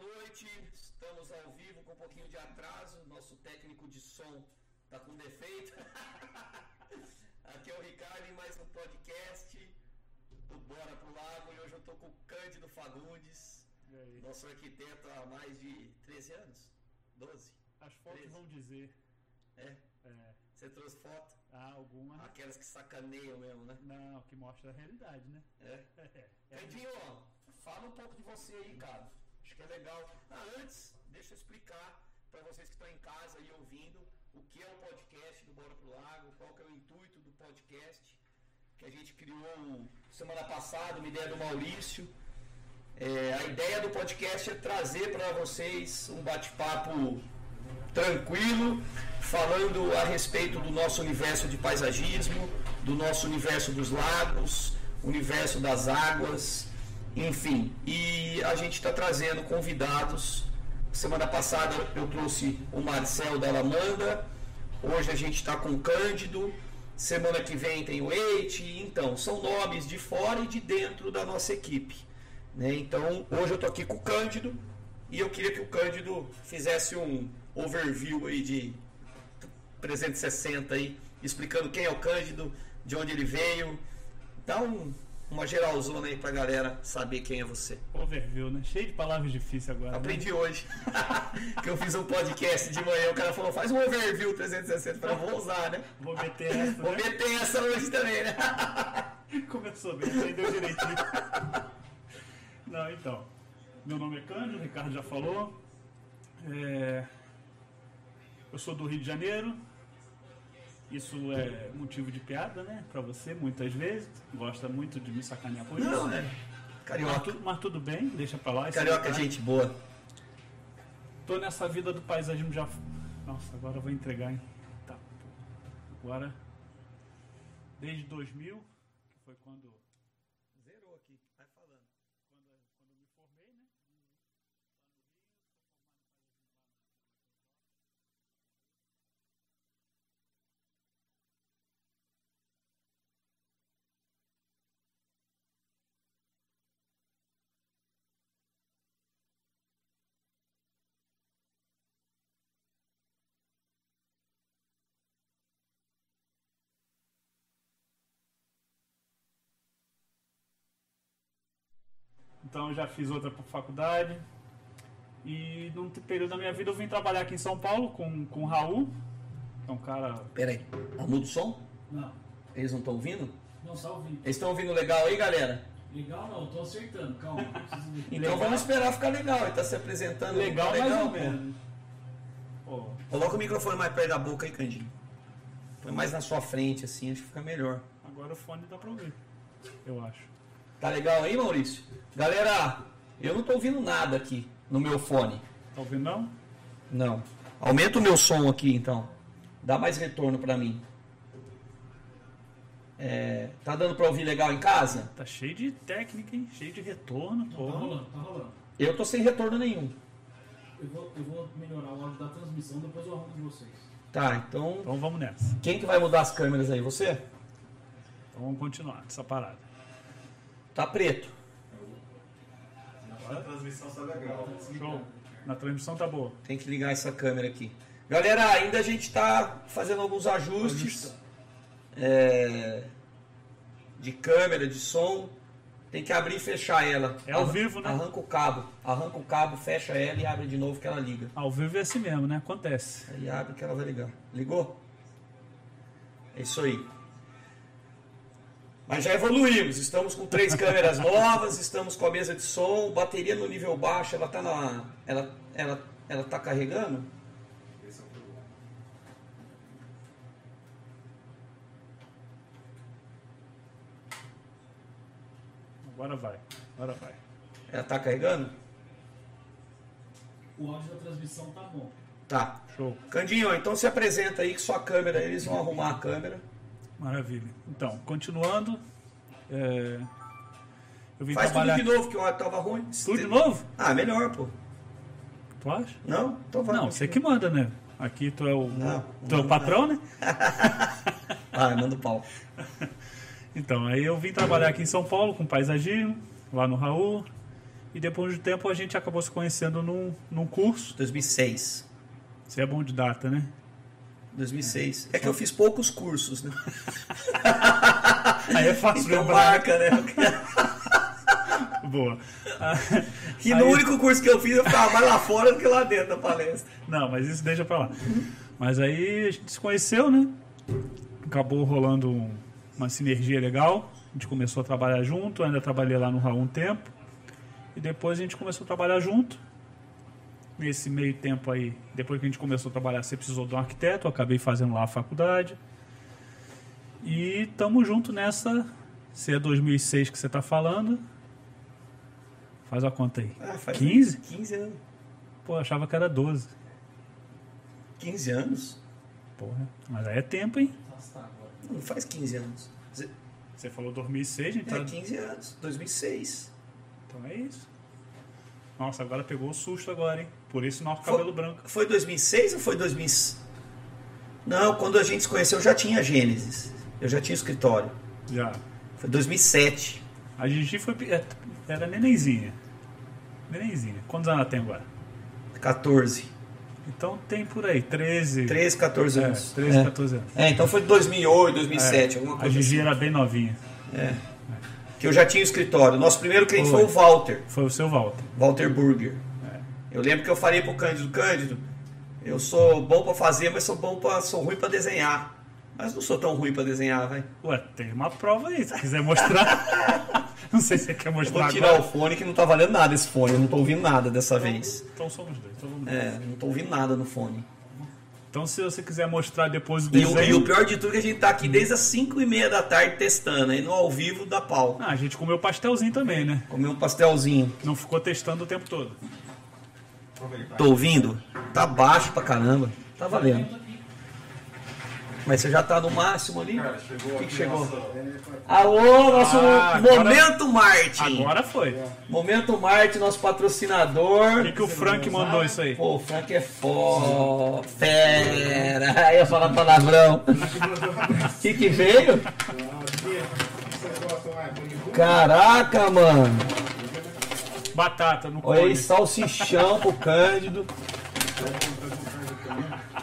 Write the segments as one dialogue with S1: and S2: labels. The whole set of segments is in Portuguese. S1: noite, estamos ao vivo com um pouquinho de atraso. Nosso técnico de som tá com defeito. Aqui é o Ricardo em mais um podcast do Bora pro Lago e hoje eu tô com o Cândido Fagundes,
S2: E aí?
S1: nosso arquiteto há mais de 13 anos 12.
S2: As fotos
S1: Treze.
S2: vão dizer.
S1: É,
S2: É,
S1: você trouxe foto,
S2: há alguma.
S1: aquelas que sacaneiam mesmo, né?
S2: Não, que mostra a realidade, né?
S1: É.
S2: É, é.
S1: Edinho, fala um pouco de você aí, cara. Acho que é legal. Ah, antes, deixa eu explicar para vocês que estão em casa e ouvindo o que é o podcast do Bora pro Lago, qual que é o intuito do podcast que a gente criou semana passada, uma ideia do Maurício. É, a ideia do podcast é trazer para vocês um bate-papo tranquilo, falando a respeito do nosso universo de paisagismo, do nosso universo dos lagos, universo das águas, enfim. E a gente está trazendo convidados. Semana passada eu trouxe o Marcel da Alamanda, hoje a gente está com o Cândido, semana que vem tem o Eite, então, são nomes de fora e de dentro da nossa equipe. Né? Então, hoje eu tô aqui com o Cândido e eu queria que o Cândido fizesse um overview aí de 360 aí, explicando quem é o Cândido, de onde ele veio. Dá um- uma geralzona aí pra galera saber quem é você.
S2: Overview, né? Cheio de palavras difíceis agora. né?
S1: Aprendi hoje que eu fiz um podcast de manhã, o cara falou, faz um overview 360, eu falei, vou usar, né?
S2: Vou meter essa,
S1: Vou
S2: né?
S1: meter essa hoje também, né?
S2: Começou bem, entendeu direitinho. Não, então. Meu nome é Cândido, o Ricardo já falou. É, Eu sou do Rio de Janeiro. Isso é motivo de piada, né? Pra você, muitas vezes. Gosta muito de me sacanear por isso.
S1: Não, né?
S2: Mas,
S1: Carioca.
S2: tu- mas tudo bem, deixa pra lá. isso
S1: Carioca é
S2: aí, tá?
S1: gente boa.
S2: Tô nessa vida do paisagismo já. Nossa, agora eu vou entregar, hein? Tá. Agora. Desde 2000, que foi quando,
S1: Zerou aqui, vai falando.
S2: quando, quando eu me formei, né? Então eu já fiz outra por faculdade. E num t- período da minha vida eu vim trabalhar aqui em São Paulo com, com o Raul, que é um cara.
S1: Pera aí, muda o som?
S3: Não,
S1: Eles não estão ouvindo?
S3: não, só ouvindo.
S1: Eles estão ouvindo legal aí, galera?
S3: Legal não, tô acertando, calma. preciso ver.
S1: Então
S2: Legal.
S1: vamos esperar ficar legal. Ele tá se apresentando.
S2: Legal,
S1: Tá
S2: mais ou
S1: pô.
S2: menos. Pô,
S1: Coloca o microfone mais perto da boca aí, Candinho. Põe mais na sua frente, assim, acho que fica melhor.
S2: agora o fone dá pra ouvir, eu acho.
S1: Tá legal aí, Maurício? Galera, eu não tô ouvindo nada aqui no meu fone.
S2: Tá ouvindo não?
S1: Não. Aumenta o meu som aqui, então. Dá mais retorno pra mim. É, tá dando pra ouvir legal em casa?
S2: Tá cheio de técnica, hein? Cheio de retorno,
S3: Não,
S2: pô.
S3: tá rolando, tá rolando.
S1: Eu tô sem retorno nenhum.
S3: Eu vou, eu vou melhorar o áudio da transmissão, depois eu arrumo de vocês.
S1: Tá, então.
S2: Então vamos nessa.
S1: Quem que vai mudar as câmeras aí? Você?
S2: Então vamos continuar essa parada.
S1: Tá preto.
S4: A transmissão só legal.
S2: Show. Na transmissão tá boa.
S1: Tem que ligar essa câmera aqui. Galera, ainda a gente tá fazendo alguns ajustes é, de câmera, de som. Tem que abrir e fechar ela.
S2: É ao
S1: Arran-
S2: vivo, né?
S1: Arranca o cabo. Arranca o cabo, fecha ela e abre de novo que ela liga.
S2: Ao vivo é assim mesmo, né? Acontece.
S1: Aí abre que ela vai ligar. Ligou? É isso aí. Mas já evoluímos. Estamos com três câmeras novas, estamos com a mesa de som, bateria no nível baixo, ela tá na. Ela, ela, ela tá carregando?
S4: Esse é o problema.
S2: Agora vai. Agora vai.
S1: Ela tá carregando?
S3: O áudio da transmissão tá bom.
S1: Tá.
S2: Show.
S1: Candinho, então se apresenta aí que sua câmera, eles vão arrumar a câmera.
S2: Maravilha. Então, continuando. é, Eu vim
S1: Faz
S2: trabalhar.
S1: tudo de novo, que o áudio tava ruim.
S2: Tudo de novo?
S1: Ah, melhor, pô.
S2: Tu acha?
S1: Não? Então vai.
S2: Não, você que manda, né? Aqui tu é o,
S1: Não,
S2: tu é o
S1: não.
S2: patrão, né?
S1: Ah, manda o pau.
S2: Então, aí eu vim trabalhar aqui em São Paulo com paisagismo, lá no Raul. E depois de um tempo a gente acabou se conhecendo num, num curso.
S1: 2006.
S2: Você é bom de data, né?
S1: 2006. É que eu fiz poucos cursos, né?
S2: Aí é fácil
S1: Então
S2: lembrar.
S1: marca, né?
S2: Boa.
S1: E
S2: Aí-
S1: no único curso que eu fiz, eu ficava mais lá fora do que lá dentro da palestra.
S2: Não, mas isso deixa pra lá. Mas aí a gente se conheceu, né? Acabou rolando um- uma sinergia legal. A gente começou a trabalhar junto, ainda trabalhei lá no Raul um tempo. E depois a gente começou a trabalhar junto. Nesse meio tempo aí, depois que a gente começou a trabalhar, você precisou de um arquiteto, eu acabei fazendo lá a faculdade. E tamo junto nessa. Se é 2006 que você tá falando, faz a conta aí.
S1: Ah, faz
S2: 15?
S1: 15 anos.
S2: Pô, eu achava que era 12.
S1: 15 anos?
S2: Porra, mas aí é tempo, hein?
S3: Afastar Tá, agora.
S1: Não faz 15 anos.
S2: Você falou 2006,
S1: É
S2: então,
S1: 15 anos, 2006.
S2: então é isso. Nossa, agora pegou o susto agora, hein? Por isso nosso
S1: Foi-
S2: cabelo branco.
S1: Foi 2006 ou foi 2000? Não, quando a gente se conheceu eu já tinha Gênesis. Eu já tinha escritório.
S2: Já.
S1: Foi 2007.
S2: A Gigi foi, pe- é- era nenenzinha. Nenenzinha. Quantos anos ela tem agora?
S1: 14.
S2: Então tem por aí, 13...
S1: 13, 14
S2: é,
S1: anos.
S2: 13,
S1: É.
S2: 14 anos.
S1: É, então foi 2008, 2007, alguma
S2: A
S1: coisa assim.
S2: Gigi era bem novinha.
S1: Que eu já tinha o escritório. Nosso primeiro cliente
S2: Foi.
S1: foi o Walter,
S2: Foi o seu Walter.
S1: Walter Burger. É. Eu lembro que eu falei pro Cândido, Cândido, eu sou bom pra fazer, mas sou bom para sou ruim pra desenhar. Mas não sou tão ruim pra desenhar, vai.
S2: Ué, tem uma prova aí, se quiser mostrar. Não sei se você quer
S1: Eu vou
S2: mostrar
S1: tirar o
S2: agora.
S1: fone que não tá valendo nada esse fone, eu não tô ouvindo nada dessa vez.
S2: Então somos dois. Então, vamos...
S1: É, não tô ouvindo nada no fone.
S2: então se você quiser mostrar depois o
S1: E o,
S2: desenho...
S1: e o pior de tudo é que a gente tá aqui desde as 5 e meia da tarde testando, aí no ao vivo dá pau.
S2: Ah, a gente comeu pastelzinho também, né?
S1: Comer um pastelzinho.
S2: Não ficou testando o tempo todo.
S5: Aproveitar.
S1: Tô ouvindo? Tá baixo pra caramba. Tá valendo. Mas você já tá no máximo ali?
S5: Cara, chegou
S1: O que que
S5: aqui
S1: chegou?
S5: nossa-
S1: Alô, nosso
S2: Ah, agora-
S1: Momento Martin!
S2: Agora foi.
S1: É. Momento Martin, nosso
S2: O
S1: patrocinador.
S2: que, que o Frank mandou isso aí?
S1: Pô, o Frank é foda. Fera! Eu ia falar palavrão. O que, que veio?
S5: Vocês gostam, é, por enquanto?
S1: Caraca, mano!
S2: Batata no
S1: Olha aí,
S2: cone.
S1: salsichão pro Cândido.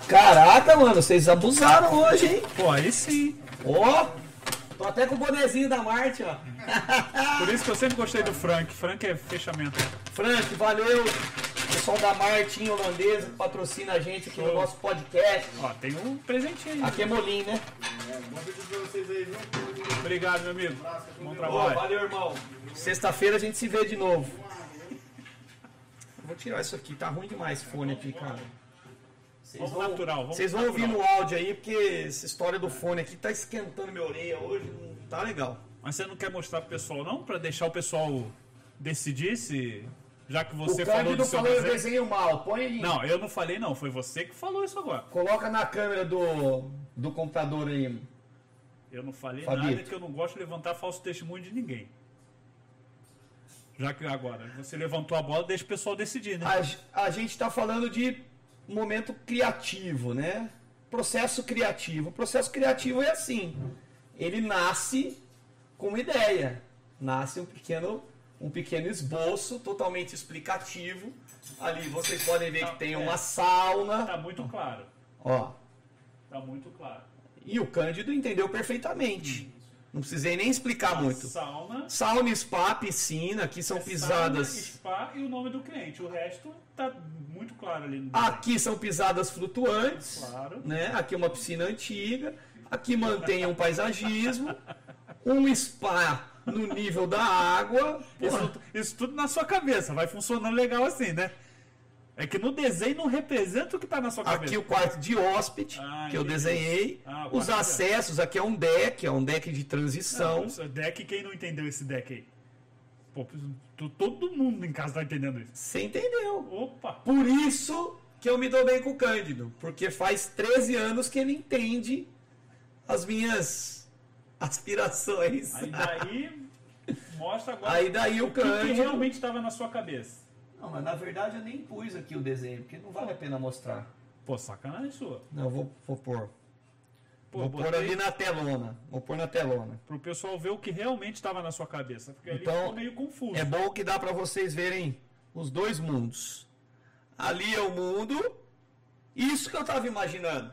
S1: Caraca, mano, vocês abusaram hoje, hein?
S2: Pô, aí sim.
S1: Ó! Tô até com o bonezinho da Marte, ó.
S2: Por isso que eu sempre gostei do Frank. Frank é fechamento.
S1: Frank, valeu! Pessoal da Martin holandesa que patrocina a gente aqui no nosso podcast.
S2: Ó, tem um presentinho aí.
S1: Aqui é Molim, né?
S5: Manda isso pra vocês aí, viu?
S2: Obrigado, meu amigo. Bom
S1: Ó,
S2: trabalho.
S1: valeu, irmão. Sexta-feira a gente se vê de novo. Vou tirar isso aqui, tá ruim demais esse fone aqui, cara. Vocês
S2: Vamos
S1: vão,
S2: natural, vamos
S1: vocês vão ouvir
S2: natural.
S1: no áudio aí, porque essa história do fone aqui tá esquentando minha orelha hoje, não tá legal.
S2: Mas você não quer mostrar pro pessoal, não? Pra deixar o pessoal decidir se. Já que você
S1: o
S2: falou do
S1: Cândido
S2: seu
S1: falou eu
S2: desenho.
S1: desenho mal, põe aí.
S2: Não, eu não falei, não. Foi você que falou isso agora.
S1: Coloca na câmera do, do computador aí. mano.
S2: Eu não falei
S1: Fabito.
S2: nada que eu não gosto de levantar falso testemunho de ninguém. Já que agora você levantou a bola, deixa o pessoal decidir, né?
S1: A, ge- a gente tá falando de momento criativo, né? Processo criativo. O processo criativo é assim. Ele nasce com uma ideia. Nasce um pequeno, um pequeno esboço totalmente explicativo. Ali vocês podem ver que tem uma sauna.
S2: Tá muito claro.
S1: Ó,
S2: Tá muito claro.
S1: E o Cândido entendeu perfeitamente. Não precisei nem explicar Tá muito.
S2: Sauna.
S1: Sauna, spa, piscina, aqui
S2: É
S1: são
S2: sauna,
S1: pisadas.
S2: spa e o nome do cliente. O resto tá muito claro ali no
S1: Aqui são pisadas flutuantes,
S2: Claro.
S1: né? Aqui é uma piscina antiga. Aqui mantém um paisagismo, um spa no nível da água.
S2: Isso, isso tudo na sua cabeça. Vai funcionando legal assim, né? É que no desenho não representa o que tá na sua cabeça.
S1: Aqui o quarto de hóspede
S2: Ah,
S1: que eu
S2: entendi.
S1: desenhei.
S2: Ah, o quarto
S1: Os
S2: de-
S1: acessos aqui é um deck, é um deck de
S2: Não,
S1: transição.
S2: esse Deck, quem não entendeu esse deck aí? Pô, tu- todo mundo em casa tá entendendo isso.
S1: Você entendeu?
S2: Opa!
S1: Por isso que eu me dou bem com o Cândido, porque faz 13 anos que ele entende as minhas aspirações.
S2: Aí
S1: Aí,
S2: daí mostra agora
S1: daí o
S2: o que, que
S1: Cândido.
S2: realmente estava na sua cabeça.
S1: Não, mas na verdade eu nem pus aqui o desenho, porque não vale a pena mostrar.
S2: Pô, sacanagem sua.
S1: Não, eu vou, vou pôr.
S2: Pô,
S1: Vou pôr
S2: botei
S1: ali na telona. Vou pôr na telona.
S2: pro pessoal ver o que realmente estava na sua cabeça. Porque ali
S1: Então,
S2: ficou meio confuso.
S1: É bom que dá pra vocês verem os dois mundos. Ali é o mundo. Isso que eu tava imaginando.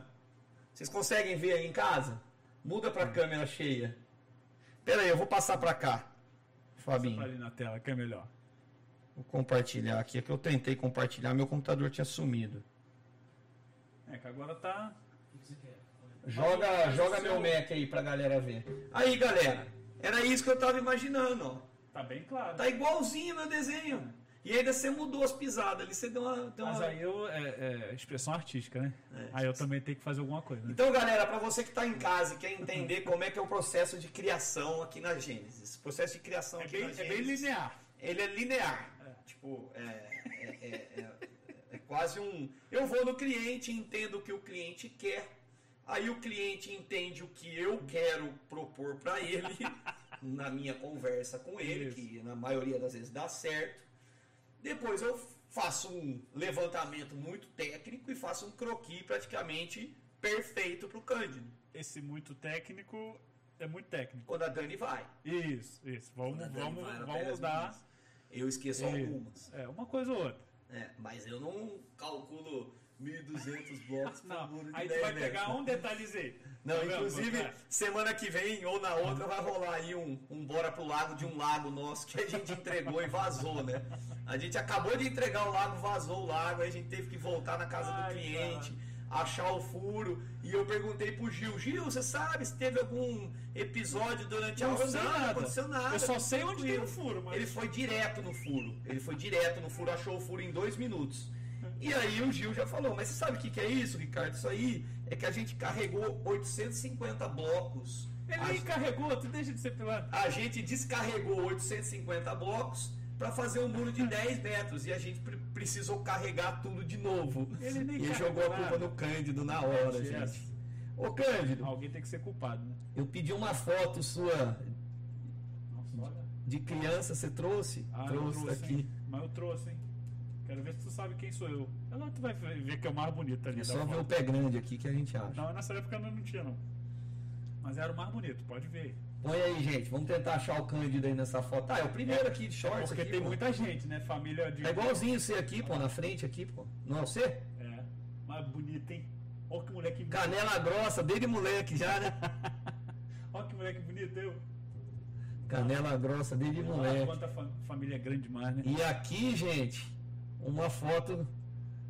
S1: Vocês conseguem ver aí em casa? Muda pra câmera cheia. Pera aí, eu vou passar pra cá.
S2: Tá
S1: Fabinho,
S2: ali na tela, que é melhor.
S1: vou compartilhar aqui. É que eu tentei compartilhar, meu computador tinha sumido.
S2: É que agora tá.
S6: O que você quer?
S1: Joga, joga meu Mac aí pra galera ver. Aí, galera. Era isso que eu tava imaginando, ó.
S2: Tá bem claro.
S1: Tá igualzinho meu desenho. E ainda você mudou as pisadas ali, você deu uma. Deu
S2: Mas
S1: uma...
S2: aí eu. É, é expressão artística, né?
S1: É.
S2: aí eu também tenho que fazer alguma coisa. Né?
S1: Então, galera, para você que está em casa e quer entender como é que é o processo de criação aqui na Gênesis, o processo de criação
S2: É
S1: aqui
S2: bem,
S1: na
S2: é
S1: Gênesis,
S2: bem linear.
S1: ele é linear. Tipo, é, é- é- é- é quase um. Eu vou no cliente, entendo o que o cliente quer, aí o cliente entende o que eu quero propor para ele na minha conversa com ele,
S2: Isso.
S1: que na maioria das vezes dá certo. Depois eu faço um levantamento muito técnico e faço um croquis praticamente perfeito para o Cândido.
S2: Esse muito técnico é muito técnico.
S1: Quando a Dani vai.
S2: Isso, isso. Vamos,
S1: Quando a Dani
S2: vamos,
S1: vai, ela pega
S2: vamos
S1: as
S2: dar.
S1: meninas. Eu esqueço algumas.
S2: É, uma coisa ou outra.
S1: né? Mas eu não calculo 1.200 blocos por
S2: Não,
S1: muro de
S2: aí tu
S1: 10
S2: vai
S1: metros.
S2: pegar um detalhezinho.
S1: Não,
S2: Tá vendo?
S1: inclusive,
S2: É.
S1: semana que vem ou na outra vai rolar aí um, um bora pro lago de um lago nosso que a gente entregou e vazou, né? A gente acabou de entregar o lago, vazou o lago, aí a gente teve que voltar na casa
S2: Ai,
S1: do cliente, achar o furo. E eu perguntei pro Gil, Gil, você sabe se teve algum episódio durante a
S2: Não,
S1: aução?
S2: aconteceu
S1: Não
S2: nada.
S1: aconteceu nada.
S2: Eu só sei onde tem um
S1: Tranquilo.
S2: o furo, mas.
S1: Ele foi direto no furo. Ele foi direto no furo, achou o furo em dois minutos. E aí o Gil já falou, mas você sabe o que, que é isso, Ricardo? Isso aí é que a gente carregou 850 blocos.
S2: Ele
S1: A-
S2: nem carregou, tu deixa de ser piloto.
S1: A, gente descarregou 850 blocos para fazer um muro de 10 metros e a gente pre- precisou carregar tudo de novo.
S2: Ele nem
S1: e
S2: carregou
S1: jogou a culpa
S2: nada.
S1: no Cândido na hora,
S2: Yes.
S1: gente. Ô Cândido,
S2: Alguém tem que ser culpado, né?
S1: eu pedi uma foto sua
S2: Nossa, olha.
S1: de criança, você trouxe?
S2: Ah, eu
S1: trouxe, tá aqui.
S2: Hein? Mas eu trouxe, hein? Quero ver se tu sabe quem sou eu. Ela tu vai ver que é o mais bonito ali.
S1: É
S2: da
S1: só
S2: foto.
S1: ver o pé grande aqui que a gente acha.
S2: Não, nessa época não, não tinha, não. Mas era o mais bonito, pode ver.
S1: Põe aí, gente. Vamos tentar achar o Cândido aí nessa foto. Ah, é o primeiro aqui de shorts.
S2: Porque
S1: aqui,
S2: tem
S1: pô.
S2: muita gente, né? Família de.
S1: É igualzinho você aqui, pô, na frente aqui, pô. Não é você?
S2: É. Mas bonito, hein? Olha que moleque bonito.
S1: Canela grossa, desde moleque já, né?
S2: Olha que moleque bonito eu.
S1: Canela grossa, desde
S2: Olha
S1: moleque.
S2: quanta fa- família é grande demais, né?
S1: E aqui, gente, uma foto.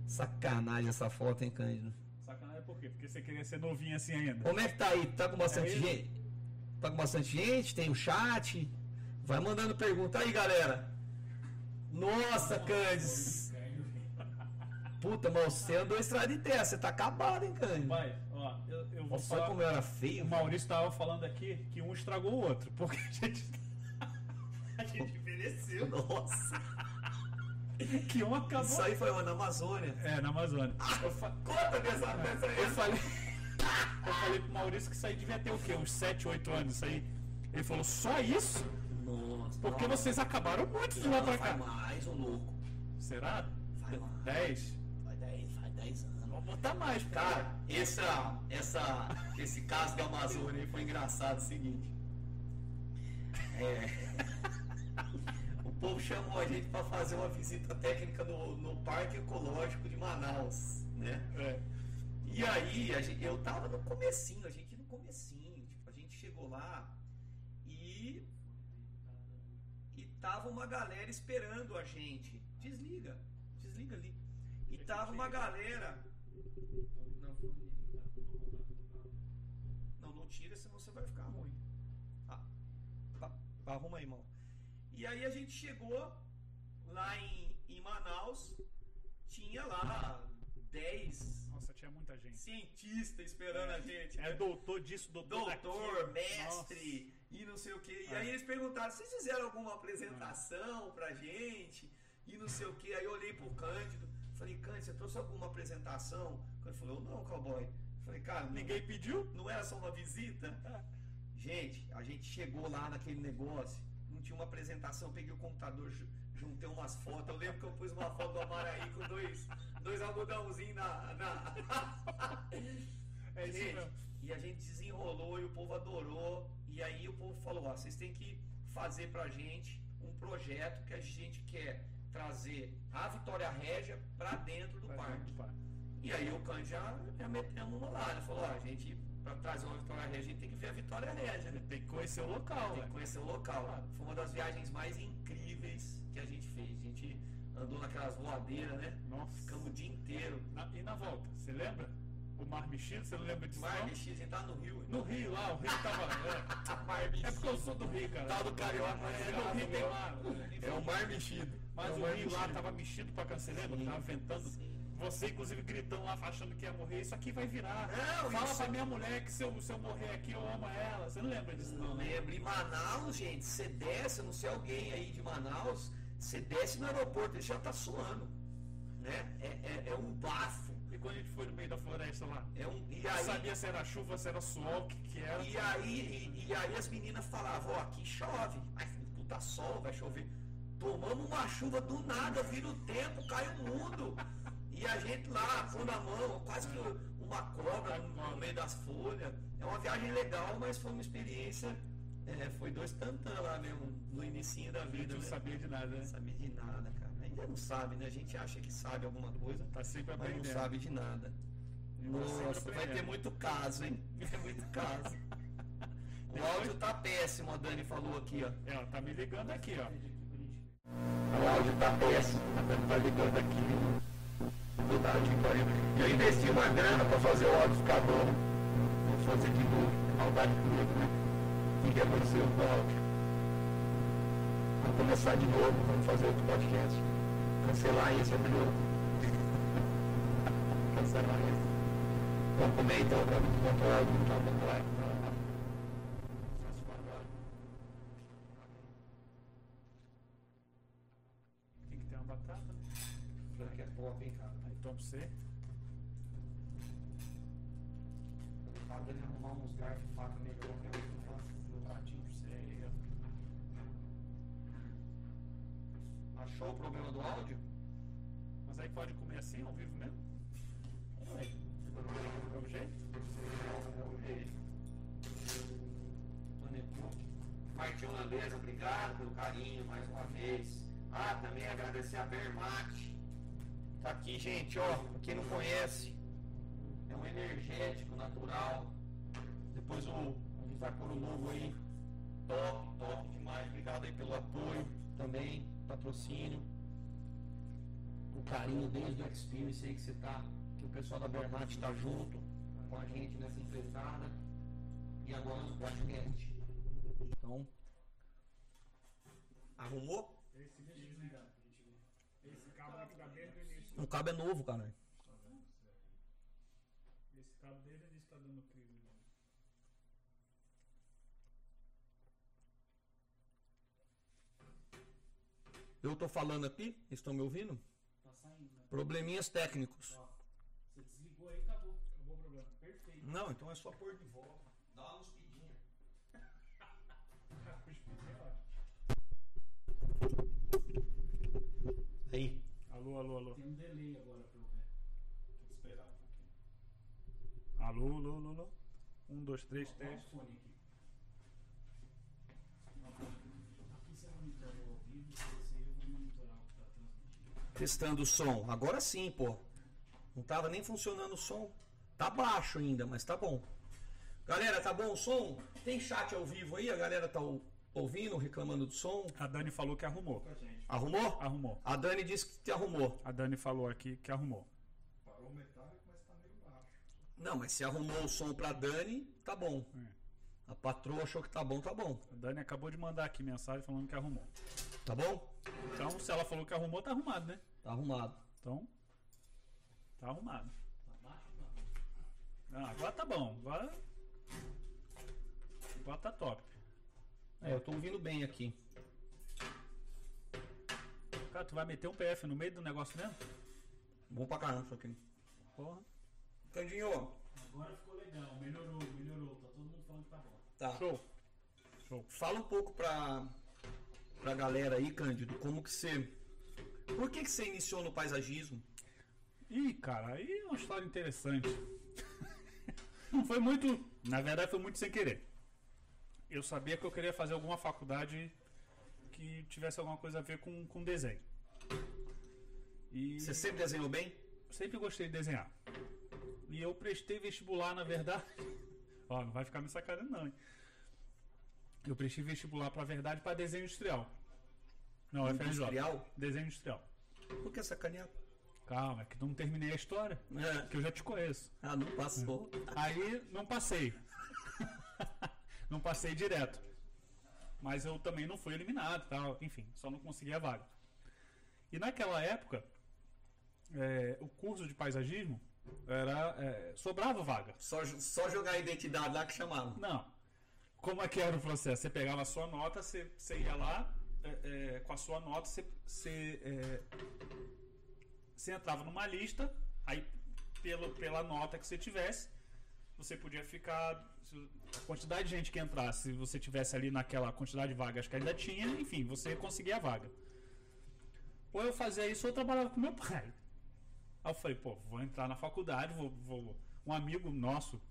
S1: Sacanagem essa foto, hein, Cândido?
S2: Sacanagem por quê? Porque você queria ser novinho assim ainda.
S1: Como é que tá aí? Tá com bastante
S2: É isso.
S1: gente? Tá com bastante gente? Tem o chat? Vai mandando pergunta aí, galera. Nossa, Cândido. Puta, mas você andou estrada de terra. Você tá acabado, hein, Cândido?
S2: Pai, ó, eu, eu vou
S1: Nossa, olha
S2: falar.
S1: como eu era
S2: O
S1: feio.
S2: Maurício tava falando aqui que um estragou o outro, porque a gente. a gente envelheceu.
S1: Nossa,
S2: Que um acabou.
S1: isso aí foi uma na Amazônia.
S2: É, na Amazônia.
S1: Eu fa- Conta dessa dessa
S2: Eu
S1: aí.
S2: falei, eu falei pro Maurício que isso aí devia ter o quê? Uns 7, 8 anos isso aí. Ele falou, só isso?
S1: Nossa,
S2: Porque vocês acabaram muito de lá pra
S1: Vai
S2: cá.
S1: mais, ô louco.
S2: Será?
S1: Vai mais.
S2: 10?
S1: Vai 10, vai 10 anos.
S2: Vou botar mais, cara.
S1: Cara, essa, essa, esse caso da Amazônia aí foi engraçado. É o seguinte: É, o povo chamou a gente pra fazer uma visita técnica no, no Parque Ecológico de Manaus, né?
S2: É.
S1: E aí, a gente- eu tava no comecinho, a gente no comecinho, tipo, a gente chegou lá e e tava uma galera esperando a gente. Desliga, desliga ali. E tava uma galera Não.
S3: tá?
S1: Não, não tira, senão você vai ficar ruim. Ah, tá. arruma aí, irmão. E aí a gente chegou lá em, em Manaus, tinha lá 10
S2: Nossa, tinha muita gente.
S1: cientista esperando a gente. né?
S2: É doutor disso, doutor
S1: Doutor,
S2: daquilo.
S1: mestre e não sei o que. E
S2: É.
S1: aí eles perguntaram: vocês fizeram alguma apresentação pra gente? E não sei o que. Aí eu olhei pro Cândido, falei, Cândido, você trouxe alguma apresentação? O Cândido falou, não, cowboy. Falei, cara,
S2: Nossa.
S1: não-
S2: Ninguém pediu?
S1: não era só uma visita? Gente, a gente chegou lá naquele negócio, não tinha uma apresentação, peguei o computador, ju- juntei umas fotos. Eu lembro que eu pus uma foto do Amaraí com dois, dois algodãozinhos na. na-
S2: É isso
S1: Gente,
S2: mesmo.
S1: E a gente desenrolou e o povo adorou. E aí o povo falou: ó, vocês têm que fazer pra gente um projeto que a gente quer trazer a Vitória Régia pra dentro do parque. E aí o Cândido já, já meteu uma lá, ele falou, ó, a gente, pra trazer uma Vitória Régia, a gente tem que ver a Vitória Régia, né?
S2: Tem que conhecer o local, né?
S1: Tem que
S2: velho.
S1: conhecer o local. Foi uma das viagens mais incríveis que a gente fez. A gente andou naquelas voadeiras, né?
S2: Nossa.
S1: Ficamos o dia inteiro.
S2: Na- e na volta, você lembra? O Mar Mexido, você não lembra disso?
S1: Mar
S2: não?
S1: mexido, a gente tá no Rio.
S2: No Rio lá, o Rio tava.
S1: Mar
S2: É, é
S1: mexido.
S2: porque eu sou do Rio, cara.
S1: Tá do Carioca, mas
S2: é,
S1: é lá
S2: no Rio
S1: do
S2: tem
S1: meu.
S2: mar.
S1: É o Mar Mexido.
S2: Mas
S1: É
S2: o
S1: Mar
S2: Rio lá
S1: Mexido.
S2: tava mexido pra cá, você lembra?
S1: Sim,
S2: Tava ventando.
S1: sim.
S2: Você, inclusive, gritando lá, achando que ia morrer. Isso aqui vai virar.
S1: Não,
S2: Fala
S1: isso-
S2: pra minha mulher que se eu, se eu morrer aqui, eu amo ela. Você não lembra disso, não, né?
S1: Lembra, em tá Manaus, gente, você desce, eu não sei alguém aí de Manaus, você desce no aeroporto, ele já tá suando. Né? É, é- é um bafo.
S2: E quando a gente foi no meio da floresta lá?
S1: É um, e
S2: Eu
S1: aí,
S2: sabia se era chuva, se era suor, o que, que era.
S1: E aí, e, e aí as meninas falavam, ó, aqui chove, mas puta sol, vai chover. Tomamos uma chuva do nada, vira o tempo, cai o mundo. E a gente lá, pô na mão, quase que uma cobra no meio das folhas. É uma viagem legal, mas foi uma experiência. é, foi dois tantã lá mesmo, no inicinho da
S2: A gente
S1: vida.
S2: não
S1: né?
S2: sabia de nada, né?
S1: Não sabe de nada, cara. Ainda não sabe, né? A gente acha que sabe alguma coisa,
S2: Tá sempre
S1: mas não
S2: aprendendo. Tá
S1: sabe de nada. Nossa, vai ter muito caso, hein? Vai ter muito caso. O áudio tá péssimo, a Dani falou aqui, ó.
S2: É, ó, tá me ligando aqui, ó.
S1: O áudio tá péssimo, a Dani tá ligando aqui. Puta que pariu. E Eu investi uma grana pra fazer o áudio ficar bom. Vou fazer de novo. Maldade comigo, né? O que aconteceu com o áudio? Vamos começar de novo, vamos fazer outro podcast. Cancelar esse, abrir outro. Cancelar esse. Vamos comer então, pra não controlar, não tá bom, vai. Faço uma agora.
S2: Tem que ter uma batata, né?
S1: Não quer pop, hein, cara?
S2: Aí toma pra você.
S1: Tá dando arrumar uns garfos e faca melhor que eu faço no pratinho pra você aí, ó. Achou o problema do áudio?
S2: Mas aí pode comer assim, ao vivo mesmo? É, é o jeito?
S1: Martim Holandês, obrigado pelo carinho mais uma vez. Ah, também agradecer a Bermate. Tá aqui, gente, ó. pra Quem não conhece, é um energético natural. Depois um, um Vitacoro novo aí. Top, top demais. Obrigado aí pelo apoio também, patrocínio. O carinho desde o Experience aí que você tá, que o pessoal da Bermate tá junto com a gente nessa empreitada. E agora no podcast. Então. Arrumou?
S7: Esse cabo aqui tá desde o início.
S1: O cabo é novo, cara.
S7: Esse cabo desde o início tá dando crise, mano.
S1: Eu tô falando aqui, estão me ouvindo?
S3: Tá saindo, né?
S1: Probleminhas técnicos.
S3: Você desligou aí, acabou.
S7: Acabou o problema.
S3: Perfeito.
S1: Não, então é só pôr de volta. Dá uma cuspidinha. Aí.
S2: Alô, alô, alô.
S3: Tem um delay agora pra eu ver. um
S2: Alô, alô, alô, alô. Um, dois, três,
S3: Tem um
S2: teste.
S3: fone aqui. Aqui você monitora o ao vivo, você eu vou monitorar o que tá transmitindo.
S1: Testando o som. Agora sim, pô. Não tava nem funcionando o som. Tá baixo ainda, mas tá bom. Galera, tá bom o som? Tem chat ao vivo aí? A galera tá ou- ouvindo, reclamando do som?
S2: A Dani falou que arrumou.
S1: Arrumou?
S2: Arrumou.
S1: A Dani disse que te arrumou.
S2: A Dani falou aqui que arrumou.
S8: Parou o metálico, mas tá meio baixo.
S1: Não, mas se arrumou o som pra Dani, tá bom.
S2: É.
S1: A patroa achou que tá bom, tá bom.
S2: A Dani acabou de mandar aqui mensagem falando que arrumou.
S1: Tá bom?
S2: Então, se ela falou que arrumou, tá arrumado, né?
S1: Tá arrumado.
S2: Então, tá arrumado.
S3: Tá baixo ou tá alto?
S2: Ah, agora tá bom. Agora. Agora tá top.
S1: É, eu tô ouvindo bem aqui.
S2: Cara, tu vai meter um PF no meio do negócio mesmo?
S1: Bom pra caramba isso aqui.
S2: Porra.
S1: Candinho,
S3: Agora ficou legal, melhorou, melhorou. Tá todo mundo falando que tá bom.
S1: tá.
S2: Show.
S1: Fala um pouco pra, pra galera aí, Cândido, como que você. Por que, que você iniciou no paisagismo?
S2: Ih, cara, aí é uma história interessante. Não foi muito. Na verdade, foi muito sem querer. Eu sabia que eu queria fazer alguma faculdade que tivesse alguma coisa a ver com, com desenho. E
S1: Você sempre desenhou bem?
S2: sempre gostei de desenhar. E eu prestei vestibular, na verdade. Ó, não vai ficar me sacaneando, não, hein? Eu prestei vestibular pra verdade pra desenho industrial. Não, industrial?
S1: Industrial?
S2: Desenho industrial.
S1: Por que sacanear?
S2: Calma, é que não terminei a história.
S1: É.
S2: Que eu já te conheço.
S1: Ah, não passou.
S2: Aí não passei. não passei direto. Mas eu também não fui eliminado, e tal. Enfim, só não consegui a vaga. E naquela época, é, o curso de paisagismo era é, sobrava vaga.
S1: Só, jo- só jogar a identidade lá que chamaram.
S2: Não. Como é que era o processo? Você pegava a sua nota, você, você ia lá, é, é, com a sua nota, você, você, é, você entrava numa lista, aí pelo, pela nota que você tivesse, você podia ficar. se- A quantidade de gente que entrasse, se você tivesse ali naquela quantidade de vagas que ainda tinha, enfim, você conseguia a vaga. Ou eu fazia isso ou eu trabalhava com meu pai. Aí eu falei, pô, vou entrar na faculdade, vou- vou... Um amigo nosso,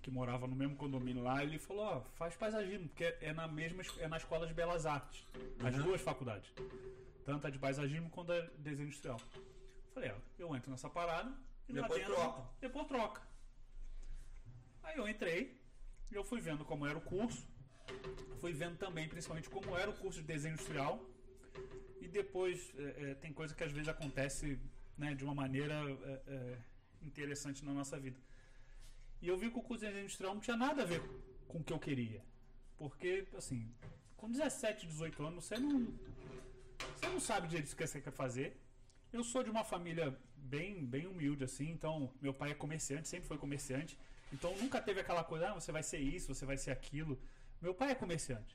S2: que morava no mesmo condomínio lá, ele falou, ó, faz paisagismo, porque é na mesma es- é na escola de belas artes, as
S1: Uhum.
S2: duas faculdades. Tanto a de paisagismo quanto a de desenho industrial. Falei, ó, eu entro nessa parada e lá
S1: Depois
S2: dentro-
S1: troca.
S2: Depois troca. Aí eu entrei, e eu fui vendo como era o curso, fui vendo também principalmente como era o curso de desenho industrial. E depois é, é, tem coisa que às vezes acontece né, de uma maneira é, é, interessante na nossa vida. E eu vi que o curso de engenharia industrial não tinha nada a ver com o que eu queria. Porque, assim, com 17, 18 anos, você não. Você não sabe direito o que você quer fazer. Eu sou de uma família bem, bem humilde, assim, então meu pai é comerciante, sempre foi comerciante. Então nunca teve aquela coisa, ah, você vai ser isso, você vai ser aquilo. Meu pai é comerciante.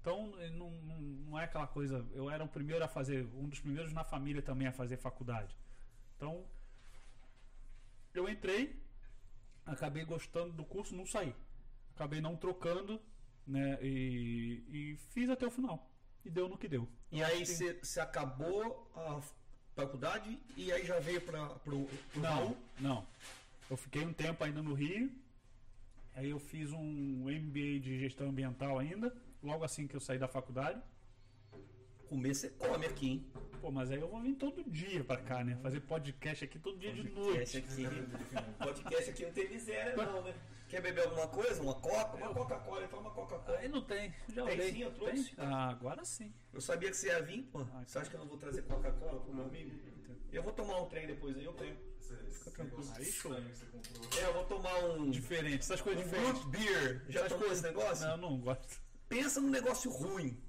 S2: Então eh, não, não, não é aquela coisa. Eu era o primeiro a fazer, um dos primeiros na família também a fazer faculdade. Então eu entrei, acabei gostando do curso, não saí. Acabei não trocando, né? E, e fiz até o final. E deu no que deu.
S1: E aí você você acabou a faculdade e aí já veio pra, pro, pro
S2: Não,
S1: Raul?
S2: não. Eu fiquei um tempo ainda no Rio. Aí eu fiz um MBA de gestão ambiental ainda, logo assim que eu saí da faculdade.
S1: Comer você come aqui, hein?
S2: Pô, mas aí eu vou vir todo dia pra cá, né? Fazer podcast aqui todo dia de
S1: Podcast
S2: noite.
S1: aqui. Podcast aqui não tem miséria, não, né? Quer beber alguma coisa? Uma coca? Uma Coca-Cola, então uma Coca-Cola.
S2: Aí não tem, já
S1: Tem
S2: olhei.
S1: sim, eu trouxe.
S2: Tem? Ah, agora sim.
S1: Eu sabia que você ia vir, pô.
S2: Ah,
S1: Você acha que eu não vou trazer Coca-Cola pro meu amigo? Eu vou tomar um trem depois aí, eu tenho.
S9: Fica
S2: tranquilo. Aí, show.
S9: Você comprou.
S1: É, eu vou tomar um.
S2: Diferente, essas coisas
S1: Um
S2: diferentes.
S1: root beer. Já
S2: Essas
S1: tomou esse negócio?
S2: Não, não gosto.
S1: Pensa num negócio ruim.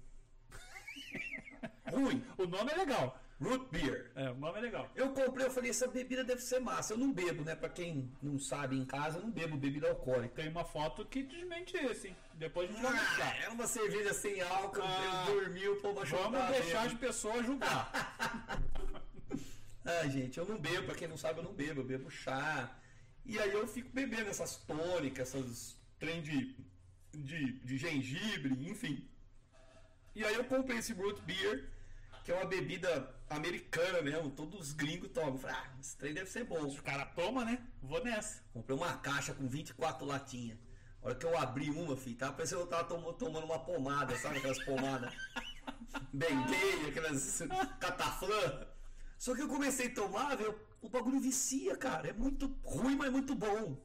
S1: ruim.
S2: O nome é legal.
S1: Root beer.
S2: É, o nome é legal.
S1: Eu comprei, eu falei, essa bebida deve ser massa. Eu não bebo, né? Pra quem não sabe em casa, eu não bebo bebida alcoólica.
S2: Tem uma foto que desmente esse, hein? Depois a gente vai
S1: Ah,
S2: mostrar.
S1: é uma cerveja sem álcool,
S2: Ah.
S1: eu dormiu, o povo achou
S2: Vamos
S1: que eu
S2: deixar as
S1: bêbado.
S2: pessoas julgar.
S1: Ah, gente, eu não bebo, pra quem não sabe, eu não bebo, eu bebo chá. E aí eu fico bebendo essas tônicas, essas trem de, de, de gengibre, enfim. E aí eu comprei esse root beer, que é uma bebida americana mesmo, todos os gringos tomam. Eu Falei, ah, esse trem deve ser bom.
S2: Os caras toma, né? Vou nessa.
S1: Comprei uma caixa com 24 latinhas. A hora que eu abri uma, filho, tava parecendo que eu tava tom- tomando uma pomada, sabe aquelas pomadas? Bengay, aquelas cataflã. Só que eu comecei a tomar, velho, o bagulho vicia, cara. É muito ruim, mas muito bom.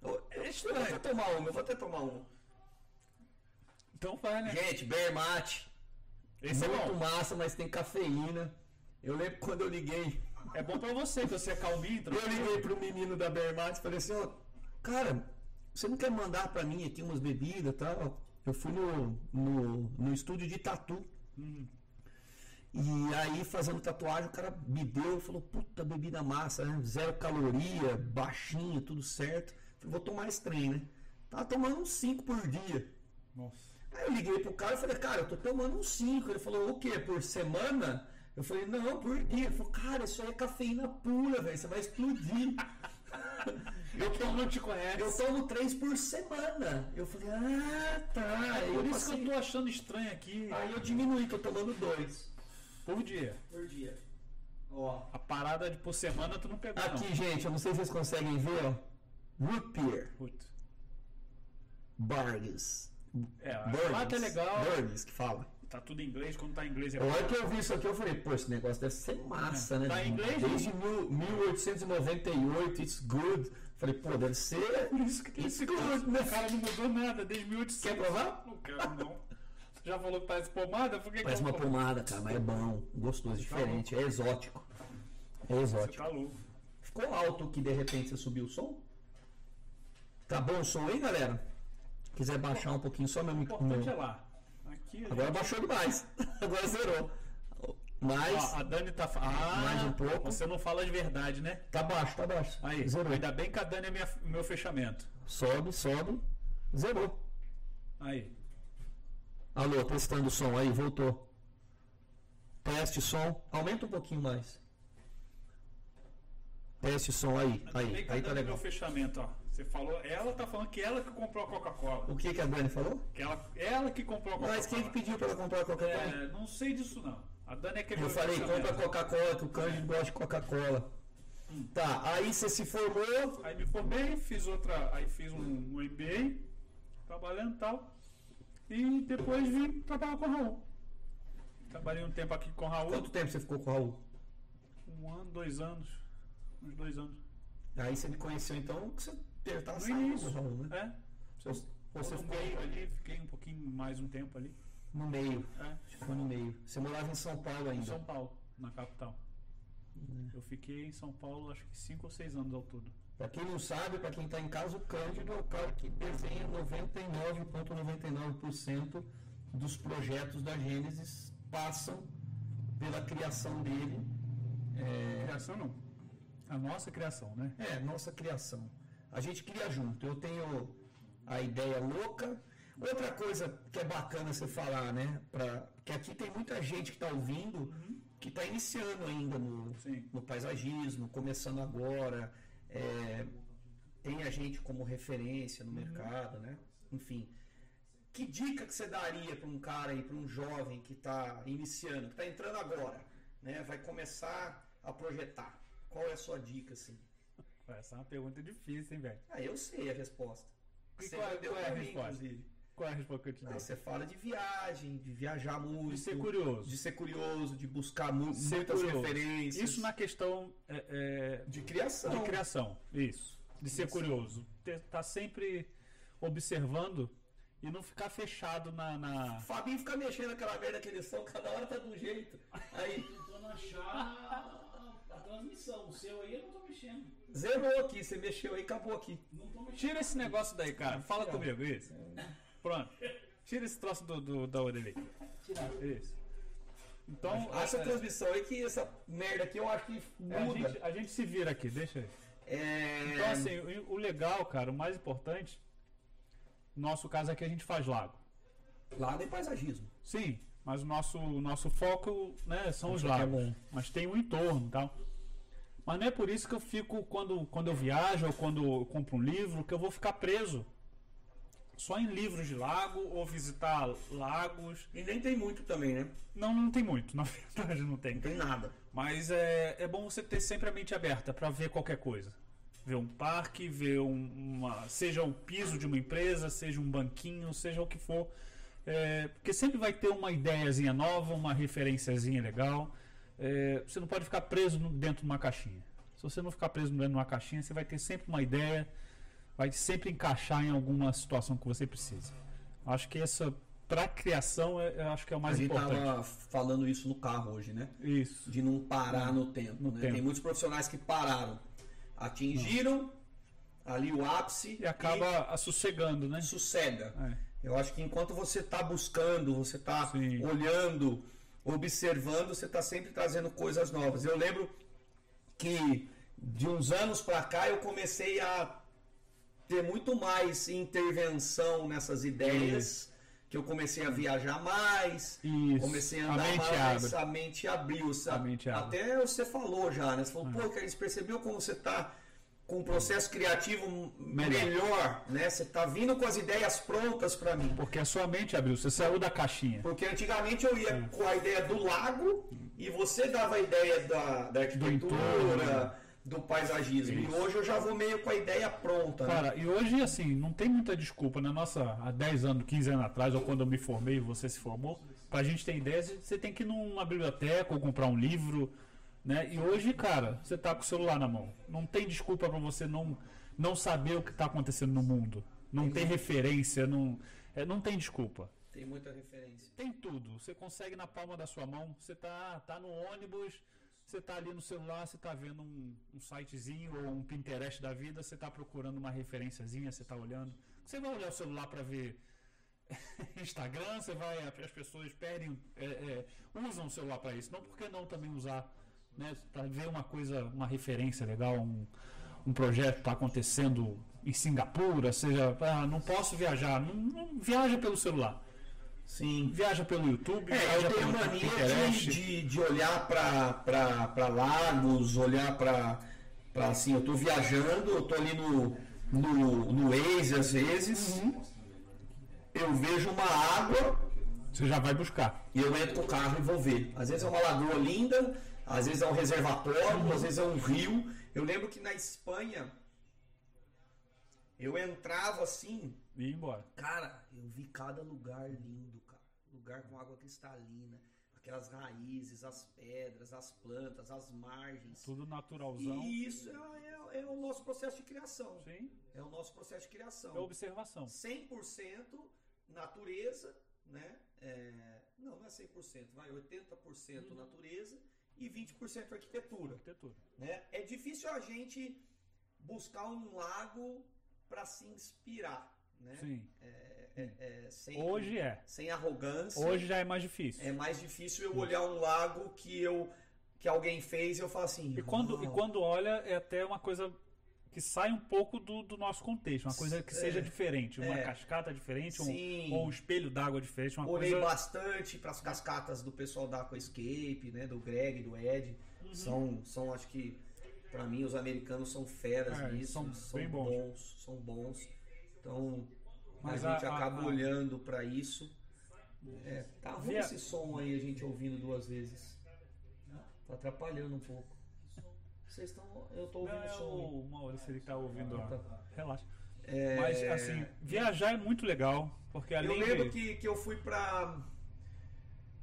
S1: Eu, é estranho. Eu vou até tomar uma, eu vou até tomar uma.
S2: Então vai, né?
S1: Gente, beer mate.
S2: Esse é
S1: muito
S2: bom.
S1: massa, mas tem cafeína. Eu lembro quando eu liguei
S2: É bom pra você, que você é calminho,
S1: Eu
S2: tranquilo.
S1: liguei pro menino da Bermat e falei assim, ó, cara, você não quer mandar pra mim aqui umas bebidas e tal? Eu fui no, no, no estúdio de tatu. E aí, fazendo tatuagem, o cara me deu, falou, puta, bebida massa, né? Zero caloria, baixinho, tudo certo. Falei, vou tomar esse trem, né? Tava tomando uns 5 por dia.
S2: Nossa.
S1: Aí eu liguei pro cara e falei, cara, eu tô tomando uns 5. Ele falou, o quê? Por semana? Eu falei, não, por dia. Ele falou, cara, isso aí é cafeína pura, velho, você vai explodir.
S2: Eu que não te conhece.
S1: Eu tomo três por semana. Eu falei, ah, tá. Aí
S2: Por isso que
S1: eu, passei-
S2: eu assim. tô achando estranho aqui.
S1: aí eu diminuí, tô tomando dois
S2: Por dia.
S1: por dia. Ó.
S2: A parada de por semana tu não pegou,
S1: Aqui,
S2: não.
S1: gente, eu não sei se vocês conseguem ver, ó. Root beer.
S2: Puto.
S1: Burgess.
S2: É,
S1: Burgess.
S2: lá tá legal,
S1: Burgess que fala.
S2: tá tudo em inglês, quando tá em inglês é
S1: A hora que eu vi isso aqui, eu falei, pô, esse negócio deve ser massa, né?
S2: Tá em inglês,
S1: Desde mil- 1898, it's good. Falei, pô, deve ser.
S2: Por isso que esse cara, cara não mudou nada desde 1800.
S1: Quer provar?
S2: Não quero, não. Você já falou que parece pomada? Por que
S1: Parece
S2: que
S1: uma pomada, cara, mas é bom, gostoso, diferente, é exótico. É
S2: Você
S1: exótico.
S2: tá louco.
S1: Ficou alto que de repente você subiu o som? Tá bom o som aí, galera? Quiser baixar um pouquinho só meu
S2: O importante é
S1: microfone.
S2: lá. Aqui, a
S1: Agora
S2: gente-
S1: baixou demais. Agora zerou. Mas.
S2: Ó, a Dani tá falando. Ah,
S1: Mais um pouco.
S2: Você não fala de verdade, né?
S1: Tá baixo, tá baixo.
S2: Aí,
S1: zerou.
S2: ainda bem que a Dani é minha, meu fechamento.
S1: Sobe, sobe. Zerou.
S2: Aí.
S1: Alô, testando o som aí, voltou. Teste som. Aumenta um pouquinho mais. Teste som aí.
S2: Ainda bem
S1: Aí,
S2: que a
S1: aí tá
S2: Dani é meu
S1: legal.
S2: fechamento, ó. Você falou, ela tá falando que ela que comprou a Coca-Cola.
S1: O que, que a Dani falou?
S2: Que ela, ela que comprou a Coca-Cola.
S1: Mas quem que pediu pra ela comprar qualquer coisa?
S2: É, não sei disso não. A Dani é que é
S1: Eu
S2: meu
S1: falei,
S2: fechamento.
S1: compra Coca-Cola, que o Cândido gosta de Coca-Cola. Tá, aí você se formou.
S2: Aí me formei, fiz outra, aí fiz um, um MBA, trabalhando e tal. E depois vim trabalhar com o Raul. Trabalhei um tempo aqui com o Raul,
S1: Quanto tempo você ficou com o Raul?
S2: um ano, dois anos, uns dois anos.
S1: Aí você me conheceu então que você teve tava
S2: No
S1: saindo
S2: início.
S1: do Raul, né?
S2: É.
S1: Ou ou você
S2: Todo
S1: ficou
S2: meio ali, fiquei um pouquinho mais um tempo ali.
S1: no meio.
S2: É,
S1: Você ficou no meio. Você morava em São Paulo
S2: em
S1: ainda.
S2: São Paulo, na capital. Eu fiquei em São Paulo acho que cinco ou seis anos ao todo.
S1: Pra quem não sabe, pra quem tá em casa, o Cândido é o cara que desenha 99,99% dos projetos da Gênesis passam pela criação dele. É,
S2: Criação não. A nossa criação, né?
S1: É, nossa criação. A gente cria junto. Eu tenho a ideia louca. Outra coisa que é bacana você falar, né? Pra, que aqui tem muita gente que está ouvindo, que está iniciando ainda no,
S2: Sim.
S1: no paisagismo, começando agora. é, tem a gente como referência no mercado, né? Enfim. Que dica que você daria para um cara aí, para um jovem que está iniciando, que está entrando agora, né? Vai começar a projetar. Qual é a sua dica, assim?
S2: Essa é uma pergunta difícil, hein, velho?
S1: Ah, eu sei a resposta.
S2: E
S1: Você
S2: qual é-
S1: já deu
S2: qual é
S1: pra
S2: a
S1: mim,
S2: resposta?
S1: inclusive.
S2: Qual é a resposta que eu te
S1: Aí
S2: dei?
S1: você fala de viagem, de viajar muito,
S2: De ser curioso.
S1: de ser curioso, de buscar mu-
S2: Ser
S1: muitas
S2: curioso.
S1: referências.
S2: Isso na questão é, é,
S1: de criação.
S2: de criação, isso. De ser curioso. Ter- Tá sempre observando e não ficar fechado na. na-
S1: O Fabinho fica mexendo aquela merda que eles são, cada hora tá de um jeito. Aí,
S3: Tentando achar a, a transmissão. O seu aí eu não tô mexendo.
S1: zerou aqui, você mexeu aí, acabou aqui.
S3: Não tô mexendo.
S2: Tira esse negócio daí, cara. Fala comigo, isso. Pronto. Tira esse troço do, do- da orelha aí. Isso. Então,
S1: Acha
S2: é,
S1: a transmissão aí que essa merda aqui eu acho que
S2: é, a,
S1: muda.
S2: gente, a gente se vira aqui, deixa aí.
S1: É...
S2: Então, assim, o, o legal, cara, o mais importante, nosso caso aqui a gente faz lago.
S1: Lá tem paisagismo.
S2: Sim, mas o nosso, o nosso foco né, são os lagos.
S1: bom.
S2: mas tem um entorno e tal. Mas não é por isso que eu fico, quando, quando eu viajo ou quando eu compro um livro, que eu vou ficar preso só em livros de lago ou visitar lagos.
S1: E nem tem muito também, né?
S2: Não, não tem muito, na verdade não tem.
S1: Não tem nada.
S2: Mas é, é bom você ter sempre a mente aberta para ver qualquer coisa. Ver um parque, ver um- uma. seja um piso de uma empresa, seja um banquinho, seja o que for. É, porque sempre vai ter uma ideiazinha nova, uma referenciazinha legal. É, você não pode ficar preso no- dentro de uma caixinha. Se você não ficar preso dentro de uma caixinha, você vai ter sempre uma ideia, vai sempre encaixar em alguma situação que você precisa. Acho que essa, para criação, é- eu acho que é o mais
S1: a gente
S2: importante.
S1: tava falando isso no carro hoje, né?
S2: Isso.
S1: de não parar no tempo.
S2: No
S1: né?
S2: tempo.
S1: Tem muitos profissionais que pararam, atingiram ali o ápice
S2: E acaba sossegando, né?
S1: e sossega.
S2: É.
S1: Eu acho que enquanto você está buscando, você está
S2: Sim.
S1: olhando, observando, você está sempre trazendo coisas novas. Eu lembro que de uns anos para cá eu comecei a ter muito mais intervenção nessas ideias, que eu comecei a viajar mais,
S2: Isso.
S1: comecei a
S2: A
S1: andar
S2: mente
S1: mais,
S2: abre.
S1: a mente abriu, sabe?
S2: A mente abre. Ah.
S1: Até você falou já, né? Você falou, pô, cara, você percebeu como você tá com um processo criativo melhor,
S2: Melhor.
S1: né? Você tá vindo com as ideias prontas para mim.
S2: Porque a sua mente abriu, você saiu da caixinha.
S1: Porque antigamente eu ia com a ideia do lago e você dava a ideia da, da arquitetura,
S2: entorno, né?
S1: do paisagismo. E hoje eu já vou meio com a ideia pronta. né?
S2: Cara, e hoje, assim, não tem muita desculpa. Na nossa, há 10 anos, 15 anos atrás, ou quando eu me formei e você se formou, pra gente ter ideias, você tem que ir numa biblioteca ou comprar um livro, né? E hoje, cara, você tá com o celular na mão. Não tem desculpa pra você não, não saber o que tá acontecendo no mundo. Não tem referência, não, é, não tem desculpa.
S1: Tem muita referência.
S2: Tem tudo. Você consegue na palma da sua mão. Você tá, tá no ônibus, você tá ali no celular, você tá vendo um, um sitezinho ou um Pinterest da vida, você tá procurando uma referenciazinha, você tá olhando. Você vai olhar o celular para ver Instagram, você vai. As pessoas pedem, é, é, usam o celular para isso. Não por que não também usar, né? Para ver uma coisa, uma referência legal, um, um projeto está acontecendo em Singapura, seja, ah, não posso viajar, não, não viaja pelo celular.
S1: Sim.
S2: Viaja pelo YouTube,
S1: É,
S2: viaja
S1: eu tenho
S2: pelo
S1: mania de,
S2: Pinterest.
S1: de, de olhar para lagos, olhar para assim, eu tô viajando, eu tô ali no, no, no Waze às vezes, eu vejo uma água
S2: Você já vai buscar.
S1: e eu entro com o carro e vou ver. Às vezes é uma lagoa linda, às vezes é um reservatório,
S2: Uhum.
S1: às vezes é um rio. Eu lembro que na Espanha eu entrava assim,
S2: E ir embora.
S1: Cara, eu vi cada lugar lindo, cara. Lugar com água cristalina, aquelas raízes, as pedras, as plantas, as margens.
S2: Tudo naturalzão.
S1: E isso é, é- é o nosso processo de criação.
S2: Sim.
S1: É o nosso processo de criação.
S2: É observação.
S1: 100% natureza, né? É, não, não é 100%, vai 80%
S2: Uhum.
S1: natureza e 20% arquitetura
S2: Arquitetura.
S1: né? É difícil a gente buscar um lago para se inspirar, né?
S2: Sim.
S1: É, sem,
S2: Hoje é.
S1: sem arrogância.
S2: Hoje já é mais difícil.
S1: é mais difícil eu olhar um lago que eu que alguém fez e eu falo assim.
S2: E quando,
S1: "Uau".
S2: e quando olha, é até uma coisa que sai um pouco do, do nosso contexto. Uma coisa que seja diferente. Uma
S1: É.
S2: cascata diferente, um,
S1: Sim.
S2: ou um espelho d'água diferente. Uma
S1: Olhei
S2: coisa.
S1: bastante para as cascatas do pessoal da Aquascape, né? Do Greg, do Ed.
S2: Uhum.
S1: São, são, acho que, para mim, os americanos são feras
S2: É,
S1: nisso.
S2: são bem bons.
S1: São bons. Então,
S2: Mas
S1: a
S2: a-
S1: gente
S2: a-
S1: acaba
S2: a-
S1: olhando para isso. É, tá ruim
S2: Via-
S1: esse som aí, a gente ouvindo duas vezes. Tá atrapalhando um pouco. Vocês estão. Eu tô ouvindo
S2: Não,
S1: o
S2: é
S1: som.
S2: o Mauro, se ele tá ouvindo.
S1: Ah,
S2: ó.
S1: tá. É.
S2: Relaxa. Mas, assim, viajar é muito legal. Porque
S1: Eu
S2: além
S1: lembro
S2: de...
S1: que, que eu fui pra.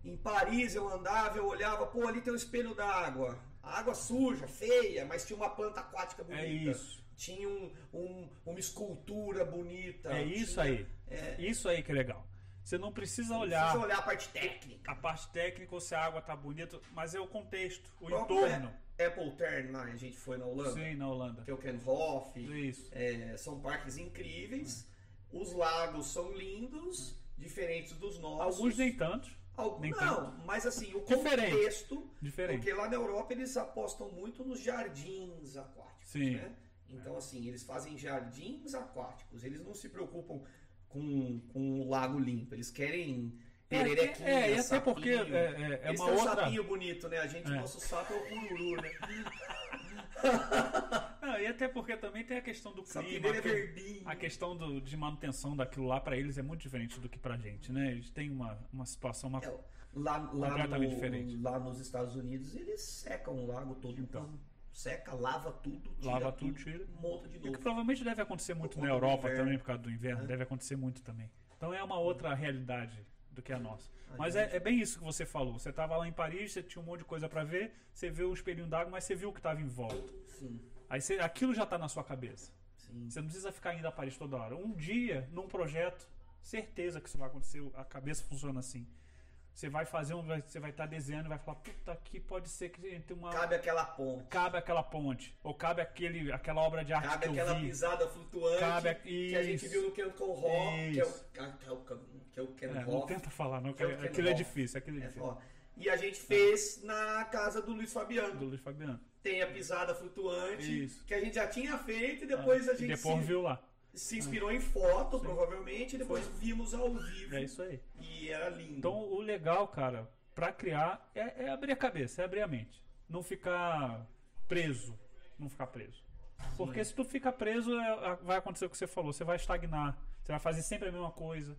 S1: Em Paris eu andava, eu olhava, pô, ali tem um espelho d'água. A água suja, feia, mas tinha uma planta aquática bonita.
S2: É isso.
S1: Tinha um, um- uma escultura bonita.
S2: É isso aí. Isso aí que é legal. Você não precisa
S1: Olhar.
S2: olhar
S1: Precisa olhar a parte técnica.
S2: a parte técnica ou se a água tá bonita, mas é o contexto, o
S1: Qual
S2: entorno.
S1: É Apple Turn, né? a gente foi na Holanda.
S2: Sim, na Holanda.
S1: Keukenhof.
S2: Isso.
S1: É, são parques incríveis. Os lagos são lindos, diferentes dos nossos.
S2: Alguns nem tantos.
S1: Al-
S2: nem
S1: não,
S2: tanto.
S1: mas assim, o
S2: Diferente.
S1: contexto.
S2: Diferente.
S1: Porque lá na Europa eles apostam muito nos jardins aquáticos,
S2: Sim.
S1: né? Então, assim, eles fazem jardins aquáticos. Eles não se preocupam com, com o lago limpo. Eles querem pererequinha,
S2: é, e até
S1: sapinho.
S2: porque é, é- é
S1: eles
S2: uma
S1: têm um
S2: outra.
S1: sapinho bonito, né? A gente,
S2: É.
S1: nosso sapo é o cururu, né?
S2: Não, e até porque também tem a questão do
S1: O sapinho
S2: clima.
S1: dele é
S2: que-
S1: verdinho.
S2: A questão do- de manutenção daquilo lá pra eles é muito diferente do que pra gente, né? Eles têm uma, uma situação, uma,
S1: É, Lá, lá,
S2: Completamente
S1: no-
S2: diferente.
S1: lá nos Estados Unidos eles secam o lago todo.
S2: Então.
S1: Seca, lava tudo, tira
S2: lava tudo, tira.
S1: monta de
S2: E que
S1: novo.
S2: provavelmente deve acontecer muito
S1: Por
S2: na
S1: conta do
S2: Europa
S1: inverno.
S2: também, por causa do
S1: É.
S2: inverno, deve acontecer muito também. Então é uma outra realidade do que a nossa.
S1: A
S2: Mas
S1: gente-
S2: é, é bem isso que você falou. Você estava lá em Paris, você tinha um monte de coisa para ver, você viu o espelhinho d'água, mas você viu o que estava em volta.
S1: Sim,
S2: Aí você- aquilo já está na sua cabeça.
S1: sim.
S2: Você não precisa ficar indo a Paris toda hora. Um dia, num projeto, certeza que isso vai acontecer, a cabeça funciona assim. Você vai fazer um. vai- Você vai estar desenhando e vai falar, puta, aqui pode ser que entre uma.
S1: Cabe aquela ponte.
S2: Cabe aquela ponte. Ou cabe aquele, aquela obra de arte
S1: Cabe
S2: que eu
S1: aquela
S2: vi.
S1: pisada flutuante
S2: Cabe a-
S1: que a gente
S2: isso.
S1: viu no Ken Con Rock, que é o
S2: Isso.
S1: Ca- que é o Cam- que é o Ken
S2: É, não
S1: Hoff.
S2: tenta falar, não.
S1: Que é o
S2: cara.
S1: Ken
S2: Aquilo é
S1: Hoff.
S2: difícil, aquilo é
S1: É,
S2: difícil.
S1: ó. E a gente fez na casa do Luiz
S2: Do
S1: Fabiano.
S2: Luiz Fabiano.
S1: Tem a pisada flutuante
S2: Isso. Ah,
S1: que a gente já tinha feito e depois a
S2: E
S1: gente
S2: depois
S1: se,
S2: viu lá.
S1: se inspirou em foto, provavelmente, e depois vimos ao vivo.
S2: É isso aí.
S1: E era lindo.
S2: Então o legal, cara, pra criar é, é abrir a cabeça, é abrir a mente. Não ficar preso. Não ficar preso. Porque se tu fica preso, é- a- vai acontecer o que você falou. Você vai estagnar. Você vai fazer sempre a mesma coisa.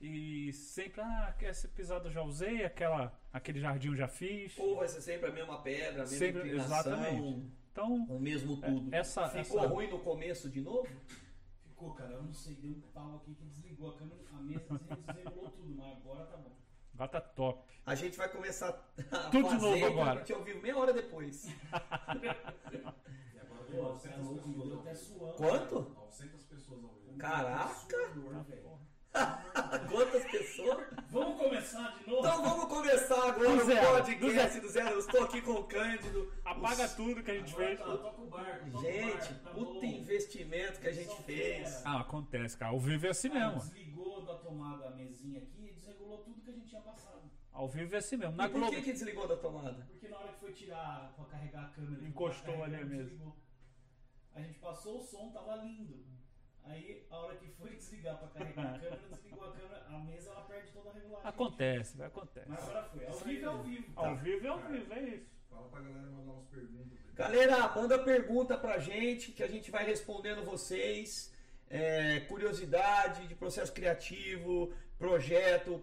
S2: E sempre, ah, essa pisada eu já usei, aquela, aquele jardim eu já fiz.
S1: Ou vai ser sempre a mesma pedra, a mesma
S2: Sempre-
S1: inclinação.
S2: exatamente. Então,
S1: O mesmo tudo.
S2: essa,
S1: Ficou
S2: essa-
S1: ruim no começo de novo?
S3: Ficou, cara, eu não sei, deu um pau aqui que desligou a câmera, a mesa desregulou tudo, mas agora tá bom.
S2: Lá tá top.
S1: A gente vai começar a
S2: Tudo de
S1: fazer
S2: novo
S1: e
S2: agora.
S1: A gente ouviu meia hora depois.
S10: E agora tem
S3: Pô, você é
S10: 900
S3: louco, me deu até
S10: pessoas
S3: suando.
S10: ao
S1: Quanto?
S10: vivo. 900 pessoas ao vivo.
S1: Caraca!
S3: Suor, velho.
S1: Quantas pessoas?
S3: Vamos começar de novo?
S1: Então vamos começar agora
S2: Do
S1: o
S2: zero, do
S1: podcast do zero. Eu estou aqui com o Cândido.
S2: Apaga tudo que a gente
S3: Agora
S2: fez.
S3: tá, toca o barco, toca o
S1: Gente,
S3: barco, tá bom.
S1: puta investimento que a gente
S3: São
S1: fez.
S2: Ah, acontece, cara. Ao vivo é assim
S3: Cara,
S2: mesmo.
S3: desligou da tomada a mesinha aqui e desregulou tudo que a gente tinha passado.
S2: Ao vivo é assim mesmo. Na
S1: E por
S2: Globo.
S1: que, que desligou da tomada?
S3: Porque na hora que foi tirar, pra carregar a câmera,
S2: Encostou
S3: pra carregar,
S2: ali mesmo.
S3: desligou. A gente passou o som, tava lindo. Aí, a hora que foi desligar pra carregar a câmera, desligou a câmera, a mesa ela perde toda a regulagem.
S2: Acontece, vai, acontece. Tá.
S3: Mas agora foi, ao vivo é ao vivo.
S2: Ao vivo é ao vivo, é isso.
S10: Fala pra galera mandar umas perguntas. aí.
S1: Galera, manda pergunta pra gente que a gente vai respondendo vocês. É, curiosidade de processo criativo, projeto,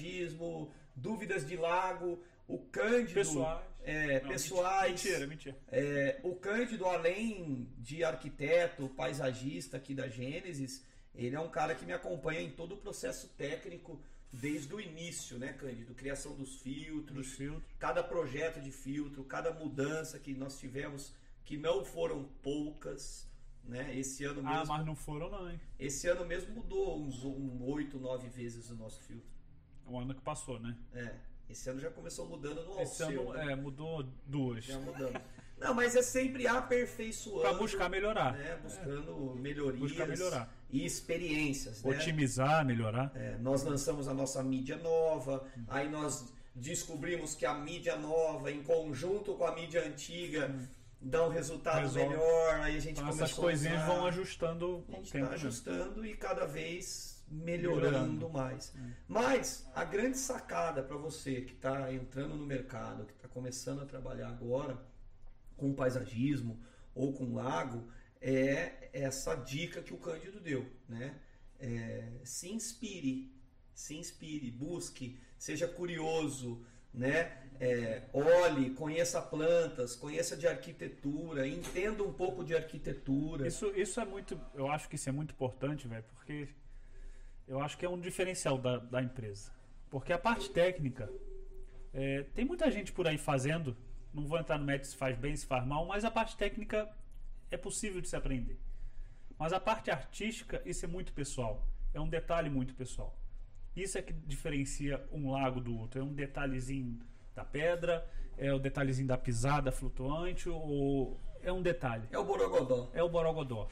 S1: paisagismo, dúvidas de lago, o Cândido.
S2: Pessoais.
S1: É,
S2: Não,
S1: pessoais.
S2: Mentira, mentira.
S1: É, o Cândido, além de arquiteto, paisagista aqui da Gênesis, ele é um cara que me acompanha em todo o processo técnico desde o início, né, Cândido? Criação dos
S2: Dos
S1: filtros,
S2: filtros.
S1: cada projeto de filtro, cada mudança que nós tivemos, que não foram poucas, né? Esse ano
S2: Ah,
S1: mesmo,
S2: mas não foram não, hein?
S1: esse ano mesmo mudou uns um, oito, nove vezes o nosso filtro.
S2: O ano que passou, né?
S1: É, esse ano já começou mudando no
S2: Esse
S1: Alceu,
S2: ano
S1: né?
S2: é, mudou duas.
S1: já mudando. Não, mas é sempre aperfeiçoando.
S2: Pra buscar melhorar.
S1: né, buscando melhorias
S2: Buscar É. melhorar.
S1: e experiências. né?
S2: Otimizar, melhorar.
S1: É, nós lançamos a nossa mídia nova,
S2: Uhum.
S1: aí nós descobrimos que a mídia nova, em conjunto com a mídia antiga, dá um resultado
S2: Uhum. Resolve.
S1: melhor. Aí a gente
S2: Então
S1: começou
S2: essas coisinhas
S1: a usar,
S2: vão ajustando com
S1: a
S2: o
S1: gente tá
S2: tempo.
S1: está
S2: né?
S1: ajustando e cada vez melhorando,
S2: Melhorando. É.
S1: mais. Mas a grande sacada para você que está entrando no mercado, que está começando a trabalhar agora com paisagismo ou com lago, é essa dica que o Cândido deu, né? É, se inspire, se inspire, busque, seja curioso, né? É, olhe, conheça plantas, conheça de arquitetura, entenda um pouco de arquitetura.
S2: Isso, isso é muito. Eu acho que isso é muito importante, velho, porque eu acho que é um diferencial da, da empresa. Porque a parte técnica. é, tem muita gente por aí fazendo. Não vou entrar no mérito se faz bem, se faz mal, mas a parte técnica é possível de se aprender. Mas a parte artística, isso é muito pessoal. É um detalhe muito pessoal. Isso é que diferencia um lago do outro. É um detalhezinho da pedra, é o detalhezinho da pisada flutuante, ou é um detalhe
S1: É o Borogodó.
S2: é o Borogodó.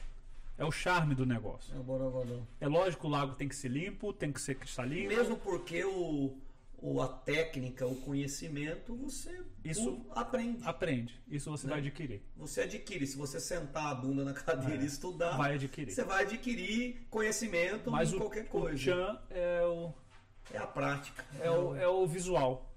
S2: É o charme do negócio.
S1: É o Borogodó.
S2: É lógico que o lago tem que ser limpo, tem que ser
S1: E
S2: cristalino.
S1: mesmo porque o, o- a técnica, o conhecimento, você
S2: Isso-
S1: o- aprende.
S2: Aprende. Isso você
S1: Né?
S2: vai adquirir.
S1: Você adquire. Se você sentar a bunda na cadeira e estudar,
S2: É, Vai adquirir.
S1: Tá. você vai adquirir conhecimento
S2: Mas
S1: em
S2: o,
S1: qualquer
S2: o
S1: coisa.
S2: tchan é o,
S1: É a prática.
S2: é o, é o visual.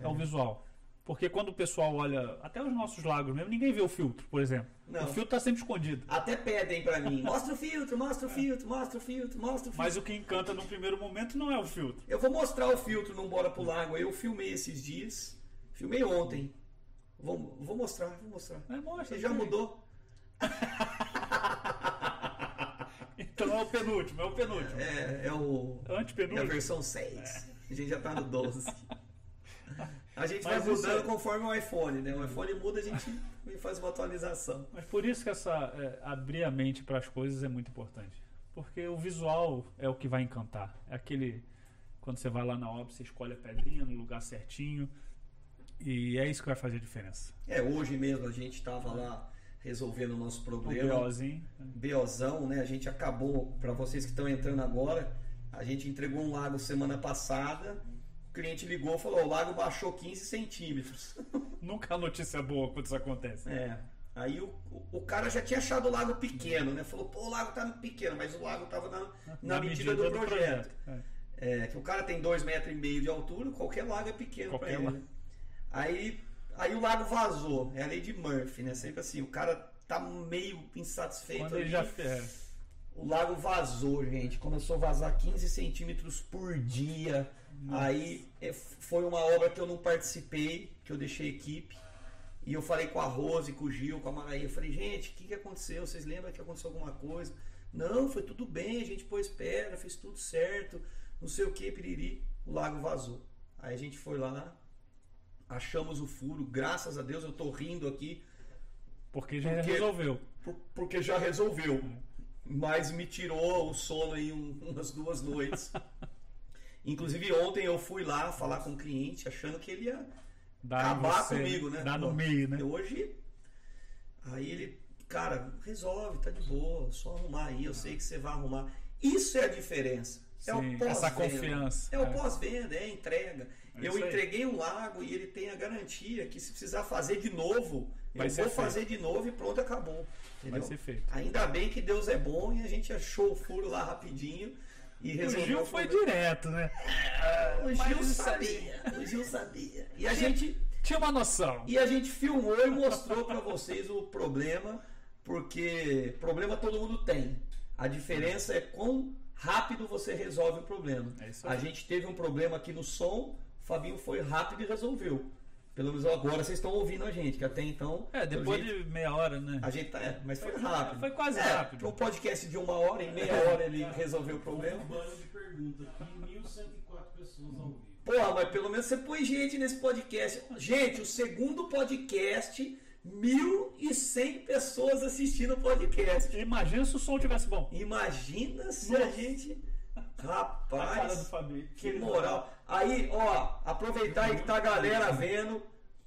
S2: É. o visual. Porque quando o pessoal olha, até os nossos lagos mesmo, ninguém vê o filtro, por exemplo.
S1: Não.
S2: O filtro tá sempre escondido.
S1: Até pedem pra mim, mostra o filtro, mostra o filtro, mostra o filtro, mostra o filtro.
S2: Mas o que encanta no primeiro momento não é o filtro.
S1: Eu vou mostrar o filtro no Bora pro Lago. Eu filmei esses dias. Filmei ontem. Vou, vou mostrar, vou mostrar.
S2: É, mostra,
S1: Você já
S2: sim.
S1: mudou?
S2: Então é o penúltimo, é o penúltimo.
S1: É, é o. É a
S2: Antepenúltimo.
S1: versão 6. A gente já tá no 12. A gente
S2: Mas
S1: vai
S2: isso
S1: mudando
S2: é-
S1: conforme o iPhone, né? O iPhone muda, a gente faz uma atualização.
S2: Mas por isso que essa é, abrir a mente para as coisas é muito importante. Porque o visual é o que vai encantar. É aquele. Quando você vai lá na obra, você escolhe a pedrinha no lugar certinho. E é isso que vai fazer a diferença.
S1: É, hoje mesmo a gente tava lá resolvendo o nosso
S2: O
S1: problema.
S2: BOzinho.
S1: BOzão, né? A gente acabou, para vocês que estão entrando agora, a gente entregou um lago semana passada. O cliente ligou e falou: "Ó, o lago baixou 15 centímetros.
S2: Nunca há notícia é boa quando isso acontece.
S1: É. Aí o, o- o cara já tinha achado o lago pequeno, né? Falou: pô, o lago tá pequeno, mas o lago tava na, na, medida, do, projeto.
S2: É.
S1: É, que o cara tem dois metros e meio de altura, qualquer lago é pequeno pra
S2: Qualquer
S1: ele.
S2: lago.
S1: né? Aí, aí o lago vazou. É a lei de Murphy, né? Sempre assim, o cara tá meio insatisfeito
S2: Quando ele
S1: ali.
S2: já é.
S1: O lago vazou, gente. Começou a vazar 15 centímetros por dia. Aí é, foi uma obra que eu não participei, que eu deixei equipe. E eu falei com a Rose, com o Gil, com a Maraí. Eu falei, gente, o que, que aconteceu? Vocês lembram que aconteceu alguma coisa? Não, foi tudo bem, a gente pôs pedra, fez tudo certo, não sei o que, piriri. O lago vazou. Aí a gente foi lá, achamos o furo, graças a Deus eu tô rindo aqui,
S2: Porque já
S1: Porque-
S2: resolveu.
S1: por- porque já resolveu. Mas me tirou o sono aí um- umas duas noites. Inclusive ontem eu fui lá falar com o cliente, achando que ele ia
S2: Dá em
S1: acabar
S2: você,
S1: comigo, né?
S2: Dá no
S1: Pô,
S2: meio, né?
S1: e Hoje, aí ele, cara, resolve, tá de boa, só arrumar aí, eu sei que você vai arrumar. Isso é a diferença. é o
S2: Sim,
S1: pós-venda.
S2: essa confiança.
S1: É o
S2: é.
S1: pós-venda, é a entrega.
S2: É
S1: eu
S2: isso aí.
S1: entreguei um lago e ele tem a garantia que se precisar fazer de novo,
S2: Vai
S1: eu
S2: ser
S1: vou
S2: feito.
S1: fazer de novo e pronto, acabou.
S2: Vai
S1: Entendeu?
S2: ser feito.
S1: Ainda bem que Deus é bom e a gente achou o furo lá rapidinho e
S2: O
S1: resolveu.
S2: Gil
S1: o
S2: foi
S1: problema.
S2: direto, né?
S1: O
S2: mas
S1: Gil
S2: isso
S1: sabia. O Gil sabia. E a gente.
S2: Tinha uma noção.
S1: E a gente filmou e mostrou pra vocês o problema, porque problema todo mundo tem. A diferença é quão rápido você resolve o problema.
S2: É isso aí.
S1: A gente teve um problema aqui no som, o Fabinho foi rápido e resolveu. Pelo menos agora vocês estão ouvindo a gente, que até então.
S2: É, depois
S1: a gente,
S2: de meia hora, né?
S1: a gente tá. É, mas foi rápido.
S2: Foi quase
S1: É,
S2: rápido.
S1: Um podcast de uma hora, em meia hora ele resolveu o problema.
S3: Um banho de pergunta aqui, 1.104 pessoas ao vivo.
S1: Porra, mas pelo menos você põe gente nesse podcast. Gente, o segundo podcast, 1.100 pessoas assistindo o podcast.
S2: Imagina se o som tivesse bom.
S1: Imagina se a gente.
S2: A cara do
S1: Rapaz,
S2: Fabinho.
S1: que moral. Aí, ó, aproveitar aí que tá a galera vendo.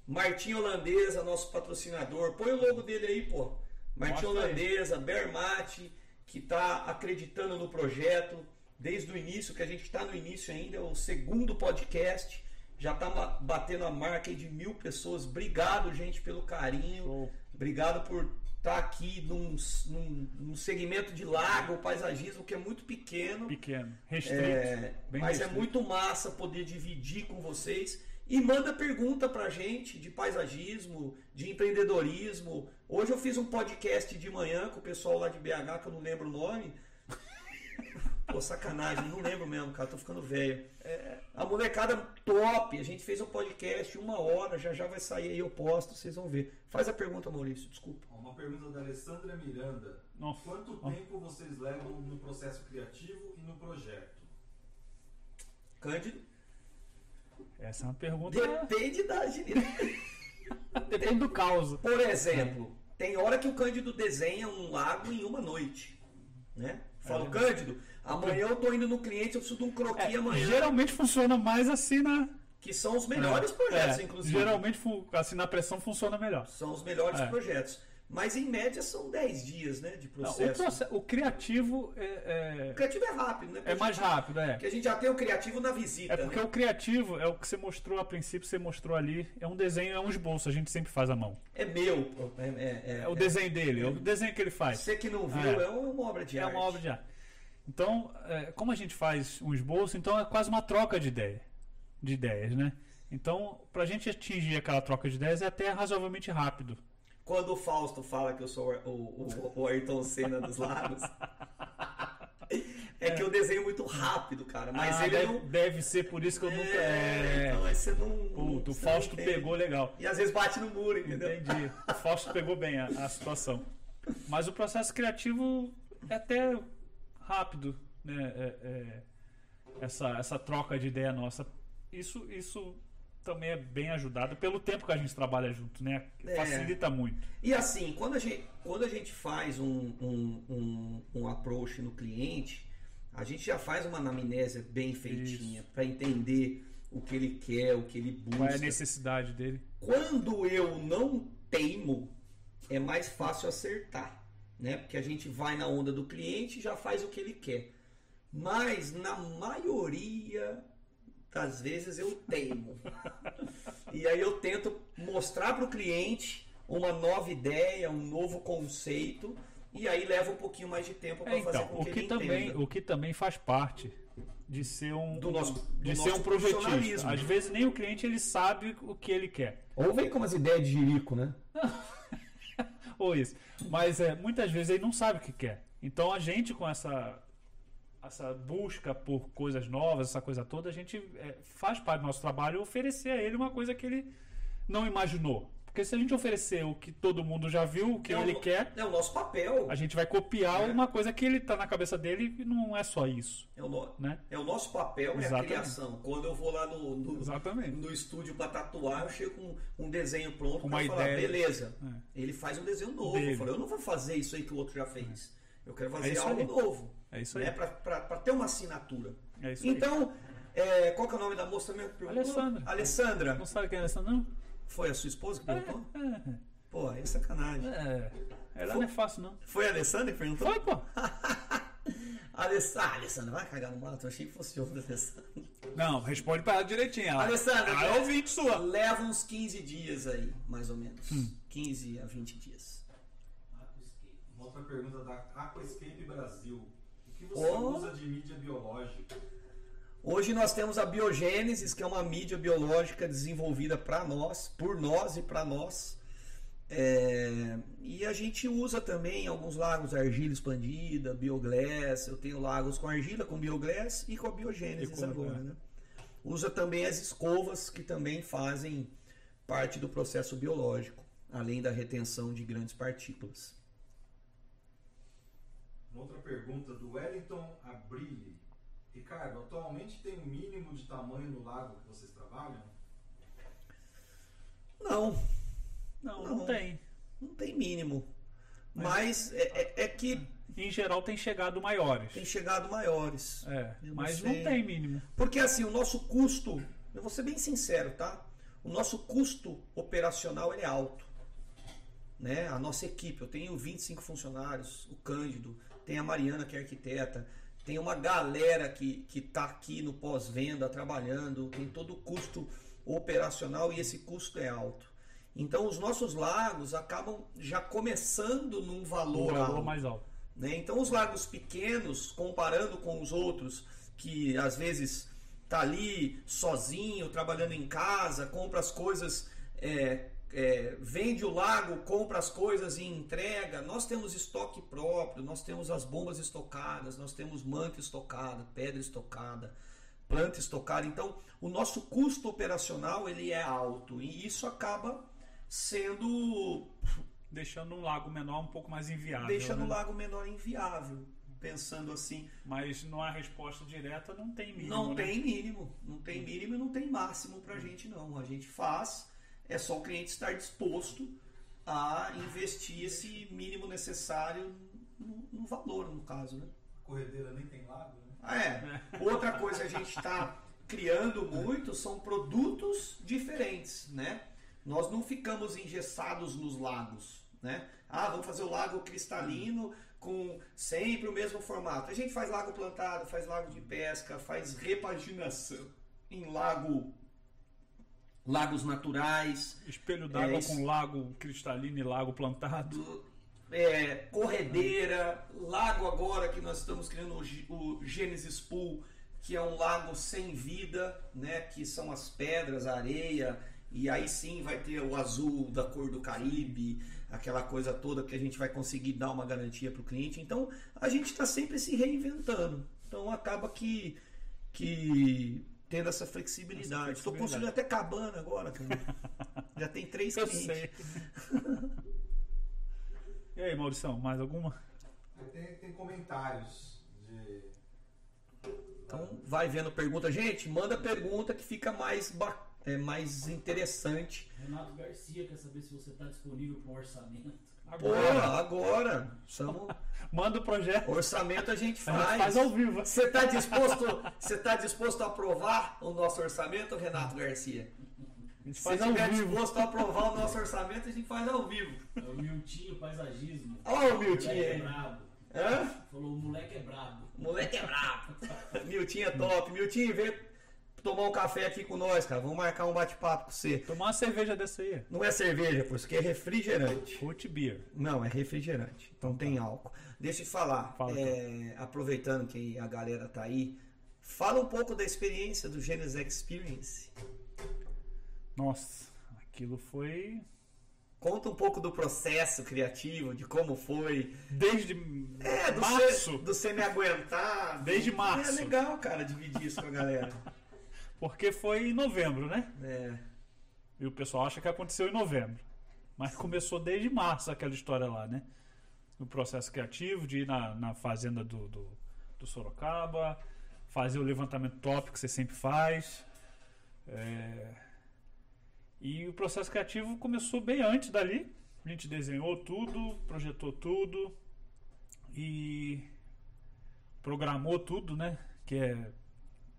S1: Martim Holandesa, nosso patrocinador. Põe o logo dele aí, pô. Martim
S2: Mostra aí.
S1: Holandesa, Bermate, que tá acreditando no projeto desde o início, que a gente tá no início ainda, é o segundo podcast. Já tá ma- batendo a marca aí de mil pessoas. Obrigado, gente, pelo carinho.
S2: Show.
S1: Obrigado por estar aqui num, num- num segmento de lago, paisagismo, que é muito pequeno.
S2: Pequeno. Restrito.
S1: É,
S2: Bem
S1: mas é
S2: restrito.
S1: muito massa poder dividir com vocês. E manda pergunta pra gente de paisagismo, de empreendedorismo. Hoje eu fiz um podcast de manhã com o pessoal lá de BH, que eu não lembro o nome. Pô, sacanagem, não lembro mesmo, cara, tô ficando velho. É, A molecada top, a gente fez um podcast, uma hora, já já vai sair aí, eu posto, vocês vão ver. Faz a pergunta, Maurício, desculpa.
S10: Ó, Uma pergunta da Alessandra Miranda.
S2: Nossa.
S10: Quanto
S2: Ó.
S10: tempo vocês levam no processo criativo e no projeto?
S1: Cândido,
S2: Essa é uma pergunta.
S1: depende da agilidade.
S2: Depende do caos.
S1: Por exemplo, tem hora que o Cândido desenha um lago em uma noite, né? Fala,
S2: É.
S1: Cândido, amanhã eu tô indo no cliente, eu preciso de um croquis amanhã,
S2: geralmente funciona mais assim na.
S1: que são os melhores projetos,
S2: É,
S1: inclusive.
S2: Geralmente fu- assim na pressão funciona melhor.
S1: São os melhores
S2: É.
S1: projetos. Mas em média são 10 dias, né, de
S2: Não,
S1: processo.
S2: o, proce- o criativo é,
S1: O criativo é rápido, né?
S2: é, é mais rápido, é.
S1: Porque a gente já tem o criativo na visita.
S2: É porque
S1: né?
S2: o criativo é o que você mostrou a princípio, você mostrou ali. É um desenho, é um esboço, a gente sempre faz à mão.
S1: É meu. pô. É, é- é-
S2: É o desenho dele, é o desenho que ele faz.
S1: Você que não viu,
S2: É.
S1: é, uma obra de
S2: é
S1: arte.
S2: uma obra de arte. Então, é, como a gente faz um esboço, então é quase uma troca de ideia, de ideias, né? Então, pra gente atingir aquela troca de ideias é até razoavelmente rápido.
S1: Quando o Fausto fala que eu sou o, o, o- o Ayrton Senna dos Lagos. É que eu desenho muito rápido, cara. Mas
S2: Ah,
S1: ele
S2: deve,
S1: não.
S2: deve ser por isso que eu nunca.
S1: É,
S2: É,
S1: então é aí você não.
S2: puto, o
S1: você não
S2: Fausto
S1: entende.
S2: pegou legal.
S1: E às vezes bate no muro, entendeu?
S2: Entendi. O Fausto pegou bem a, a situação. Mas o processo criativo é até rápido, né? É- é- essa, essa troca de ideia nossa. Isso, isso também é bem ajudado pelo tempo que a gente trabalha junto, né?
S1: É.
S2: Facilita muito.
S1: E assim, quando a gente, quando a gente faz um, um, um, um approach no cliente, a gente já faz uma anamnésia bem feitinha pra entender o que ele quer, o que ele busca.
S2: Qual é a necessidade dele?
S1: Quando eu não teimo, é mais fácil acertar, né? Porque a gente vai na onda do cliente e já faz o que ele quer. Mas na maioria das vezes eu teimo. e aí eu tento mostrar para o cliente uma nova ideia, um novo conceito, e aí leva um pouquinho mais de tempo para
S2: É,
S1: fazer
S2: então,
S1: com
S2: o
S1: que,
S2: que,
S1: ele
S2: também,
S1: entenda.
S2: o que também faz parte de ser um
S1: Do nosso- do
S2: de ser
S1: nosso
S2: um projetista.
S1: profissionalismo.
S2: Às vezes nem o cliente ele sabe o que ele quer.
S1: Ou vem com umas ideias de jirico, né?
S2: ou isso. Mas é, muitas vezes ele não sabe o que quer. Então a gente com essa essa busca por coisas novas, essa coisa toda, a gente é, faz parte do nosso trabalho oferecer a ele uma coisa que ele não imaginou. Porque Porque se a gente oferecer o que todo mundo já viu, o que
S1: É o-
S2: ele quer,
S1: É o nosso papel.
S2: a gente vai copiar
S1: É.
S2: uma coisa que ele tá na cabeça dele e não é só isso,
S1: É o, no-
S2: né?
S1: é o nosso papel, é a
S2: Exatamente.
S1: criação. Quando eu vou lá no, no,
S2: Exatamente.
S1: no estúdio para tatuar, eu chego com um desenho pronto
S2: Uma
S1: para falar,
S2: ideia. É.
S1: beleza. Ele faz um desenho novo.
S2: Dele. É.
S1: Eu, falo, eu não vou fazer isso aí que o outro já fez. Eu quero fazer
S2: isso
S1: algo
S2: aí.
S1: novo.
S2: É isso aí.
S1: Né? Para ter uma assinatura.
S2: É isso aí.
S1: Então, é, qual que é o nome da moça mesmo? que perguntou?
S2: Alessandra.
S1: Alessandra.
S2: Não sabe quem é essa, não?
S1: Foi a sua esposa que perguntou?
S2: É,
S1: Pô, aí é sacanagem.
S2: é. Ela não é fácil, não.
S1: Foi a Alessandra que perguntou?
S2: Foi, pô.
S1: Aless- Ah, Alessandra, vai cagar no mato. Eu achei que fosse outra Alessandra.
S2: Não, responde pra ela direitinho. Ela.
S1: Alessandra,
S2: Ah, é ouvinte sua. Hum.
S1: Leva uns 15 dias aí, mais ou menos. 15 a 20 dias.
S3: Ah, Aquascape.
S10: Uma outra pergunta da Aquascape Brasil. O que você
S1: Oh.
S10: usa de mídia biológica?
S1: Hoje nós temos a Biogênesis, que é uma mídia biológica desenvolvida para nós, por nós e para nós. É, e a gente usa também alguns lagos argila expandida, bioglass. Eu tenho lagos com argila, com bioglass e com a biogênesis
S2: E com a-
S1: agora, né? Usa também as escovas que também fazem parte do processo biológico, além da retenção de grandes partículas.
S10: Uma outra pergunta do Wellington Abrilli. Ricardo, atualmente tem um mínimo de tamanho no lago que vocês trabalham?
S1: Não,
S2: Não,
S1: Não.
S2: não tem.
S1: não tem mínimo. Mas é, é- é que
S2: Em geral tem chegado maiores.
S1: tem chegado maiores.
S2: É,
S1: Eu não
S2: mas
S1: sei.
S2: não tem mínimo.
S1: Porque assim, o nosso custo, eu vou ser bem sincero, tá? O nosso custo operacional ele é alto. Né? A nossa equipe, eu tenho 25 funcionários, o Cândido, tem a Mariana que é arquiteta, tem uma galera que que tá aqui no pós-venda trabalhando, tem todo o custo operacional e esse custo é alto. Então os nossos lagos acabam já começando num
S2: O
S1: valor,
S2: valor
S1: alto.
S2: mais alto.
S1: Né? Então os lagos pequenos, comparando com os outros, que às vezes tá ali sozinho, trabalhando em casa, compra as coisas, é, é, vende o lago, compra as coisas e entrega. Nós temos estoque próprio, nós temos as bombas estocadas, nós temos manta estocada, pedra estocada, planta estocada. Então o nosso custo operacional ele é alto e isso acaba sendo
S2: Deixando um lago menor um pouco mais inviável.
S1: deixando
S2: né?
S1: o lago menor inviável. Pensando assim,
S2: Mas não há resposta direta, não tem mínimo.
S1: não
S2: né? Hum.
S1: tem mínimo, não tem mínimo e não tem máximo pra gente não. A gente faz, é só o cliente estar disposto a investir esse mínimo necessário no, no valor, no caso, né?
S10: A corredeira nem tem lago, né?
S1: Ah, é. Outra coisa que a gente está criando muito são produtos diferentes, né? Nós não ficamos engessados nos lagos, né? Ah, vamos fazer o lago cristalino com sempre o mesmo formato. A gente faz lago plantado, faz lago de pesca, faz repaginação em lago lagos naturais,
S2: Espelho
S1: É
S2: d'água
S1: isso.
S2: com lago cristalino e lago plantado.
S1: é, corredeira, lago agora que nós estamos criando o, G- o Genesis Pool, que é um lago sem vida, né? Que são as pedras, a areia, e aí sim vai ter o azul da cor do Caribe, aquela coisa toda que a gente vai conseguir dar uma garantia para o cliente. Então a gente está sempre se reinventando. Então acaba que, que tendo essa flexibilidade. Estou
S2: flexibilidade.
S1: construindo até cabana agora, cara. Já tem três
S2: Eu
S1: clientes.
S2: sei. e aí, Maurição, mais alguma?
S10: Aí tem, tem comentários de.
S1: Então vai vendo pergunta, gente, manda pergunta que fica mais ba- é mais interessante.
S3: Renato Garcia quer saber se você está disponível para um orçamento.
S1: Pô, agora, chama-
S2: Manda o projeto.
S1: orçamento a gente
S2: A gente
S1: faz.
S2: faz ao vivo.
S1: Você tá disposto, você tá disposto a aprovar o nosso orçamento, Renato Garcia?
S2: A gente
S1: Se
S2: faz um ao
S1: estiver
S2: vivo.
S1: disposto a aprovar o nosso orçamento, a gente faz ao vivo.
S3: É o Miltinho Paisagismo.
S1: Olha o
S3: O moleque
S1: Miltinho
S3: é
S1: aí.
S3: brabo.
S1: Hã?
S3: Falou, o moleque é brabo.
S1: Moleque é brabo. Miltinho é top. Miltinho, vem tomar um café aqui com nós, cara. Vamos marcar um bate-papo com você.
S2: Tomar uma cerveja dessa aí.
S1: Não é cerveja, pô, isso aqui é refrigerante.
S2: Root beer.
S1: Não, é refrigerante. Então tem álcool. Deixa eu te falar,
S2: Tá. Fala, então.
S1: é, aproveitando que a galera tá aí, fala um pouco da experiência do Genesis Experience.
S2: Nossa, aquilo foi.
S1: Conta um pouco do processo criativo, de como foi.
S2: Desde
S1: É, do
S2: março.
S1: Cê, do cê me aguentar.
S2: Desde
S1: É
S2: março.
S1: legal, cara, dividir isso com a galera.
S2: Porque foi em novembro, né?
S1: É.
S2: E o pessoal acha que aconteceu em novembro. Mas começou desde março aquela história lá, né? No processo criativo, de ir na, na fazenda do, do, do Sorocaba, fazer o levantamento top que você sempre faz. É, E o processo criativo começou bem antes dali. A gente desenhou tudo, projetou tudo e programou tudo, né? Que é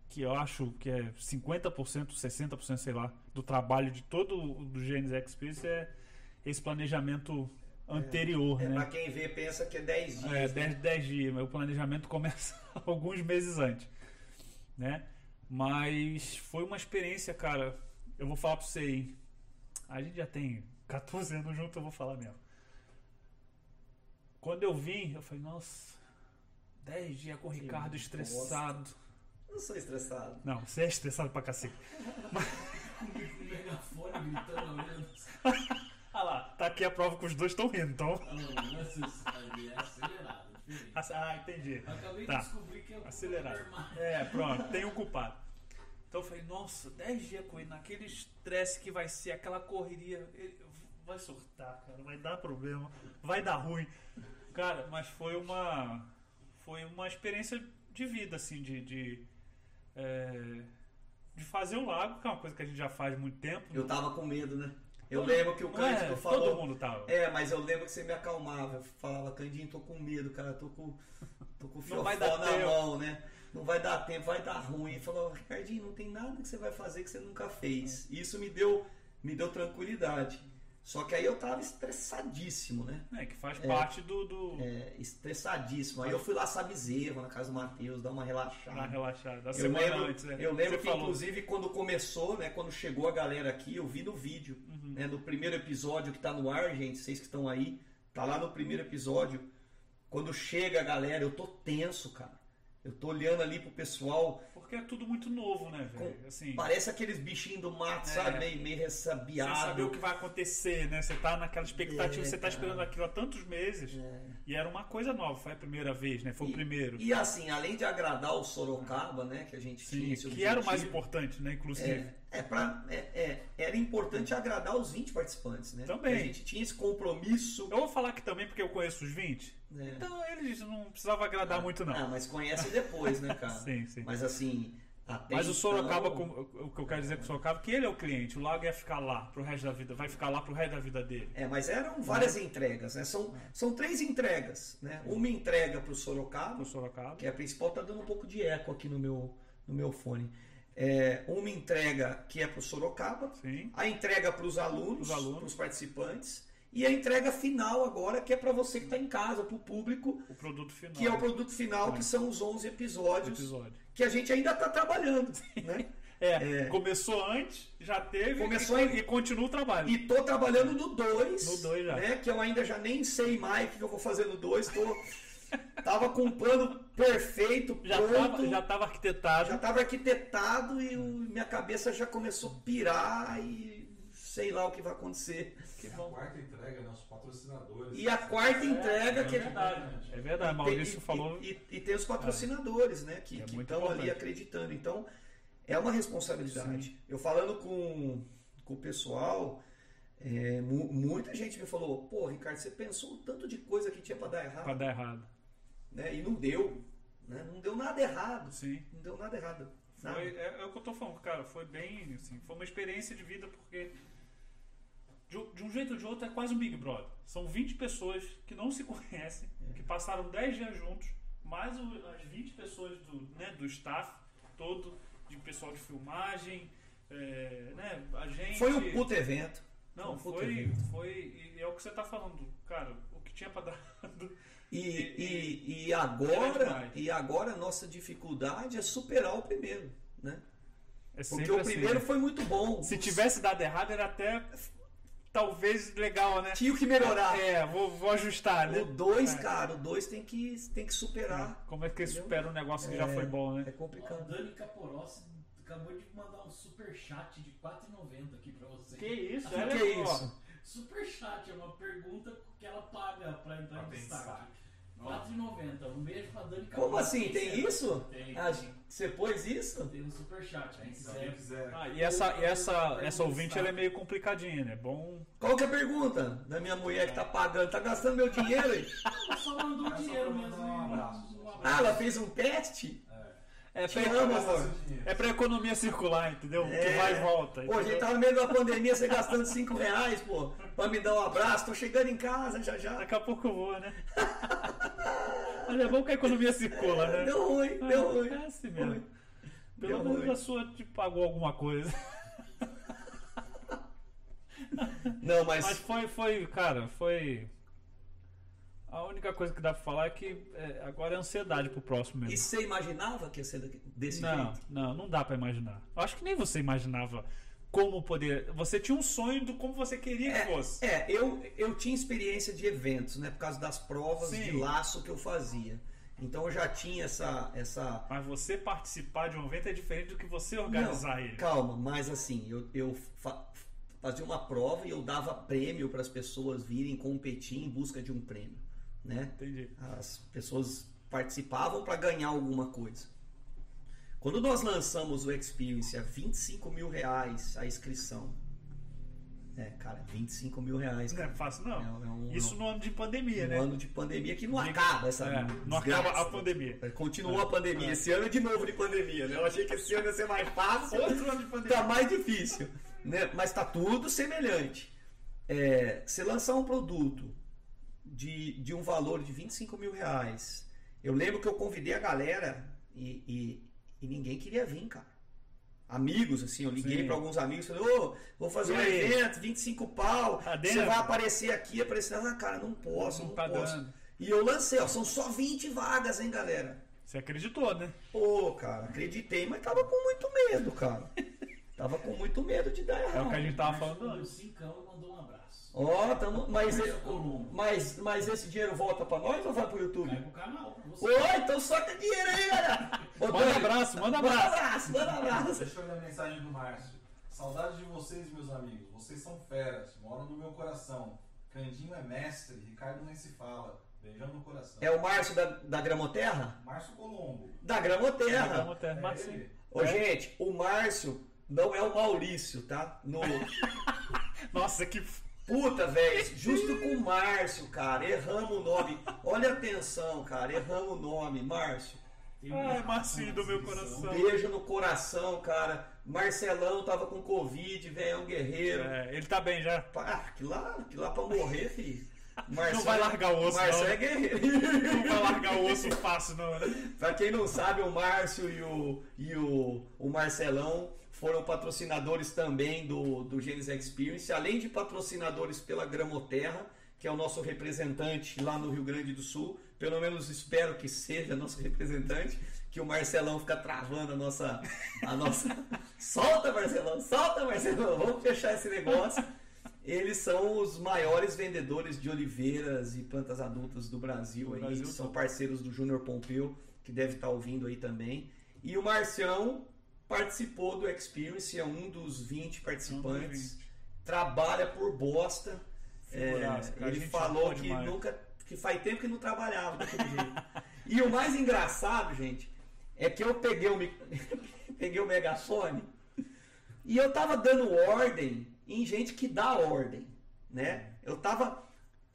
S2: que eu acho que é 50%, 60%, sei lá, do trabalho de todo o do Genes Experience é esse planejamento anterior,
S1: É,
S2: né?
S1: Pra quem vê, pensa que é 10 dias.
S2: É, 10, 10 dias, mas o planejamento começa alguns meses antes, né? Mas foi uma experiência, cara. Eu vou falar pra você aí. A gente já tem 14 anos junto, eu vou falar mesmo. Quando eu vim, eu falei, nossa, 10 dias com o Ricardo estressado.
S1: Eu não sou estressado.
S2: Não, você é estressado pra cacete.
S3: Com megafone gritando, olhando.
S2: Ah lá, tá aqui a prova que os dois estão rindo, então.
S3: Não, não é suicídio, é acelerado, diferente.
S2: Ah, entendi.
S3: Eu acabei
S2: Tá.
S3: de descobrir que é o
S2: Acelerado. É, pronto, tem um culpado. Então eu falei, nossa, 10 dias com ele, naquele estresse que vai ser, aquela correria, ele vai surtar, cara, vai dar problema, vai dar ruim. Cara, mas foi uma. Foi uma experiência de vida, assim, de. de é, de fazer o lago, que é uma coisa que a gente já faz há muito tempo.
S1: Eu tava com medo, né? Eu
S2: Todo-
S1: lembro que o
S2: Não
S1: Cândido
S2: é,
S1: falou.
S2: Todo mundo tava.
S1: É, mas eu lembro que você me acalmava. Eu falava, Candinho, tô com medo, cara. Tô com, tô com
S2: Não
S1: o fiofó
S2: vai
S1: na
S2: dar tempo.
S1: mão, né? Não vai dar tempo, vai dar ruim. Ele falou, Ricardinho, não tem nada que você vai fazer que você nunca fez.
S2: É.
S1: Isso me deu, me deu tranquilidade. Só que aí eu tava estressadíssimo, né?
S2: né, que faz parte do. do
S1: É, estressadíssimo. Aí eu fui lá, sabe, Zerro, na casa do Matheus, dar uma
S2: da
S1: relaxada.
S2: relaxada, da
S1: Eu
S2: semana
S1: lembro,
S2: antes, né?
S1: eu lembro
S2: Você
S1: que,
S2: falou.
S1: inclusive, quando começou, né? Quando chegou a galera aqui, eu vi no vídeo,
S2: Uhum.
S1: né? No primeiro episódio que tá no ar, gente, vocês que estão aí, tá lá no primeiro episódio. Quando chega a galera, eu tô tenso, cara. Eu tô olhando ali pro pessoal,
S2: Porque é tudo muito novo, né, velho? Assim,
S1: parece aqueles bichinhos do mato,
S2: É.
S1: sabe? Meio, meio
S2: Sem saber Ah, o
S1: ressabiado.
S2: que vai acontecer, né? Você tá naquela expectativa,
S1: É,
S2: você tá
S1: cara. É.
S2: esperando aquilo há tantos meses. E era uma coisa nova, foi a primeira vez, né? Foi o primeiro.
S1: E assim, além de agradar o Sorocaba, né? Que a gente
S2: Sim,
S1: tinha esse
S2: que era o mais
S1: objetivo,
S2: importante, né? Inclusive.
S1: É, é, pra, é, é, era importante agradar os 20 participantes, né?
S2: Também.
S1: A gente tinha esse compromisso.
S2: Eu vou falar aqui também porque eu conheço os 20.
S1: né?
S2: Então eles não precisavam agradar muito, não.
S1: Ah, mas conhece depois, né, cara?
S2: Sim, sim.
S1: Mas assim, até
S2: Mas o Sorocaba,
S1: então,
S2: com- o que eu quero dizer com o Sorocaba, é que ele é o cliente, o Lago ia ficar lá pro resto da vida, vai ficar lá pro resto da vida dele.
S1: É, mas eram várias
S2: Uhum.
S1: entregas, né? São,
S2: É.
S1: são três entregas, né? Uma entrega pro Sorocaba,
S2: Pro Sorocaba.
S1: que é a principal, tá dando um pouco de eco aqui no meu, no meu fone. É, uma entrega que é pro Sorocaba,
S2: Sim.
S1: a entrega para os alunos,
S2: Pros alunos.
S1: para os participantes, e a entrega final agora, que é para você que está em casa, para o público,
S2: O produto final.
S1: que é o produto final, que são os 11
S2: do
S1: episódios
S2: episódio.
S1: que a gente ainda está trabalhando. Né?
S2: É, começou antes, já teve
S1: Começou
S2: e,
S1: em-
S2: e continua o trabalho.
S1: E tô trabalhando no 2.
S2: No dois já.
S1: Né? Que eu ainda já nem sei mais o que eu vou fazer no 2. Tô... Tava com um plano perfeito,
S2: Já
S1: pronto.
S2: tava, já tava arquitetado.
S1: já tava arquitetado e o- minha cabeça já começou a pirar e sei lá o que vai acontecer.
S10: É a quarta entrega, né? Os patrocinadores.
S1: E a quarta entrega que
S2: É
S3: tá?
S2: verdade, Maurício
S1: e,
S2: falou. Ah.
S1: E, e tem os patrocinadores, né? Que
S2: É
S1: que
S2: muito
S1: estão ali
S2: importante.
S1: acreditando. Então, é uma responsabilidade. Eu falando com, com o pessoal, é, mu- muita gente me falou, pô, Ricardo, você pensou o tanto de coisa que tinha pra dar
S2: Pra
S1: errado,
S2: dar errado.
S1: né? E não deu. Né? Não deu nada errado.
S2: Sim.
S1: Não deu nada errado. Nada.
S2: Foi, é, é o que eu tô falando, cara. Foi bem. Assim, foi uma experiência de vida, porque. De, um- de um jeito ou de outro é quase um Big Brother. São 20 pessoas que não se conhecem,
S1: É.
S2: que passaram 10 dias juntos, mais o- as 20 pessoas do, né, do staff todo, de pessoal de filmagem, é, né, a gente.
S1: Foi um puto evento.
S2: Não,
S1: foi um puto
S2: foi.
S1: evento.
S2: foi e é o que você tá falando, cara. O que tinha pra dar. errado,
S1: E,
S2: E-
S1: e, e
S2: Era
S1: agora,
S2: demais.
S1: e agora a nossa dificuldade é superar o primeiro, né?
S2: É
S1: Porque o primeiro foi muito bom.
S2: Se tivesse dado errado, era até talvez legal, né?
S1: tinha o que melhorar.
S2: É, vou, vou ajustar, né?
S1: O 2,
S2: É.
S1: cara, o 2 tem que, tem que superar.
S2: Como é que
S1: Entendeu?
S2: supera um negócio que já foi bom,
S1: É
S2: né?
S3: Ó,
S1: complicado.
S3: Dani Caporossi acabou de mandar um super chat de 4,90 aqui pra você.
S2: isso,
S1: O que é isso?
S3: Super chat é uma pergunta que ela paga pra entrar
S10: Pra
S3: em destaque.
S10: pensar.
S3: 4,90. Um beijo pra Dani
S1: Como
S3: Cabral.
S1: assim? Tem isso?
S3: Tem.
S1: Ah, você pôs isso?
S3: Tem um superchat. Quem
S10: Se alguém
S3: quiser.
S10: quiser.
S2: Ah, e essa, e essa, essa ouvinte ela é meio complicadinha, né? Bom.
S1: Qual que é a pergunta da minha mulher que tá pagando? Tá gastando meu dinheiro? hein?
S3: Ela só mandou
S10: Ela só
S3: dinheiro
S10: mandou
S3: mesmo.
S10: um
S3: hein?
S10: abraço.
S3: Um
S1: Ah, ela fez um teste?
S2: É pra,
S1: Te amo, amor.
S10: Seu dinheiro.
S2: é pra economia circular, entendeu? Que
S1: É.
S2: vai e volta.
S1: Pô, a gente tá-
S2: entendeu?
S1: tava no meio da pandemia, você gastando 5 reais, pô, pra me dar um abraço. Tô chegando em casa já já.
S2: Daqui a pouco eu vou, né? Mas é bom que a economia circula, né?
S1: Deu ruim, deu ruim.
S2: É assim mesmo.
S1: Ruim.
S2: Pelo
S1: Deu
S2: menos
S1: ruim.
S2: a sua te pagou alguma coisa.
S1: Não,
S2: Mas
S1: mas.
S2: foi, foi, cara, foi. A única coisa que dá pra falar é que é, agora é ansiedade pro próximo
S1: E
S2: mesmo.
S1: você imaginava que ia ser daqui- desse
S2: Não,
S1: jeito?
S2: não, não dá pra imaginar. Eu acho que nem você imaginava como poder. Você tinha um sonho do como você queria que fosse.
S1: É, eu, eu tinha experiência de eventos, né? Por causa das provas
S2: Sim.
S1: de laço que eu fazia. Então eu já tinha essa. essa...
S2: Mas você participar de um evento é diferente do que você organizar
S1: Não,
S2: ele.
S1: Calma, mas assim, eu, eu fa- fazia uma prova e eu dava prêmio para as pessoas virem competir em busca de um prêmio, né?
S2: Entendi.
S1: As pessoas participavam para ganhar alguma coisa. Quando nós lançamos o Experience a 25 mil reais a inscrição. É, cara, 25 mil reais.
S2: Não é
S1: Cara.
S2: fácil, não.
S1: É um- é um-
S2: Isso no ano de pandemia,
S1: um
S2: né?
S1: ano de pandemia que não
S2: Diga-
S1: acaba essa
S2: É, não
S1: desgraça.
S2: acaba a pandemia.
S1: Continuou a pandemia. Esse ano é de novo de pandemia, né? Eu achei que esse ano ia ser mais fácil.
S2: Outro ano de pandemia.
S1: Tá mais difícil, né? Mas tá tudo semelhante. É, se lançar um produto de, de um valor de 25 mil reais, eu lembro que eu convidei a galera e, e- e ninguém queria vir, cara. Amigos, assim, eu liguei
S2: Sim.
S1: para alguns amigos, falei, ô, vou fazer
S2: E
S1: um
S2: aí?
S1: evento, 25 pau,
S2: Tá
S1: você
S2: dentro?
S1: vai aparecer aqui, aparecer, ah, cara, não posso, não,
S2: tá
S1: posso.
S2: dando.
S1: E eu lancei, ó, são só 20 vagas, hein, galera.
S2: Você acreditou, né?
S1: Pô, cara, acreditei, mas tava com muito medo, cara. Tava com muito medo de dar
S2: É o que a
S1: errado.
S2: gente tava
S3: Márcio
S2: falando
S3: mandou
S2: antes.
S3: cincão e mandou um abraço.
S1: Ó, tamo. Mas,
S3: Márcio Colombo.
S1: mas, mas esse dinheiro volta pra nós ou vai pro
S3: Vai
S2: É.
S1: YouTube?
S3: pro canal. Você.
S1: Ô, então solta dinheiro aí, galera! Ô,
S2: Manda
S1: Tony,
S2: abraço, manda
S1: Manda
S2: abraço.
S1: abraço, manda abraço!
S10: Deixa eu ler a mensagem do Márcio. Saudade de vocês, meus amigos. Vocês são feras, moram no meu coração. Candinho é mestre, Ricardo nem se fala. Beijão no coração.
S1: É o Márcio da, da Gramoterra?
S10: Márcio Colombo.
S1: Da Gramoterra!
S2: Vamos até-
S10: É
S2: Mas sim.
S10: ele.
S1: Ô, gente, o Márcio não é o Maurício, tá? No.
S2: Nossa, que. f-
S1: Puta, velho, justo com o Márcio, cara. Erramos o nome. Olha a atenção, cara. Erramos o nome, Márcio.
S3: Tem um-
S2: Ai, Marcinho do meu coração.
S1: Então, Beijo no coração, cara. Marcelão tava com Covid, velho, é um guerreiro.
S2: É, ele tá bem já.
S1: Pá, que lá, que lá pra morrer, filho.
S2: Não vai largar o osso,
S1: Márcio
S2: não. né?
S1: é guerreiro.
S2: Não vai largar o osso fácil, não, né?
S1: pra quem não sabe, o Márcio e o, e o, o Marcelão foram patrocinadores também do, do Genes Experience, além de patrocinadores pela Gramoterra, que é o nosso representante lá no Rio Grande do Sul. Pelo menos espero que seja nosso representante, que o Marcelão fica travando a nossa. A nossa... solta, Marcelão! Solta, Marcelão! Vamos fechar esse negócio. Eles são os maiores vendedores de oliveiras e plantas adultas do Brasil.
S2: Do
S1: aí,
S2: Brasil
S1: são parceiros do Júnior Pompeu, que deve estar ouvindo aí também. E o Marcião participou do Experience, é um dos 20
S2: É um
S1: participantes. Trabalha por bosta. É,
S2: Figuraça, cara,
S1: ele
S2: gente
S1: falou
S2: boa
S1: que
S2: demais.
S1: nunca. que faz tempo que não trabalhava daquele jeito. E o mais engraçado, gente, é que eu peguei o, mic- peguei o megafone e eu tava dando ordem em gente que dá ordem, né? Eu tava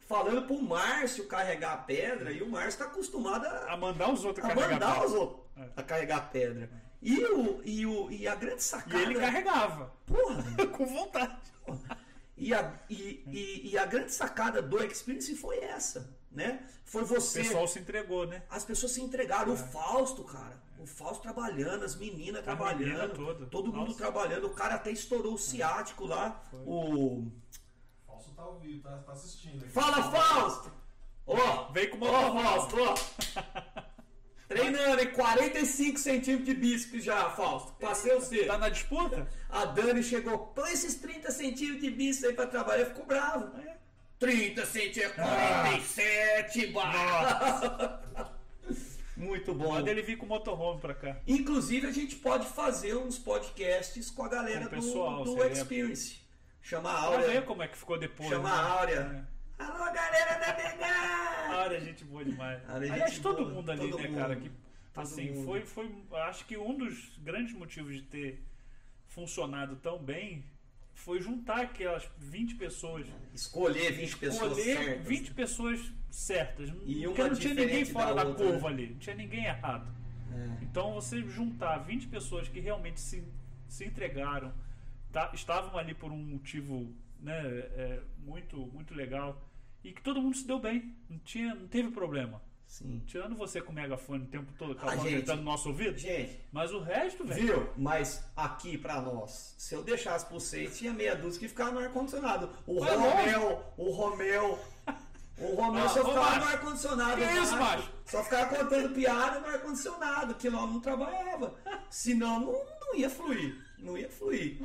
S1: falando pro Márcio carregar a pedra e o Márcio tá acostumado a
S2: A mandar os outros
S1: a
S2: carregar.
S1: mandar
S2: pedra.
S1: os outros
S2: É.
S1: a carregar pedra. E, o, e, o, e a grande
S2: E
S1: sacada.
S2: ele carregava.
S1: Porra, velho.
S2: Com vontade.
S1: e, a, e, e, e a grande sacada do Experience foi essa, né? Foi
S2: O
S1: você.
S2: pessoal se entregou, né?
S1: As pessoas se entregaram. O Fausto, cara. O Fausto trabalhando, as meninas
S2: menina
S1: trabalhando.
S2: toda.
S1: Todo mundo
S2: Nossa. É.
S1: trabalhando. O cara até estourou o ciático lá. O.
S10: Falso tá ao vivo, tá, tá assistindo. aqui.
S1: Fala, Fausto! Ó,
S2: Vem com
S1: Ó, Fausto, ó. Treinando, hein? 45 centímetros de bíceps já, Fausto. Passei você.
S2: Tá na disputa?
S1: A Dani chegou, põe esses 30 centímetros de bíceps aí pra trabalhar. Ficou bravo. né? Ah. 30 centímetros, é 47, barra. Muito bom.
S2: Manda ele vir com o motorhome pra cá.
S1: Inclusive, a gente pode fazer uns podcasts com a galera
S2: Com o pessoal,
S1: do, do
S2: seria- Tá
S1: Experience. Chama a
S2: Pra ver
S1: Áurea.
S2: como é que ficou depois.
S1: Chama
S2: né?
S1: a Áurea. Alô, galera da Mega!
S2: Áurea Cara, é gente boa demais.
S1: Cara, é
S2: Aliás,
S1: gente
S2: todo
S1: boa,
S2: mundo ali,
S1: todo
S2: né,
S1: mundo.
S2: cara? Que,
S1: Todo
S2: assim,
S1: mundo.
S2: foi, foi. Acho que um dos grandes motivos de ter funcionado tão bem foi juntar aquelas 20
S1: É.
S2: pessoas.
S1: Escolher 20 pessoas
S2: escolher
S1: certas.
S2: 20 pessoas certas.
S1: E
S2: porque
S1: uma
S2: não tinha ninguém
S1: diferente
S2: fora
S1: da
S2: da,
S1: outra, né?
S2: curva ali. Não tinha ninguém errado.
S1: É.
S2: Então você juntar 20 pessoas que realmente se, se entregaram, tá- estavam ali por um motivo né, é, muito, muito legal e que todo mundo se deu bem, não, tinha, não teve problema.
S1: Sim.
S2: Tirando você com o megafone o tempo todo,
S1: Ah,
S2: calma,
S1: gente.
S2: gritando no nosso ouvido,
S1: Gente,
S2: mas o resto, velho.
S1: Viu? Mas aqui pra nós, se eu deixasse por vocês, tinha meia dúzia que ficava no ar-condicionado. O
S2: Vai
S1: Romeu, o Romeu, o Romeu
S2: Ah,
S1: só
S2: ô,
S1: ficava no
S2: macho.
S1: ar-condicionado.
S2: Que
S1: o
S2: isso, macho?
S1: Só ficava contando piada no ar-condicionado, que nós não trabalhava. Senão não, não ia fluir. Não ia fluir.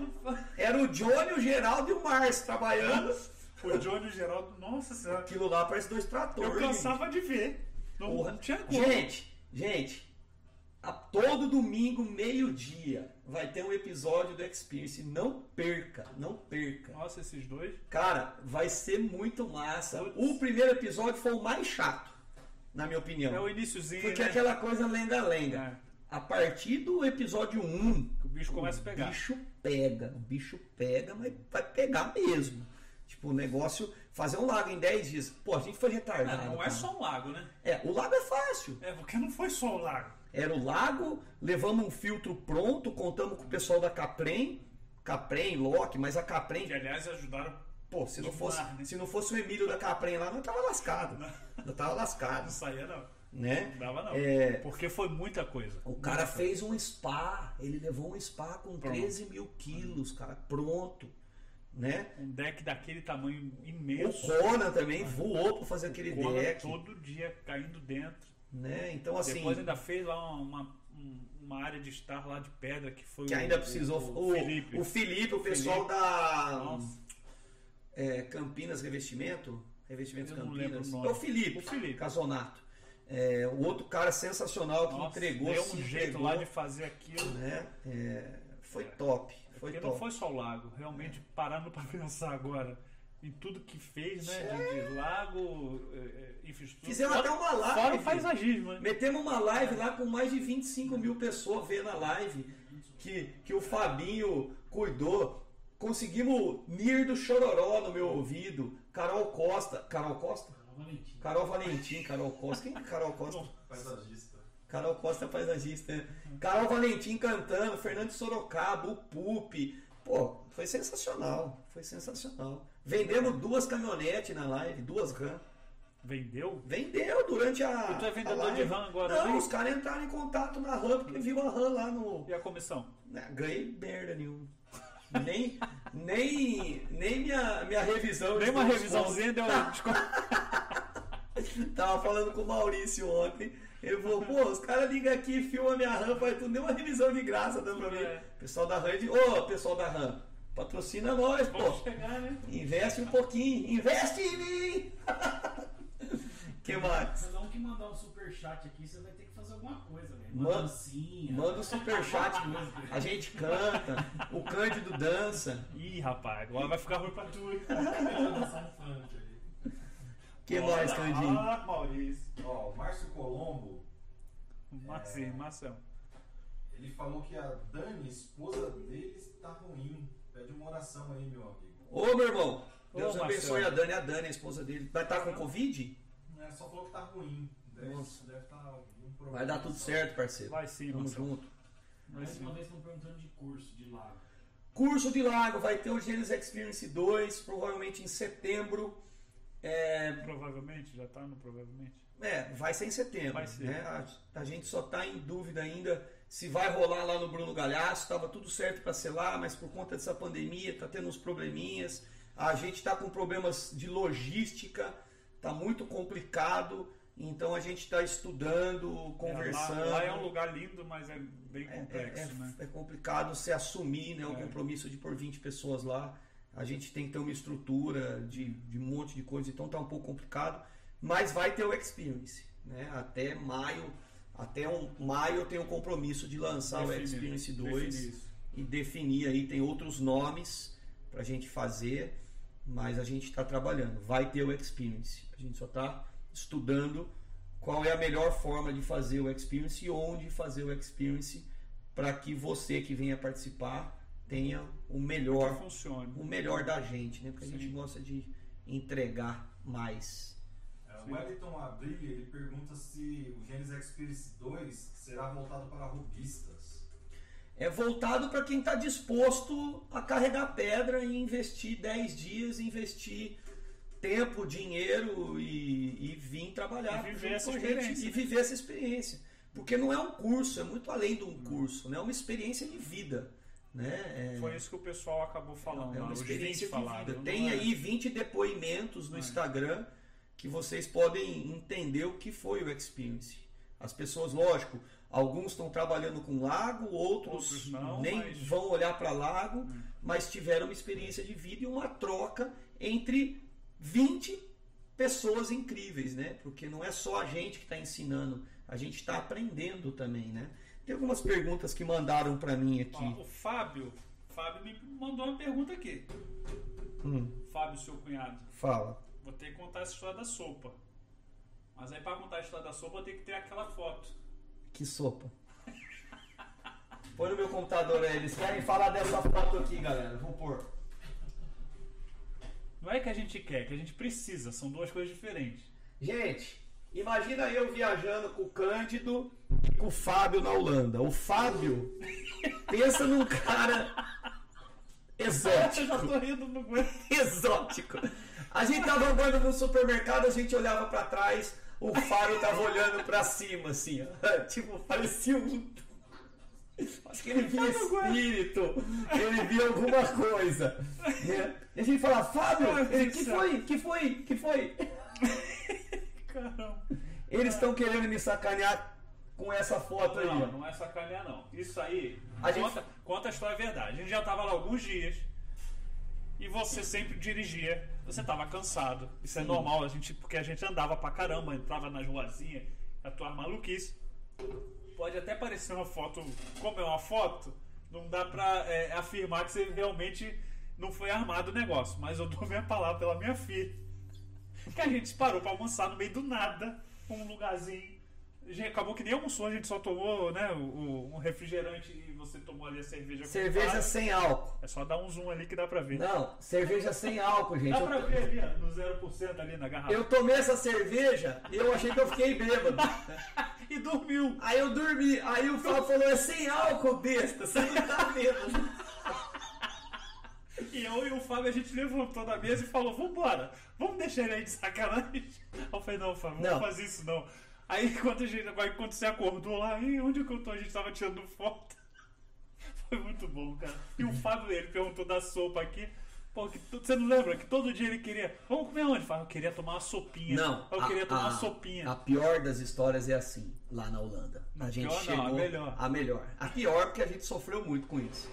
S1: Era o Johnny, o Geraldo e o Márcio trabalhando.
S2: O Johnny e o Geraldo, nossa senhora,
S1: Aquilo lá parece dois tratores.
S2: eu cansava de ver. Não,
S1: Porra.
S2: não tinha como.
S1: Gente, gente, a- todo domingo, meio-dia, vai ter um episódio do Experience. Não perca, não perca.
S2: Nossa, esses dois.
S1: Cara, vai ser muito massa.
S2: Putz.
S1: O primeiro episódio foi o mais chato, na minha
S2: É o
S1: opinião.
S2: iníciozinho.
S1: Porque
S2: né?
S1: aquela coisa lenga-lenga.
S2: É,
S1: A partir do episódio 1,
S2: que o bicho começa a
S1: o
S2: pegar.
S1: bicho pega, o bicho pega, mas vai pegar mesmo. Tipo, o negócio, fazer um lago em 10 dias. Pô, a gente foi
S2: Ah,
S1: retardado.
S2: não é
S1: cara.
S2: só um lago, né?
S1: É, o lago é fácil.
S2: É, porque não foi só o lago.
S1: Era o lago, levamos um filtro pronto, contamos com o pessoal da Caprem, Caprem, Loki, mas a
S2: Que,
S1: Caprem,
S2: aliás, ajudaram
S1: pô, se não
S2: de
S1: fosse,
S2: mar, né?
S1: se não fosse o Emílio da Caprem lá, nós tava lascado. Nós tava
S2: Não
S1: lascado,
S2: saía, não.
S1: né?
S2: Não dava, não.
S1: É.
S2: Porque foi muita coisa.
S1: O cara fez um spa, ele levou um spa com
S2: Pronto.
S1: 13 mil quilos, cara, pronto, né?
S2: Um deck daquele tamanho
S1: O
S2: imenso.
S1: Conan também voou pra fazer aquele
S2: Cola
S1: deck,
S2: todo dia caindo dentro.
S1: né? Então assim,
S2: Depois ainda fez lá uma, um- uma área de estar lá de pedra que foi
S1: que
S2: o-
S1: ainda precisou
S2: o, Felipe.
S1: o, Felipe, o pessoal da
S2: Nossa,
S1: É, Campinas Revestimento? Revestimento
S2: Eu não lembro
S1: Campinas.
S2: o nome.
S1: É o Felipe,
S2: O Felipe.
S1: Casonato. É, o outro cara sensacional que
S2: nossa,
S1: entregou,
S2: deu
S1: se
S2: um jeito
S1: entregou,
S2: lá de fazer aquilo.
S1: né? É, foi top, foi
S2: Porque
S1: top.
S2: não foi só o lago,
S1: É.
S2: realmente parando para pensar agora em tudo que fez, né? De, de lago, é, é, infraestrutura.
S1: Fizemos
S2: Fora-
S1: até uma live.
S2: Fora o paisagismo, né?
S1: Metemos uma live lá com mais de 25 mil pessoas vendo a live que, que o Fabinho cuidou. Conseguimos Nir do Chororó no meu ouvido. Carol Costa. Carol Costa?
S3: Novamente.
S1: Carol Valentim, Carol Costa. Quem que é Carol Costa?
S10: Paisagista.
S1: Carol Costa paisagista. né? Carol Valentim cantando, Fernando Sorocaba, o Pupi. Pô, foi sensacional. Foi sensacional. Vendemos duas caminhonetes na live, duas RAM.
S2: Vendeu?
S1: Vendeu durante a.
S2: E tu é vendedor
S1: a live.
S2: de RAM agora,
S1: Não,
S2: né?
S1: os caras entraram em contato na RAM porque viu a RAM lá no.
S2: E a comissão?
S1: na- Ganhei merda nenhuma. Nem, nem, nem minha, minha revisão. de
S2: Nem uma
S1: desconto.
S2: revisãozinha
S1: Tá.
S2: deu desconto.
S1: Tava falando com o Maurício ontem. Ele falou, pô, os caras ligam aqui, filma minha RAM, faz tudo, nem uma revisão de graça dando pra mim.
S2: É.
S1: Pessoal da RAM, de- ô, pessoal da RAM, patrocina nós,
S2: Vamos
S1: pô.
S2: chegar, né?
S1: Investe um pouquinho, investe em mim! que mais?
S3: Cada um que mandar um superchat aqui, você vai ter que fazer alguma coisa, velho.
S1: Manda-
S3: Uma dancinha.
S1: Manda o superchat,
S3: alguma coisa.
S1: a gente canta, o Cândido dança.
S2: Ih, rapaz, agora vai ficar ruim pra tu, hein?
S1: que mais, Candinho?
S2: Ah, Maurício.
S10: Ó, o Márcio Colombo,
S1: É.
S2: Marcinho, Marcelo.
S10: ele falou que a Dani, esposa dele, está ruim. Pede uma oração aí, meu amigo.
S1: Ô, meu irmão,
S2: Ô,
S1: Deus abençoe
S2: Marcelo.
S1: a Dani, a Dani, a esposa dele. Vai estar com Covid?
S10: É, só falou que tá ruim. Deve
S1: Nossa.
S10: estar um problema.
S1: Vai dar tudo certo, parceiro.
S2: Vai sim,
S1: Tamo
S2: Marcelo.
S1: junto.
S2: Vai
S3: Mais uma
S2: sim.
S3: vez estão perguntando de curso, de lago.
S1: Curso de lago, vai ter o Gênesis Experience 2, provavelmente em setembro. É,
S2: Provavelmente, já tá no provavelmente.
S1: é, vai ser em setembro.
S2: Vai ser.
S1: né? A, a gente só está em dúvida ainda se vai rolar lá no Bruno Galhaço. Estava tudo certo para ser lá, mas por conta dessa pandemia está tendo uns probleminhas. A gente está com problemas de logística, está muito complicado. Então a gente está estudando, conversando.
S2: É, lá, lá é um lugar lindo, mas é bem
S1: É-
S2: complexo,
S1: é,
S2: né?
S1: é complicado você assumir né, o
S2: É.
S1: compromisso de pôr 20 pessoas lá. A gente tem que ter uma estrutura de, de um monte de coisa, então tá um pouco complicado. Mas vai ter o Experience. Né? Até maio, até um, maio eu tenho o compromisso de lançar o
S2: Definido,
S1: Experience 2
S2: né? define isso.
S1: e definir aí. Tem outros nomes pra gente fazer, mas a gente está trabalhando. Vai ter o Experience. A gente só tá estudando qual é a melhor forma de fazer o experience e onde fazer o experience para que você que venha participar tenha o melhor
S2: Que funcione.
S1: o melhor da gente, né? Porque a gente
S2: Sim.
S1: gosta de entregar mais.
S10: É,
S2: Sim.
S10: o Wellington Abrilha ele pergunta se o Genesis Experience 2 será voltado para rubistas.
S1: É voltado para quem está disposto a carregar pedra e investir 10 dias, investir tempo, dinheiro e, e vir trabalhar
S2: E viver
S1: junto
S2: essa
S1: com a
S2: experiência,
S1: e
S2: né?
S1: viver essa experiência. Porque não é um curso, é muito além de um curso, né? é uma experiência de vida. Né? É-
S2: Foi isso que o pessoal acabou falando.
S1: É
S2: lá,
S1: uma
S2: os 20
S1: experiência de
S2: falaram,
S1: vida.
S2: não
S1: Tem
S2: é?
S1: aí 20 depoimentos no
S2: É.
S1: Instagram que vocês podem entender o que foi o experience. As pessoas, lógico, alguns estão trabalhando com lago, outros,
S2: Outros não,
S1: nem
S2: mas- Hum.
S1: vão olhar para lago, mas tiveram uma experiência de vida e uma troca entre 20 pessoas incríveis, né? Porque não é só a gente que está ensinando, a gente está aprendendo também, né? Tem algumas perguntas que mandaram para mim aqui.
S2: Ó, o Fábio, Fábio me mandou uma pergunta aqui.
S1: Hum,
S2: Fábio, seu cunhado,
S1: fala.
S2: vou ter que contar essa história da sopa. Mas aí pra contar a história da sopa, eu tenho que ter aquela foto.
S1: Que sopa. Põe no meu computador aí, eles querem falar dessa foto aqui, galera. Vou pôr.
S2: Não é que a gente quer, que a gente precisa. São duas coisas diferentes.
S1: Gente, imagina eu viajando com o Cândido e com o Fábio na Holanda. O Fábio, pensa num cara
S2: Eu já
S1: exótico.
S2: tô rindo, não aguento.
S1: exótico. A gente tava andando no supermercado, a gente olhava pra trás, o Fábio tava olhando pra cima, assim, ó. tipo, parecia um. Acho que ele via espírito, ele via alguma coisa. né? E a gente fala, Fábio,
S2: Ai,
S1: ele,
S2: Deus
S1: que
S2: do céu."
S1: foi? Que foi? Que foi?
S2: Caramba.
S1: Eles estão querendo me sacanear com essa foto aí.
S2: Não,
S1: ó.
S2: não é sacanear, não. Isso aí,
S1: A gente-
S2: conta, conta a história é verdade. A gente já tava lá alguns dias e você sempre dirigia. Você tava cansado. Isso é normal, a gente, porque a gente andava pra caramba, entrava nas ruazinhas, atuar maluquice. Pode até parecer uma foto, como é uma foto, não dá pra é, afirmar que você realmente não foi armado o negócio. Mas eu dou minha palavra pela minha filha que a gente parou pra almoçar no meio do nada, um lugarzinho. A gente acabou que nem almoçou, a gente só tomou, né, o- o- um refrigerante e você tomou ali a cerveja. com
S1: Cerveja
S2: gás.
S1: sem álcool.
S2: É só dar um zoom ali que dá pra ver.
S1: Não, cerveja sem álcool, gente.
S2: Dá
S1: Eu-
S2: pra ver ali, ó, no 0% ali na garrafa.
S1: eu tomei essa cerveja e eu achei que eu fiquei bêbado.
S2: E dormiu.
S1: Aí eu dormi, aí o Fábio falou, é sem álcool, besta, você não tá vendo.
S2: E eu e o Fábio, a gente levantou da mesa e falou, vambora, vamos deixar ele aí de sacanagem. Eu falei, não, Fábio, não,
S1: Não.
S2: faz isso não. Aí quando, a gente, agora, quando você acordou lá, e onde que eu tô? A gente tava tirando foto. Foi muito bom, cara. E o Fábio, ele perguntou da sopa aqui. Pô, que tu- você não lembra que todo dia ele queria. Vamos comer onde? Fábio, eu queria tomar uma sopinha. Eu queria tomar uma sopinha.
S1: A pior das histórias é assim, lá na Holanda. A gente
S2: pior não,
S1: chegou.
S2: a melhor.
S1: A melhor. A pior, porque a gente sofreu muito com isso.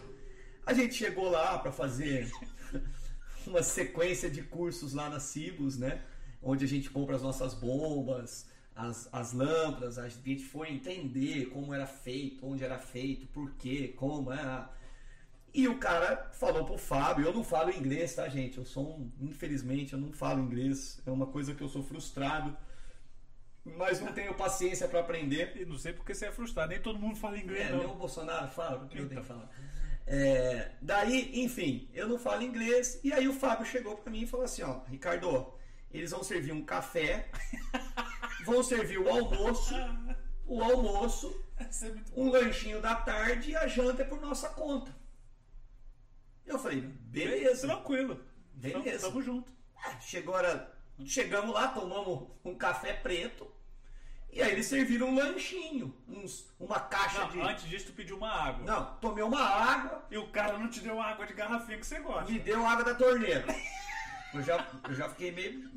S1: A gente chegou lá pra fazer uma sequência de cursos lá na Cibus, né? Onde a gente compra as nossas bombas, as, as lâmpadas, a gente foi entender como era feito, onde era feito, por quê, como. ah. E o cara falou pro Fábio, eu não falo inglês, tá, gente? Eu sou um. Infelizmente, eu não falo inglês. É uma coisa que eu sou frustrado. Mas não tenho paciência pra aprender.
S2: E não sei porque você é frustrado, nem todo mundo fala inglês,
S1: É, nem o
S2: não.
S1: Bolsonaro fala, porque eu tenho
S2: Então.
S1: que falar. É, daí, enfim, eu não falo inglês. E aí o Fábio chegou pra mim e falou assim: ó, Ricardo, eles vão servir um café, vão servir o almoço, o almoço,
S2: Isso é muito bom.
S1: um lanchinho da tarde e a janta é por nossa conta. Eu falei, beleza,
S2: Tranquilo. Tamo-
S1: beleza.
S2: Tamo junto.
S1: Chegou era, chegamos lá, tomamos um café preto. E aí eles serviram um lanchinho, uns- uma caixa
S2: Não,
S1: de.
S2: Antes disso, tu pediu uma água.
S1: Não, tomei uma água,
S2: E o cara não te deu água de garrafinha que você gosta.
S1: me deu água da torneira. Eu já, eu já fiquei meio.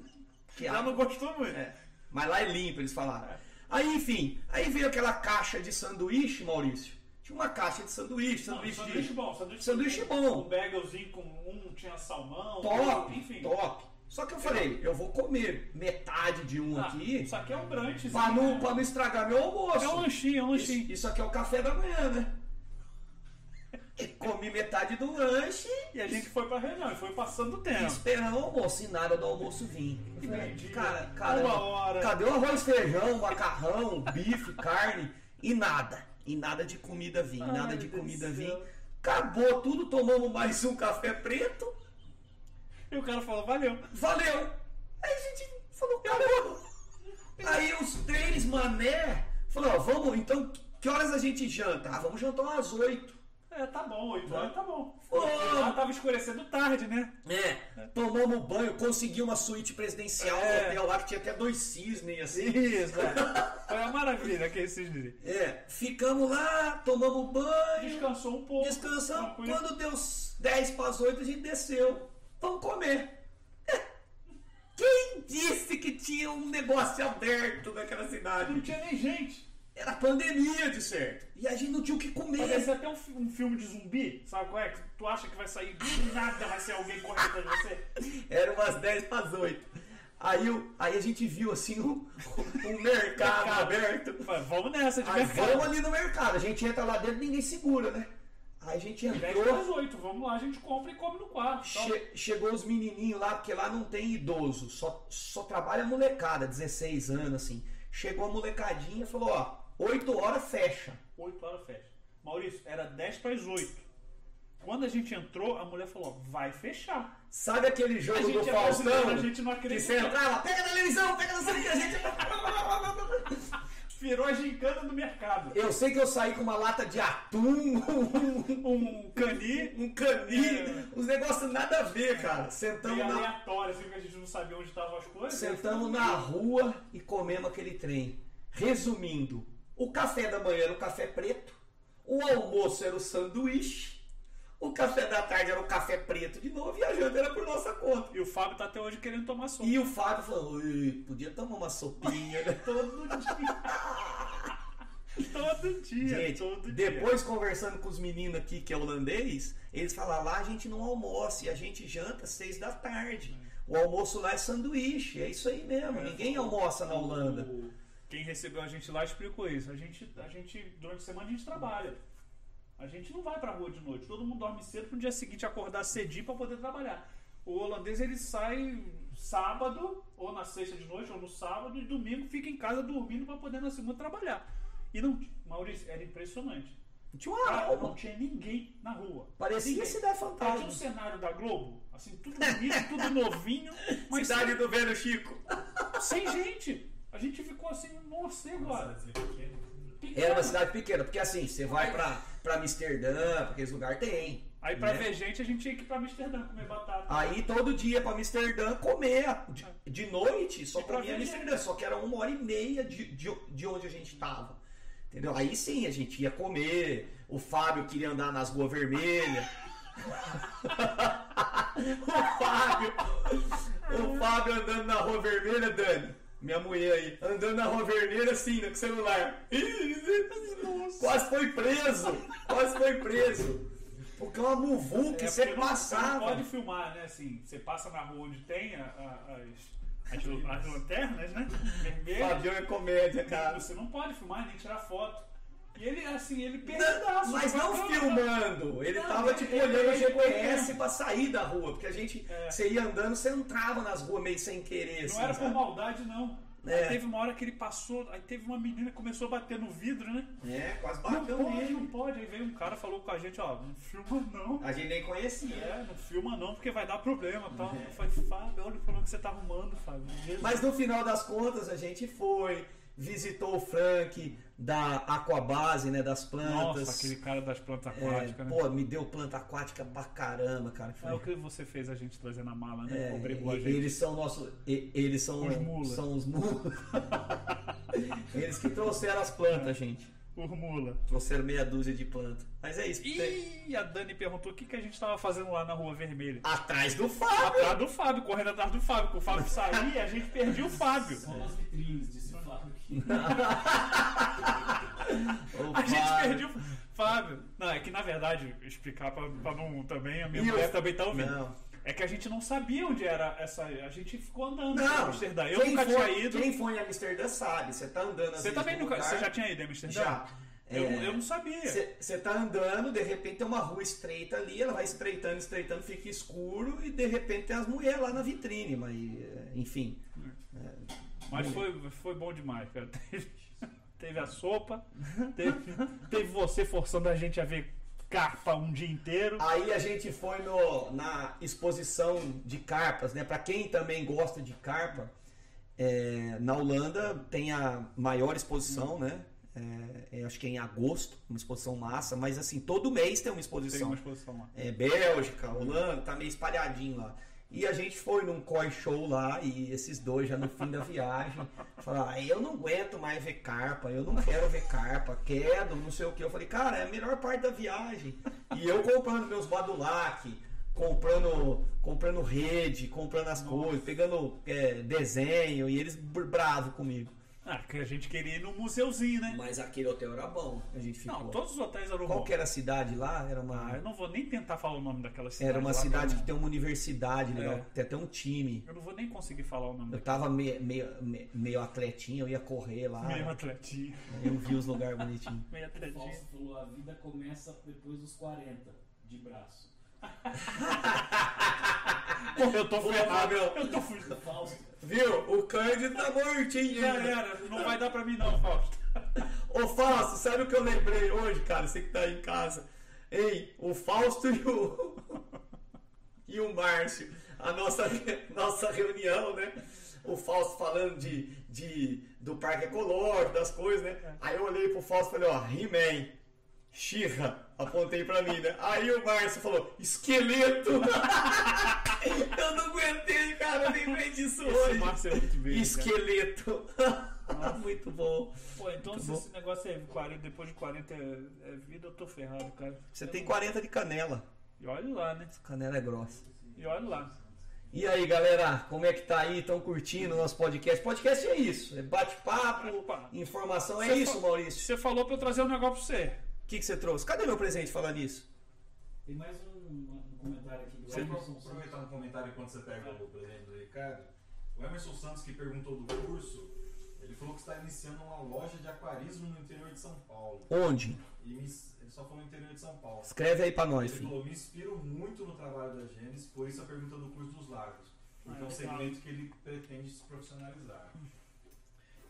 S1: Que
S2: Já não
S1: água.
S2: gostou muito.
S1: É. Mas lá é limpo, eles falaram. Aí, enfim, aí veio aquela caixa de sanduíche, Maurício. Tinha uma caixa de sanduíche,
S2: Não, e
S1: sanduíche,
S2: sanduíche
S1: de
S2: bom, sanduíche,
S1: Sanduíche
S2: com-
S1: bom.
S2: Um bagelzinho com um tinha salmão,
S1: top,
S2: enfim.
S1: top. Só que eu falei, eu vou comer metade de um
S2: Ah,
S1: aqui
S2: Isso aqui é um brunch.
S1: pra
S2: né?
S1: não, pra não estragar meu almoço.
S2: É um lanchinho, é um
S1: Isso,
S2: lanchinho.
S1: isso aqui é o café da manhã, né? Comi metade do lanche
S2: E a gente foi pra região, e foi passando o
S1: e
S2: tempo.
S1: esperando o almoço. E nada do almoço vinha. E,
S2: Entendi.
S1: Cara, cara,
S2: Uma hora.
S1: cadê o arroz, feijão, macarrão, bife, carne? E nada. E nada de comida vinha.
S2: Ai,
S1: Nada de
S2: meu
S1: comida
S2: Deus do
S1: vinha.
S2: céu.
S1: Acabou tudo, tomamos mais um café preto.
S2: E o cara falou, valeu.
S1: Valeu! Aí a gente falou, caramba! Aí os três mané falou, ó, vamos, então, que horas a gente janta? Ah, vamos jantar umas oito.
S2: É, tá bom, 8 horas tá bom.
S1: Ô!
S2: E lá tava escurecendo tarde, né?
S1: É, tomamos banho, consegui uma suíte presidencial no
S2: É.
S1: hotel lá que tinha até dois cisnes assim.
S2: Isso, é. Foi uma maravilha que esses dias.
S1: É, ficamos lá, tomamos banho,
S2: Descansou um pouco.
S1: descansamos.
S2: tranquilo.
S1: Quando deu uns 10 para as 8, a gente desceu. Vamos comer. É. Quem disse que tinha um negócio aberto naquela cidade?
S2: Não tinha nem gente.
S1: Era pandemia, de certo. E a gente não tinha o que comer.
S2: Parecia até um, fi- um filme de zumbi, sabe qual é? Que tu acha que vai sair do nada, vai ser alguém correndo atrás de você.
S1: Era umas 10 para as 8. Aí, eu- aí a gente viu assim um, um mercado aberto.
S2: Fala, Vamos nessa, de
S1: Aí vamos
S2: mercado.
S1: ali no mercado. A gente entra lá dentro ninguém segura, né? Aí a gente
S2: 10 para
S1: entrou,
S2: as 8, vamos lá, a gente compra e come no quarto. Tá tal.
S1: che- chegou os menininhos lá, porque lá não tem idoso, só, só trabalha molecada, 16 anos assim. Chegou a molecadinha e falou: ó, 8 horas fecha.
S2: 8 horas fecha. Maurício, era 10 para as 8. Quando a gente entrou, a mulher falou: ó, vai fechar.
S1: Sabe aquele
S2: A
S1: jogo do
S2: gente é brasileiro,
S1: Faustão?
S2: a gente não
S1: Que
S2: acredita.
S1: você entrava, pega na televisão, pega na televisão,
S2: Virou a gincana do mercado.
S1: Eu sei que eu saí com uma lata de atum, um,
S2: Um cani
S1: um canil,
S2: É.
S1: uns negócios nada a ver, cara.
S2: meio
S1: Sentamos na,
S2: aleatório, assim, que a gente não sabia onde estavam as coisas.
S1: sentamos na rua e comemos aquele trem. Resumindo, o café da manhã era o café preto, o almoço era o sanduíche, o café da tarde era o café preto de novo e a janta era por nossa conta.
S2: E o Fábio tá até hoje querendo tomar sopa.
S1: E o Fábio falou, "Ui, podia tomar uma sopinha, né?
S2: Todo dia. todo dia.
S1: Gente,
S2: todo dia.
S1: depois conversando com os meninos aqui que é holandês, eles falam lá a gente não almoça e a gente janta às seis da tarde. O almoço lá é sanduíche, é isso aí mesmo.
S2: É.
S1: Ninguém almoça na Holanda.
S2: O- Quem recebeu a gente lá explicou isso. A gente, a gente, durante a semana, a gente trabalha. A gente não vai pra rua de noite. Todo mundo dorme cedo pro dia seguinte acordar cedinho pra poder trabalhar. O holandês ele sai sábado, ou na sexta de noite, ou no sábado, e domingo fica em casa dormindo pra poder na segunda trabalhar. E não. Maurício, era impressionante.
S1: Tinha uma
S2: Cara, não
S1: alma.
S2: tinha ninguém na rua.
S1: Parecia
S2: Ninguém. Tá,
S1: cidade
S2: Tinha um
S1: fantástica.
S2: cenário da Globo, assim, tudo bonito, tudo novinho, mas
S1: Cidade do velho Chico.
S2: sem, sem gente. A gente ficou assim, nossa, e agora? Pequeno.
S1: Era uma cidade pequena, porque assim, você vai pra, pra Amsterdã, pra aqueles lugares tem.
S2: Aí pra
S1: né? Ah,
S2: ver gente, a gente tinha que ir pra Amsterdã comer batata.
S1: Aí todo dia pra Amsterdã comer. De, de noite só
S2: E pra
S1: comia
S2: ver
S1: Amsterdã, só que era uma hora e meia de, de, de onde a gente tava. Entendeu? Aí sim a gente ia comer. O Fábio queria andar nas ruas vermelhas. o Fábio. O Fábio andando na rua vermelha, Dani. Minha mulher aí. Andando na rua vermelha assim, né, com o celular. Quase foi preso. Quase foi preso. Porque é uma muvuca,
S2: É,
S1: você
S2: porque não-
S1: passava.
S2: Não pode filmar, né? Assim, você passa na rua onde tem a- a- as, as, lu- as lanternas, né? Vermelhas.
S1: Fabião é comédia, cara.
S2: Você não pode filmar nem tirar foto. E ele, assim, ele
S1: Não,
S2: perdidaço.
S1: mas não
S2: bacana.
S1: filmando. Ele
S2: Não,
S1: tava
S2: ele-
S1: tipo
S2: ele-
S1: olhando o
S2: ele-
S1: GPS pra sair da rua. Porque a gente,
S2: É.
S1: você ia andando, você entrava nas ruas meio sem querer.
S2: Não
S1: assim,
S2: era por
S1: sabe?
S2: maldade, não.
S1: É.
S2: Aí teve uma hora que ele passou, aí teve uma menina que começou a bater no vidro, né?
S1: É, quase
S2: Não
S1: bateu
S2: pode,
S1: nele.
S2: não pode. Aí veio um cara falou com a gente, ó, não filma não.
S1: A gente nem conhecia.
S2: É, não filma não, porque vai dar problema e tal.
S1: É.
S2: Eu falei, Fábio, olha o problema que você tá arrumando, Fábio. Jesus.
S1: Mas no final das contas, a gente foi, visitou o Frank da Aquabase, né? Das plantas.
S2: Nossa, aquele cara das plantas
S1: É,
S2: aquáticas, né?
S1: Pô, me deu planta aquática pra caramba, cara.
S2: É o que você fez a gente trazer na mala, né?
S1: É,
S2: Obrigou a
S1: e-
S2: gente.
S1: Eles são nosso, e- eles são
S2: Os mulas.
S1: São os mulas. eles que trouxeram as
S2: É.
S1: plantas, gente.
S2: Urmula.
S1: Trouxeram meia dúzia de plantas. Mas é isso. tem-
S2: Ih, a Dani perguntou o que, que a gente tava fazendo lá na Rua Vermelha.
S1: Atrás do Fábio.
S2: Atrás do Fábio, correndo atrás do Fábio. Porque o Fábio saía, a gente perdia o Fábio.
S3: é Só nas vitrines, disse o Flávio aqui.
S1: O
S2: A gente
S1: Fábio.
S2: perdeu. Fábio. Não, é que na verdade, explicar pra, pra não também, a minha
S1: E
S2: mulher
S1: eu-
S2: também tá ouvindo.
S1: Não.
S2: É que a gente não sabia onde era essa. A gente ficou andando em
S1: Não.
S2: Amsterdã. Eu
S1: quem
S2: nunca
S1: foi,
S2: tinha ido.
S1: Quem foi em Amsterdã sabe. Você tá andando às
S2: Você
S1: vezes
S2: também
S1: num
S2: nunca.
S1: lugar-
S2: Você já tinha ido em Amsterdã?
S1: Já. É,
S2: Eu, eu não sabia.
S1: Você tá andando, de repente tem uma rua estreita ali, ela vai espreitando, espreitando, fica escuro e de repente tem as mulheres lá na vitrine, mas é, enfim.
S2: Mas foi, foi bom demais, cara. Teve, teve a sopa, teve, teve você forçando a gente a ver carpa um dia inteiro.
S1: Aí a gente foi no- na exposição de carpas, né? Para quem também gosta de carpa, é, na Holanda tem a maior exposição, né? É, é, acho que é em agosto, uma exposição massa, mas assim, todo mês tem uma
S2: Tem
S1: exposição.
S2: uma exposição lá.
S1: é, Bélgica, Holanda, tá meio espalhadinho lá. E a gente foi num COI show lá e esses dois já no fim da viagem falaram: "Ah, eu não aguento mais ver carpa, eu não quero ver carpa, quero, não sei o que. Eu falei: cara, é a melhor parte da viagem. E eu comprando meus badulac, comprando, comprando rede, comprando as coisas, pegando é, desenho e eles br- bravo comigo.
S2: Ah, que a gente queria ir num museuzinho, né?
S1: Mas aquele hotel era bom, a gente ficou.
S2: Não, todos os hotéis eram
S1: Qual
S2: bons.
S1: que é? era a cidade lá? Era uma.
S2: Ah, eu não vou nem tentar falar o nome daquela cidade.
S1: Era uma
S2: lá,
S1: cidade que
S2: eu
S1: tem uma universidade legal,
S2: É.
S1: tem até um time.
S2: não- Eu não vou nem conseguir falar o nome
S1: Eu
S2: daquele
S1: tava meio, meio, meio- meio atletinho, eu ia correr lá.
S2: meio atletinho.
S1: Eu vi os lugares bonitinhos.
S2: Meio
S3: O
S2: atletinho.
S3: Fausto falou: a vida começa depois dos 40 de braço.
S1: Ah.
S2: Pô, eu tô
S1: Vou
S2: ferrado.
S1: levar meu-
S2: Eu tô fugindo.
S3: Fausto,
S1: Viu? O Cândido tá mortinho.
S2: Já era, não vai dar pra mim não, Fausto.
S1: Ô Fausto, sabe o que eu lembrei hoje, cara? Você que tá aí em casa. Ei, o Fausto e o. e o Márcio. A nossa, nossa reunião, né? O Fausto falando de, de, do parque ecológico, das coisas,
S2: É.
S1: né? Aí eu olhei pro Fausto e falei, ó, He-Man, Xirra, apontei pra mim, né? Aí o Márcio falou, esqueleto! eu não aguentei, cara, eu lembrei disso
S2: Esse
S1: hoje.
S2: Márcio é muito bem. cara.
S1: Esqueleto! Muito bom.
S2: Pô, então se
S1: bom.
S2: esse negócio é 40, depois de 40 é, é vida, eu tô ferrado, cara.
S1: Você
S2: Eu
S1: tem
S2: não-
S1: 40 de canela.
S2: E olha lá, né?
S1: Canela é grossa.
S2: E olha lá.
S1: E aí, galera, como é que tá aí? Estão curtindo o nosso podcast? Podcast é isso, é bate-papo,
S2: Bate-papo.
S1: informação. É
S2: Você
S1: isso,
S2: fa-
S1: Maurício.
S2: Você falou pra eu trazer um negócio pra você.
S1: O que, que você trouxe? Cadê meu presente falando isso?
S3: tem mais um, um comentário aqui do
S10: Vamos
S3: Emerson Santos.
S10: aproveitar um comentário enquanto você pega o presente do Ricardo. O Emerson Santos, que perguntou do curso, ele falou que está iniciando uma loja de aquarismo no interior de São Paulo.
S1: Onde?
S10: E me ins- ele só falou interior de São Paulo.
S1: Escreve aí pra nós,
S10: Ele
S1: filho.
S10: falou, me inspiro muito no trabalho da Gênesis, por isso a pergunta do curso dos lagos. Porque
S2: Ah,
S10: é um
S2: legal.
S10: segmento que ele pretende se profissionalizar.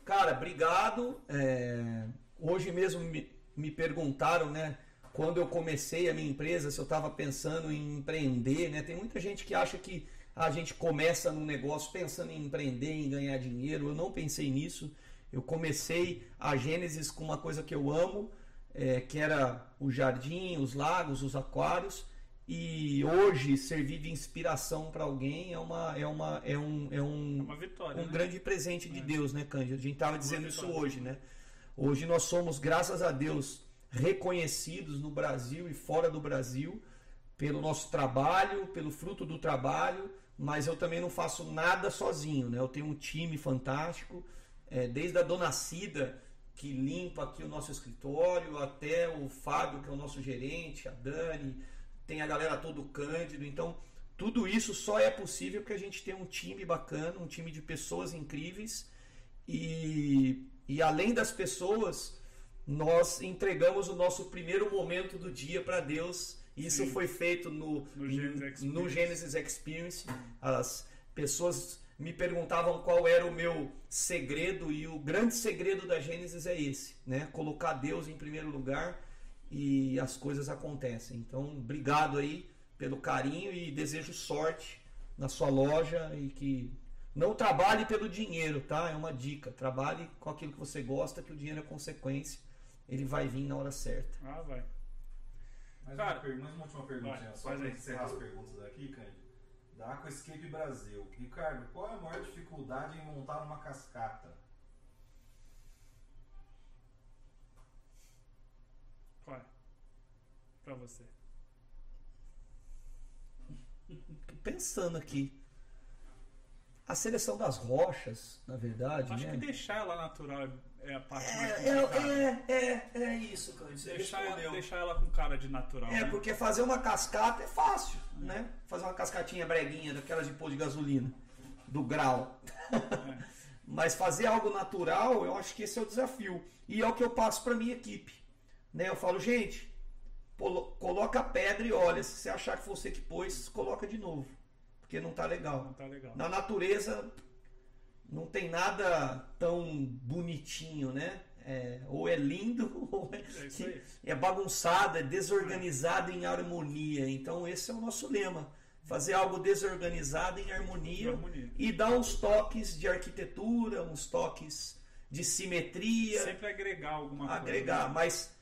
S1: Cara, obrigado. É, Hoje mesmo me, me perguntaram, né? Quando eu comecei a minha empresa, se eu estava pensando em empreender, né? Tem muita gente que acha que a gente começa num negócio pensando em empreender, em ganhar dinheiro. Eu não pensei nisso. Eu comecei a Gênesis com uma coisa que eu amo, é, que era o jardim, os lagos, os aquários. E hoje servir de inspiração para alguém é uma é uma é um é
S2: É
S1: um
S2: uma vitória,
S1: um
S2: né?
S1: grande presente de
S2: É.
S1: Deus, né, Cândido? A gente estava dizendo isso
S2: vitória.
S1: hoje, né? Hoje nós somos, graças a Deus, reconhecidos no Brasil e fora do Brasil pelo nosso trabalho, pelo fruto do trabalho, mas eu também não faço nada sozinho, né? Eu tenho um time fantástico, eh, desde a Dona Cida, que limpa aqui o nosso escritório, até o Fábio, que é o nosso gerente, a Dani, tem a galera todo cândido, então tudo isso só é possível porque a gente tem um time bacana, um time de pessoas incríveis e, e além das pessoas, nós entregamos o nosso primeiro momento do dia para Deus. Isso
S2: Sim.
S1: foi feito no,
S2: No Genesis Experience.
S1: no Genesis Experience. As pessoas me perguntavam qual era o meu segredo e o grande segredo da Gênesis é esse, né? Colocar Deus em primeiro lugar e as coisas acontecem. Então, obrigado aí pelo carinho e desejo sorte na sua loja e que não trabalhe pelo dinheiro, tá? É uma dica. Trabalhe com aquilo que você gosta, que o dinheiro é consequência. Ele vai vir na hora certa.
S2: Ah, vai.
S10: Mais,
S2: Cara,
S10: uma, per- mais uma última perguntinha,
S2: vai,
S10: só
S2: faz
S10: para
S2: aí.
S10: encerrar as perguntas aqui, Cândido. Da Aquascape Brasil. Ricardo, qual é a maior dificuldade em montar uma cascata?
S2: Qual é? Pra você.
S1: Tô pensando aqui. A seleção das rochas, na verdade,
S2: Acho
S1: né?
S2: que deixar ela natural é a parte mais
S1: É,
S2: complicada.
S1: é, é, é, é isso, Cândido. Você
S2: deixar, ela,
S1: respondeu.
S2: deixar ela com cara de natural.
S1: É,
S2: né?
S1: porque fazer uma cascata é fácil, né? Fazer uma cascatinha breguinha, daquelas de pôr de gasolina, do grau. é Mas fazer algo natural, eu acho que esse é o desafio. E é o que eu passo pra minha equipe. Né? Eu falo, gente, polo- coloca a pedra e olha. Se você achar que foi você que pôs, coloca de novo. Porque não tá legal.
S2: Não tá legal.
S1: Na natureza não tem nada tão bonitinho, né? É, ou é lindo, ou é,
S2: É isso aí.
S1: é bagunçado, é desorganizado em harmonia. Então esse é o nosso lema. Fazer algo desorganizado em harmonia
S2: Harmonia.
S1: e dar uns toques de arquitetura, uns toques de simetria
S2: Sempre agregar alguma coisa. né?
S1: agregar. Mas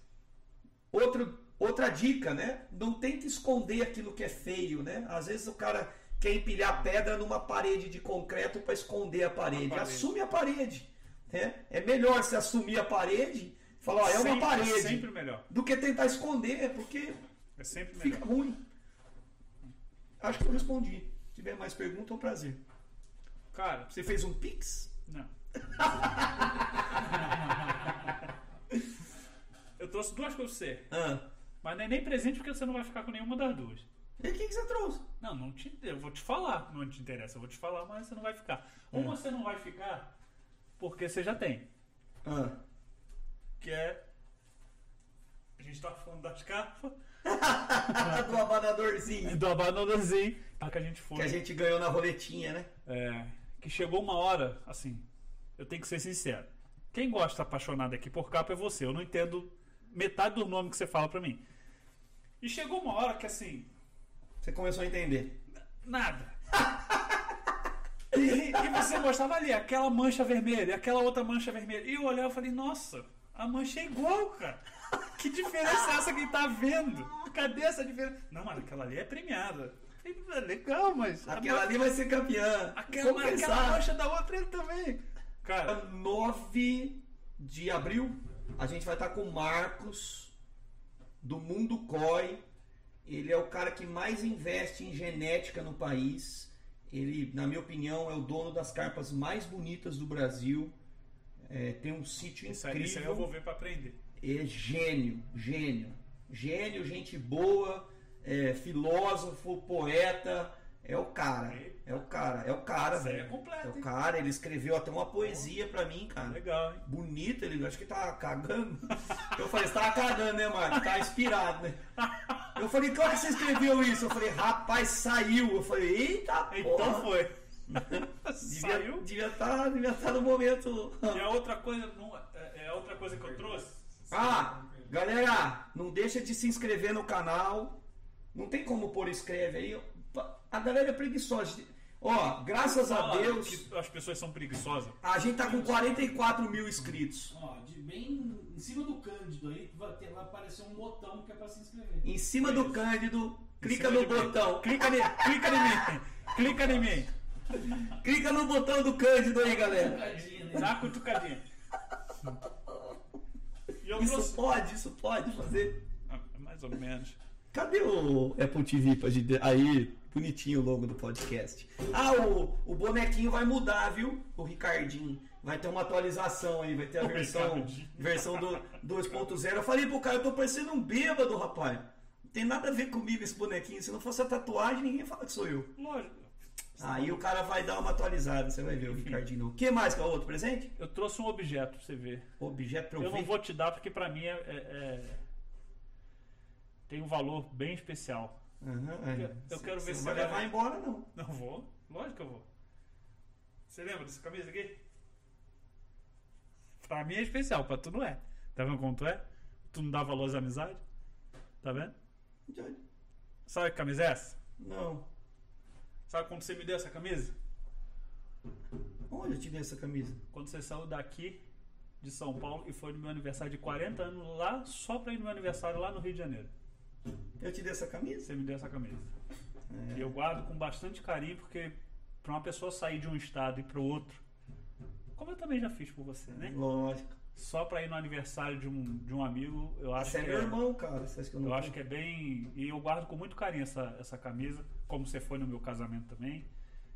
S1: outro, outra dica, né? Não tenta esconder aquilo que é feio, né? Às vezes o cara quer empilhar pedra numa parede de concreto para esconder a parede.
S2: parede.
S1: Assume a parede. Né? É melhor se assumir a parede e falar, ó, é uma
S2: Sempre-
S1: parede,
S2: Sempre melhor.
S1: do que tentar esconder, porque
S2: É sempre melhor.
S1: fica ruim. Acho que eu respondi. Se tiver mais pergunta, é um prazer.
S2: Cara,
S1: Você fez um pix?
S2: não. Eu trouxe duas pra você,
S1: Ah.
S2: mas não é nem presente porque você não vai ficar com nenhuma das duas.
S1: E o que que você trouxe?
S2: Não, não te, eu vou te falar, não te interessa, eu vou te falar, mas você não vai ficar. Ou
S1: É.
S2: você não vai ficar porque você já tem,
S1: Ah.
S2: que é. A gente tava falando das capas.
S1: Do abanadorzinho.
S2: Do abandonozinho. Tá que a gente É, foi.
S1: Que a gente ganhou na roletinha, né?
S2: É, que chegou uma hora, assim, eu tenho que ser sincero. Quem gosta apaixonado aqui por capa é você. Eu não entendo metade do nome que você fala pra mim. E chegou uma hora que, assim,
S1: Você começou a entender.
S2: nada. E, e você mostrava ali aquela mancha vermelha, aquela outra mancha vermelha. E eu olhava e falei, nossa, a mancha é igual, cara. Que diferença é essa que ele tá vendo? Cadê essa diferença? Não, mas aquela ali é premiada. Eu falei, Legal, mas. a
S1: Aquela
S2: mancha-
S1: ali é vai ser campeã.
S2: Aquela,
S1: Vamos
S2: aquela
S1: pensar.
S2: mancha da outra é ele também. Cara,
S1: 9 de abril, a gente vai estar com o Marcos, do Mundo COI. Ele é o cara que mais investe em genética no país. Ele, na minha opinião, é o dono das carpas mais bonitas do Brasil. É, tem um sítio
S2: Isso
S1: incrível.
S2: aí, isso aí eu vou ver pra aprender.
S1: é gênio, gênio, gênio, gente boa, é, filósofo, poeta, é o cara, é o cara, é o cara,
S2: Série
S1: velho.
S2: completa,
S1: É o
S2: hein?
S1: cara, ele escreveu até uma poesia pra mim, cara.
S2: Legal, hein?
S1: Bonito, ele acho que tá cagando. Eu falei, você tava cagando, né, Marcos? Tá inspirado, né? Eu falei, claro que você escreveu isso? Eu falei, rapaz, saiu. Eu falei, eita, porra.
S2: Então foi.
S1: devia,
S2: Saiu.
S1: Devia tá, devia tá no momento.
S2: E a outra coisa, não- é é a outra coisa que eu trouxe.
S1: Ah, galera, não deixa de se inscrever no canal. Não tem como pôr inscreve aí. A galera é preguiçosa. Ó, graças a
S2: Fala
S1: Deus,
S2: Que as pessoas são preguiçosas.
S1: a gente tá com 44 mil inscritos.
S3: Ó, de bem em cima do Cândido aí, vai, ter, vai aparecer um botão que é pra se inscrever.
S1: Em cima do Cândido, clica
S2: cima
S1: no
S2: de mim.
S1: botão.
S2: Clica, ne, clica em mim. Clica em mim.
S1: Clica no botão do Cândido aí, galera.
S3: Tadinha, né?
S2: Dá uma cutucadinha. E eu
S1: Isso é
S2: trouxe.
S1: pode, isso pode fazer.
S2: Ah, mais ou menos.
S1: Cadê o Apple TV pra gente. Aí, bonitinho o logo do podcast. Ah, o, o bonequinho vai mudar, viu? O Ricardinho. Vai ter uma atualização aí, vai ter a
S2: O
S1: versão,
S2: Ricardinho.
S1: versão do 2.0. Eu falei pro cara, eu tô parecendo um bêbado, rapaz. Não tem nada a ver comigo esse bonequinho. Se não fosse a tatuagem, ninguém fala que sou eu.
S2: Lógico.
S1: Aí o cara vai dar uma atualizada, você vai ver o Ricardinho. O que mais que é o outro presente?
S2: Eu trouxe um objeto pra você ver.
S1: Objeto pra
S2: Eu
S1: eu
S2: não
S1: ver.
S2: vou te dar porque pra mim é- é- é... tem um valor bem especial.
S1: Aham, é.
S2: Eu- eu quero ver
S1: você
S2: se
S1: não vai
S2: vai-
S1: levar embora, não.
S2: Não vou? Lógico que eu vou. Você lembra dessa camisa aqui? Pra mim é especial, pra tu não é. Tá vendo como tu é? Tu não dá valor às amizades? Tá vendo? Sabe que camisa é essa?
S1: Então, Não.
S2: Sabe quando você me deu essa camisa?
S1: Onde eu te dei essa camisa?
S2: Quando você saiu daqui de São Paulo e foi no meu aniversário de 40 anos lá, só pra ir no meu aniversário lá no Rio de Janeiro.
S1: Eu te dei essa camisa?
S2: Você me deu essa camisa. E eu guardo com bastante carinho, porque pra uma pessoa sair de um estado e pro outro, como eu também já fiz por você, né?
S1: Lógico.
S2: Só pra ir no aniversário de um, de um amigo, eu acho
S1: Você é
S2: que
S1: meu irmão, cara. Você acha que eu não
S2: Eu acho que é bem. E eu guardo com muito carinho essa, essa camisa, como você foi no meu casamento também.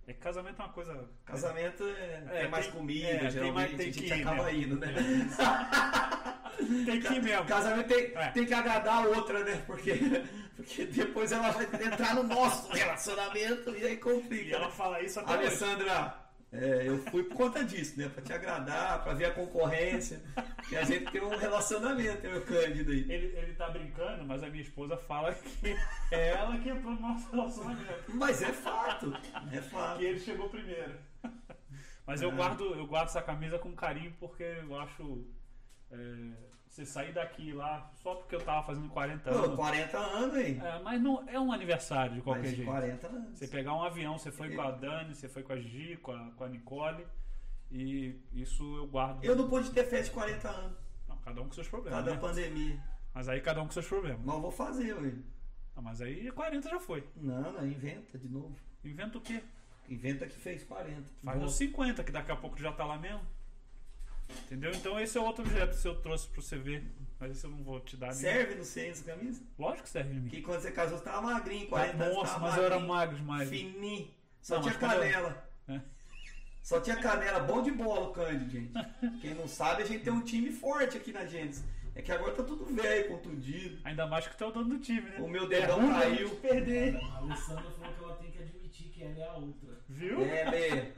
S2: É que casamento é uma coisa.
S1: Casamento é, tem
S2: tem-
S1: mais comida,
S2: é, tem
S1: geralmente.
S2: mais- tem
S1: a gente
S2: que ir,
S1: acaba
S2: né?
S1: indo, né?
S2: Tem que ir mesmo.
S1: Casamento tem,
S2: É.
S1: tem que agradar a outra, né? Porque, porque depois ela vai entrar no nosso relacionamento e aí
S2: E
S1: complica.
S2: ela
S1: né?
S2: fala isso até hoje.
S1: Alessandra, É, eu fui por conta disso, né? Pra te agradar, pra ver a concorrência. E a gente tem um relacionamento, eu e o Cândido aí.
S2: Ele, ele tá brincando, mas a minha esposa fala que é ela que entrou no nosso relacionamento.
S1: Mas é fato, é
S2: Que
S1: fato.
S2: ele chegou primeiro. Mas
S1: É.
S2: eu guardo, eu guardo essa camisa com carinho porque eu acho. É, você sair daqui lá só porque eu tava fazendo 40
S1: Pô,
S2: anos.
S1: 40 anos, hein?
S2: É, mas não Então- é um aniversário de qualquer
S1: Mas É.
S2: jeito.
S1: 40 anos.
S2: Você pegar um avião, você foi com a Dani, você foi com a Gi, com a, com a Nicole. E isso eu guardo.
S1: Eu não pude ter festa de 40 anos,
S2: Não, cada um com seus
S1: por
S2: problemas.
S1: causa da
S2: né?
S1: pandemia.
S2: Mas aí cada um com seus problemas.
S1: Mas eu vou fazer, ué.
S2: Ah, mas aí 40 já foi.
S1: Não, não, inventa de novo.
S2: Inventa o quê?
S1: Inventa que fez 40.
S2: Faz
S1: Bom,
S2: uns 50, que daqui a pouco já tá lá mesmo. Entendeu? Então esse é outro objeto que eu trouxe pra você ver. Mas esse eu não vou te dar nem.
S1: Serve no sei essa camisa?
S2: Lógico que serve em mim.
S1: Que quando você casou, você tava magrinho, 40 anos.
S2: Nossa,
S1: tava
S2: Tá mas eu era
S1: magrinho,
S2: magro demais.
S1: Fininho. Só
S2: Não, mas
S1: tinha
S2: quando eu-
S1: canela.
S2: É.
S1: Só tinha canela, bom de bola o Cândido, gente. Quem não sabe, a gente tem um time forte aqui na gente. É que agora tá tudo velho, contundido.
S2: Ainda mais que tu é o dono do time, né?
S1: O meu dedão
S2: ruim,
S1: caiu.
S2: né? Perder.
S3: A Alessandra falou que ela tem que admitir que ela é a outra.
S2: Viu? Tá
S1: É, Lê.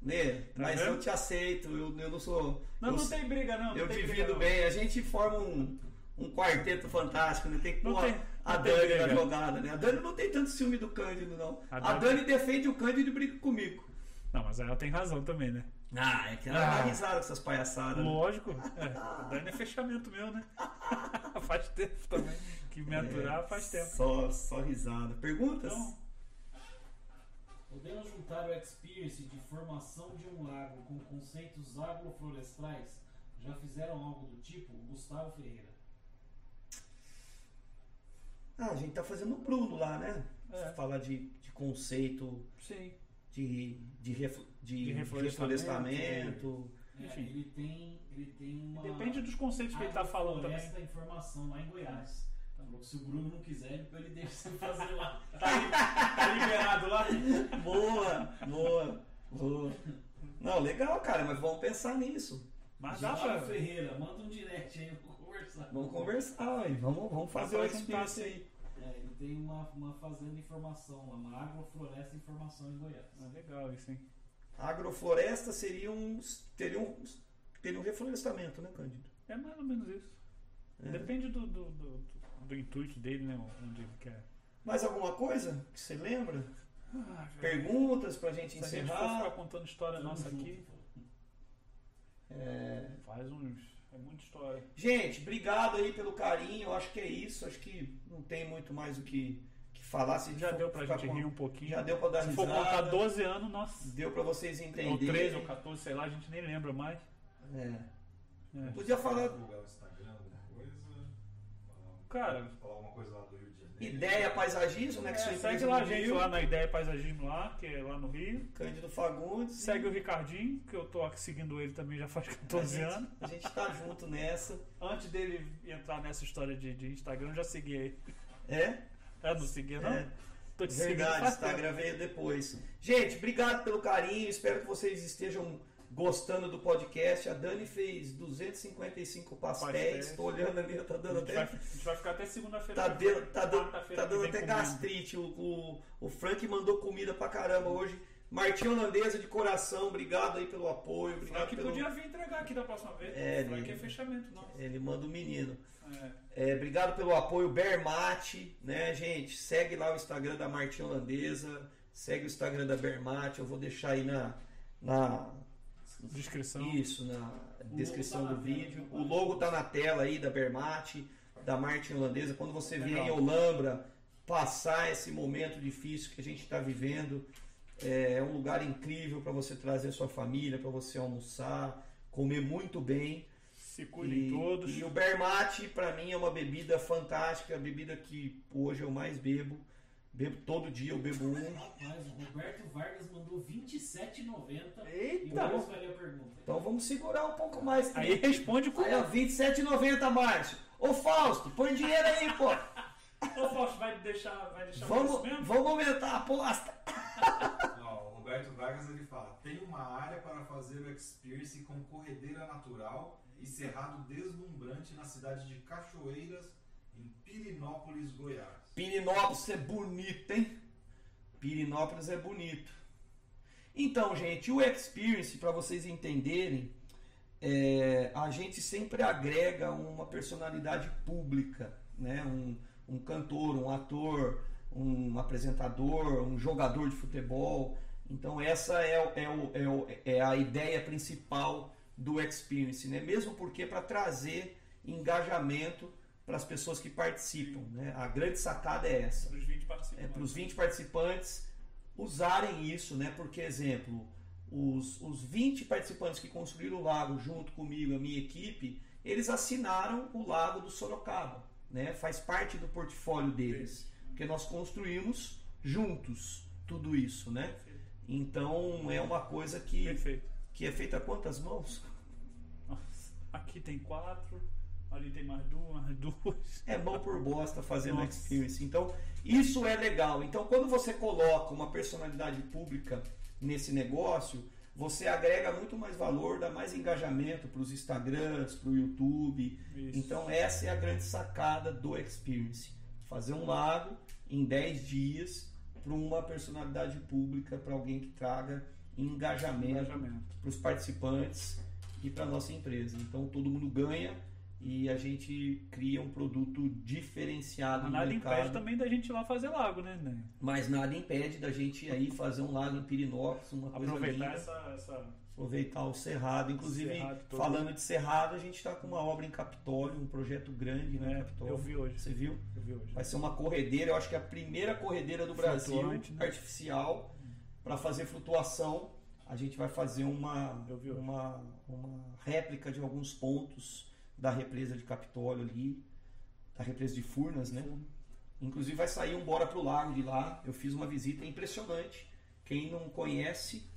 S1: Lê, mas
S2: vendo?
S1: eu te aceito, eu, eu não sou.
S2: Não,
S1: eu
S2: não tem briga, não. não
S1: eu
S2: tem briga,
S1: divido
S2: não.
S1: bem, a gente forma um, um quarteto fantástico, né? Tem que
S2: Não
S1: pôr
S2: tem-
S1: a
S2: não tem
S1: Dani na
S2: briga.
S1: jogada, né? A Dani não tem tanto ciúme do Cândido, não.
S2: A
S1: A,
S2: Dani-
S1: Dani defende o Cândido e briga comigo.
S2: Não, mas ela tem razão também, né?
S1: Ah, é que ela
S2: Ah.
S1: dá risada com essas palhaçadas. né?
S2: Lógico. É. O Dani é fechamento meu, né? faz tempo também. Que me aturar
S1: É.
S2: faz tempo.
S1: Só, só risada. Perguntas?
S2: Então,
S3: Podemos juntar o experience de formação de um lago com conceitos agroflorestais? Já fizeram algo do tipo? Gustavo Ferreira.
S1: Ah, a gente tá fazendo o Bruno lá, né?
S2: É.
S1: Falar de, de conceito
S2: sim.
S1: de, de, refl- de,
S2: De reflorestamento,
S1: reflorestamento.
S3: É,
S2: Enfim.
S3: ele tem, ele tem uma.
S2: Depende dos conceitos que ele tá falando também.
S3: Floresta Informação lá em Goiás. Tá louco? Se o Bruno não quiser, ele- ele deixa você fazer lá.
S2: Tá liberado lá?
S1: Boa, boa, boa. Não, legal, cara, mas vamos pensar nisso.
S2: Mas dá
S3: Gustavo
S2: pra.
S3: Ferreira, manda um direct aí, eu vou conversar.
S1: Vamos conversar, aí. Vamos, vamos fazer
S2: Dá
S1: o
S2: pra
S1: experience
S2: juntar,
S1: aí.
S3: É, ele tem uma, uma fazenda de informação lá, uma agrofloresta de informação em Goiás.
S2: Ah, legal isso, hein?
S1: Agrofloresta seria um, teria um, teria um reflorestamento, né, Cândido?
S2: É mais ou menos isso.
S1: É.
S2: Depende do, do, do, do- do intuito dele, né? Onde ele quer.
S1: Mais alguma coisa que você lembra?
S2: Ah,
S1: Perguntas pra
S2: Se
S1: gente
S2: a gente for ficar
S1: encerrar?
S2: contando história nossa aqui,
S1: É,
S2: faz uns. É muita história.
S1: Gente, obrigado aí pelo carinho. Eu acho que é isso. Acho que não tem muito mais o que, que falar. Se
S2: Já
S1: for
S2: deu pra
S1: ficar
S2: gente
S1: com-
S2: rir um pouquinho.
S1: Já deu pra dar
S2: Se for
S1: risada.
S2: contar 12 anos, nossa.
S1: Deu pra vocês
S2: Ou
S1: entenderem.
S2: 13 ou 14, sei lá, a gente nem lembra mais.
S1: É.
S2: É.
S1: Podia falar
S10: Divulgar o Instagram, alguma coisa. falar-
S2: Cara.
S10: Falar alguma coisa lá do Rio de Janeiro.
S1: ideia paisagismo, né?
S2: É,
S1: Que sua
S2: segue
S1: empresa
S2: lá a
S1: no
S2: gente
S1: Rio.
S2: lá na Ideia Paisagismo lá, que é lá no Rio.
S1: Cândido Fagundes.
S2: Segue o Ricardinho, que eu tô aqui seguindo ele também já faz 14
S1: a gente,
S2: anos.
S1: A gente tá junto nessa.
S2: É, Antes dele entrar nessa história de, de Instagram, eu já segui ele.
S1: É?
S2: Eu não seguia, não?
S1: É.
S2: Tô te seguindo.
S1: Verdade,
S2: faz
S1: Instagram veio depois. Gente, obrigado pelo carinho. Espero que vocês estejam gostando do podcast. A Dani fez 255 pastéis.
S2: Pastéis.
S1: Tô olhando ali, tá
S2: tempo.
S1: dando
S2: A gente,
S1: até.
S2: vai, a gente vai ficar até segunda-feira.
S1: Tá dando, tá dando,
S2: Quarta-feira
S1: tá
S2: que
S1: dando
S2: vem
S1: até
S2: comendo.
S1: gastrite. O, o, o Frank mandou comida pra caramba hoje. Martim Holandesa de coração, obrigado aí pelo apoio. Obrigado
S2: Frank
S1: pelo...
S2: podia vir entregar aqui da próxima vez.
S1: É,
S2: Frank
S1: ele-
S2: é fechamento, não.
S1: Ele manda o menino.
S2: É.
S1: É, obrigado pelo apoio, Bermate, né, gente? Segue lá o Instagram da Martim Holandesa, segue o Instagram da Bermate, eu vou deixar aí na. na
S2: Descrição.
S1: isso, na descrição
S3: Então, tá
S1: do
S3: na tela,
S1: vídeo.
S3: tá
S1: O logo tá na tela aí da Bermate, da Martin Holandesa. Quando você vier em
S2: Legal.
S1: Olambra passar esse momento difícil que a gente está vivendo, é é um lugar incrível para você trazer sua família, para você almoçar, comer muito bem.
S2: Se cuidem todos.
S1: E o Bermate, para mim, é uma bebida fantástica, a bebida que hoje eu mais bebo. Bebo todo dia, eu bebo um.
S3: Mas o Roberto Vargas mandou 27,90. E
S2: Eita!
S3: vamos fazer a pergunta.
S1: Tá Então vamos segurar um pouco mais.
S2: Aí responde com.
S1: Aí, ó, 27,90, Márcio. Ô, Fausto, põe dinheiro aí, pô.
S2: Ô, Fausto, vai deixar, vai deixar isso
S1: Vamos,
S2: mesmo?
S1: vamos aumentar a aposta.
S10: Ó, o Roberto Vargas ele fala: tem uma área para fazer o experience com corredeira natural e cerrado deslumbrante na cidade de Cachoeiras, em Pirinópolis, Goiás.
S1: Pirinópolis é bonito, hein? Pirinópolis é bonito. Então, gente, o experience, para vocês entenderem, é, a gente sempre agrega uma personalidade pública, né? um, um cantor, um ator, um apresentador, um jogador de futebol. Então, essa é, o- é, o- é, o- é a ideia principal do experience, né? mesmo porque para trazer engajamento para as pessoas que participam. Né? A grande sacada é essa
S11: Dos 20
S1: é,
S11: participantes.
S1: para os 20 participantes usarem isso, né? Porque, exemplo, os, os 20 participantes que construíram o lago junto comigo, a minha equipe, eles assinaram o lago do Sorocaba, né? Faz parte do portfólio deles, porque nós construímos juntos tudo isso, né? Então é uma coisa que,
S2: Perfeito.
S1: que é feita a quantas mãos?
S2: Nossa, Aqui tem quatro, ali tem mais duas, mais duas.
S1: É mão por bosta fazendo
S2: Nossa.
S1: experience. Então, isso é legal. Então, quando você coloca uma personalidade pública nesse negócio, você agrega muito mais valor, dá mais engajamento para os Instagrams, para o YouTube.
S2: Isso.
S1: Então, essa é a grande sacada do experience. Fazer um lago em 10 dias para uma personalidade pública, para alguém que traga engajamento
S2: engajamento.
S1: para os participantes e para nossa empresa. Então todo mundo ganha e a gente cria um produto diferenciado
S2: Mas
S1: no
S2: nada
S1: mercado.
S2: impede tá? também da gente ir lá fazer lago, né? né?
S1: Mas nada impede da gente aí fazer um lago em Pirinópolis, uma coisa
S2: Aproveitar
S1: linda,
S2: essa, essa.
S1: aproveitar o cerrado. Inclusive
S2: Cerrado todo.
S1: falando de cerrado, a gente está com uma obra em Capitólio, um projeto grande, né?
S2: É,
S1: Capitólio.
S2: eu vi hoje.
S1: Você viu?
S2: Eu vi hoje.
S1: Vai ser uma corredeira, eu acho que é a primeira corredeira do Brasil
S2: Flutuante, né?
S1: artificial para fazer flutuação. A gente vai fazer uma,
S2: Eu vi hoje.
S1: uma, uma réplica de alguns pontos da represa de Capitólio ali, da represa de Furnas, né? Inclusive vai sair um Bora pro Lago de lá. Eu fiz uma visita é impressionante. Quem não conhece,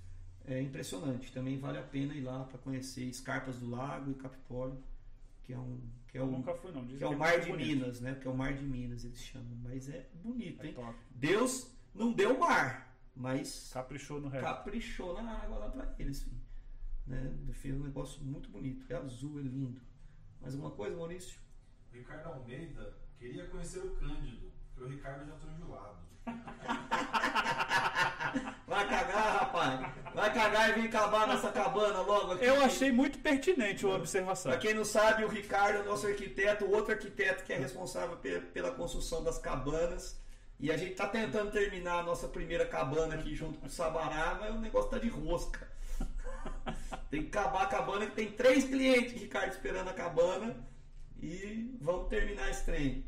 S1: é impressionante. Também vale a pena ir lá para conhecer Escarpas do Lago e Capitólio, que é um que é
S2: Eu
S1: um,
S2: nunca fui, não. Dizem
S1: que é o
S2: muito
S1: Mar de
S2: bonito.
S1: Minas, né? Que é o Mar de Minas, eles chamam. Mas é bonito,
S2: É
S1: hein?
S2: top.
S1: Deus não deu mar, mas
S2: Caprichou no resto.
S1: caprichou na água lá pra eles, filho. Né? Fez um negócio muito bonito. É azul, é lindo. Mais alguma coisa, Maurício?
S10: Ricardo Almeida queria conhecer o Cândido, porque o Ricardo já tá enjoado.
S1: Vai cagar, rapaz! Vai cagar e vem acabar nossa cabana logo aqui.
S2: Eu achei muito pertinente a observação.
S1: Pra quem não sabe, o Ricardo é o nosso arquiteto, o outro arquiteto que é responsável pe- pela construção das cabanas. E a gente tá tentando terminar a nossa primeira cabana aqui junto com o Sabará, mas o negócio tá de rosca. tem que acabar a cabana, que tem três clientes, Ricardo, esperando a cabana. E vamos terminar esse trem.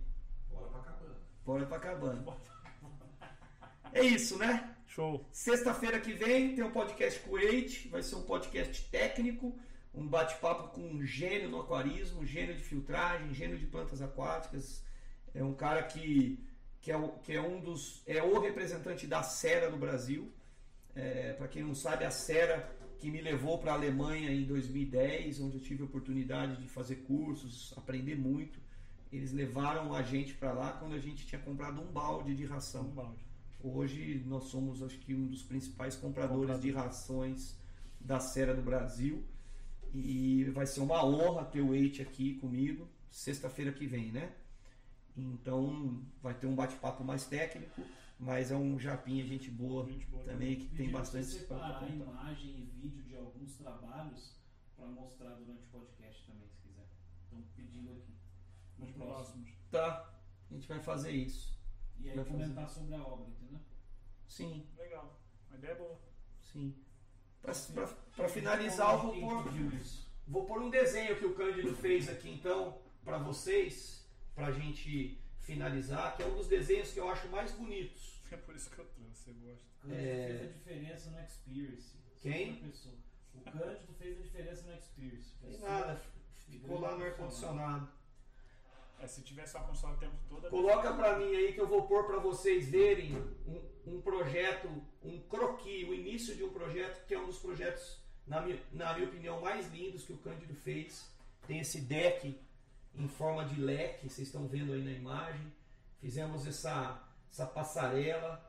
S10: Bora pra cabana.
S1: Bora pra cabana. É isso, né?
S2: Show.
S1: Sexta-feira que vem tem um podcast Kuwait, vai ser um podcast técnico, um bate-papo com um gênio no aquarismo, um gênio de filtragem, gênio de plantas aquáticas. É um cara que, que, é, o- que é um dos. é o representante da Sera no Brasil. para quem não sabe, a Sera que me levou para a Alemanha em 2010, onde eu tive a oportunidade de fazer cursos, aprender muito. Eles levaram a gente para lá quando a gente tinha comprado um balde de ração.
S2: Um balde.
S1: Hoje nós somos, acho que, um dos principais compradores de rações da Sera do Brasil. E vai ser uma honra ter o Eite aqui comigo, sexta-feira que vem, né? Então vai ter um bate-papo mais técnico, mas é um japinha, gente boa
S2: Gente boa.
S1: também, que tem
S3: Pedir pra
S1: bastante.
S3: você
S1: história pra
S3: separar
S1: contar.
S3: imagem e vídeo de alguns trabalhos para mostrar durante o podcast também, se quiser. Então, pedindo aqui. No
S11: Nos
S3: próximo.
S11: próximos.
S1: Tá, a gente vai fazer isso.
S3: E aí
S1: Vai fazer.
S3: comentar sobre a obra, entendeu?
S1: Sim,
S11: Legal. A ideia é boa.
S1: sim. Pra, pra- pra finalizar, eu vou
S3: Quem
S1: pôr.
S3: pediu isso?
S1: Vou pôr um desenho que o Cândido fez aqui então para vocês, para gente finalizar, que é um dos desenhos que eu acho mais bonitos.
S11: É por isso que eu trouxe, eu gosto.
S3: Cândido fez a diferença no Experience.
S1: É. Quem?
S3: Outra pessoa. O Cândido fez a diferença no Experience.
S1: Não tem nada, ficou lá no ar condicionado.
S11: É, se tiver só a consola o tempo todo. é
S1: Coloca para mim aí que eu vou pôr para vocês verem um, um projeto, um croqui, o início de um projeto que é um dos projetos, na minha, na minha opinião, mais lindos que o Cândido fez. Tem esse deck em forma de leque, vocês estão vendo aí na imagem. Fizemos essa, essa passarela.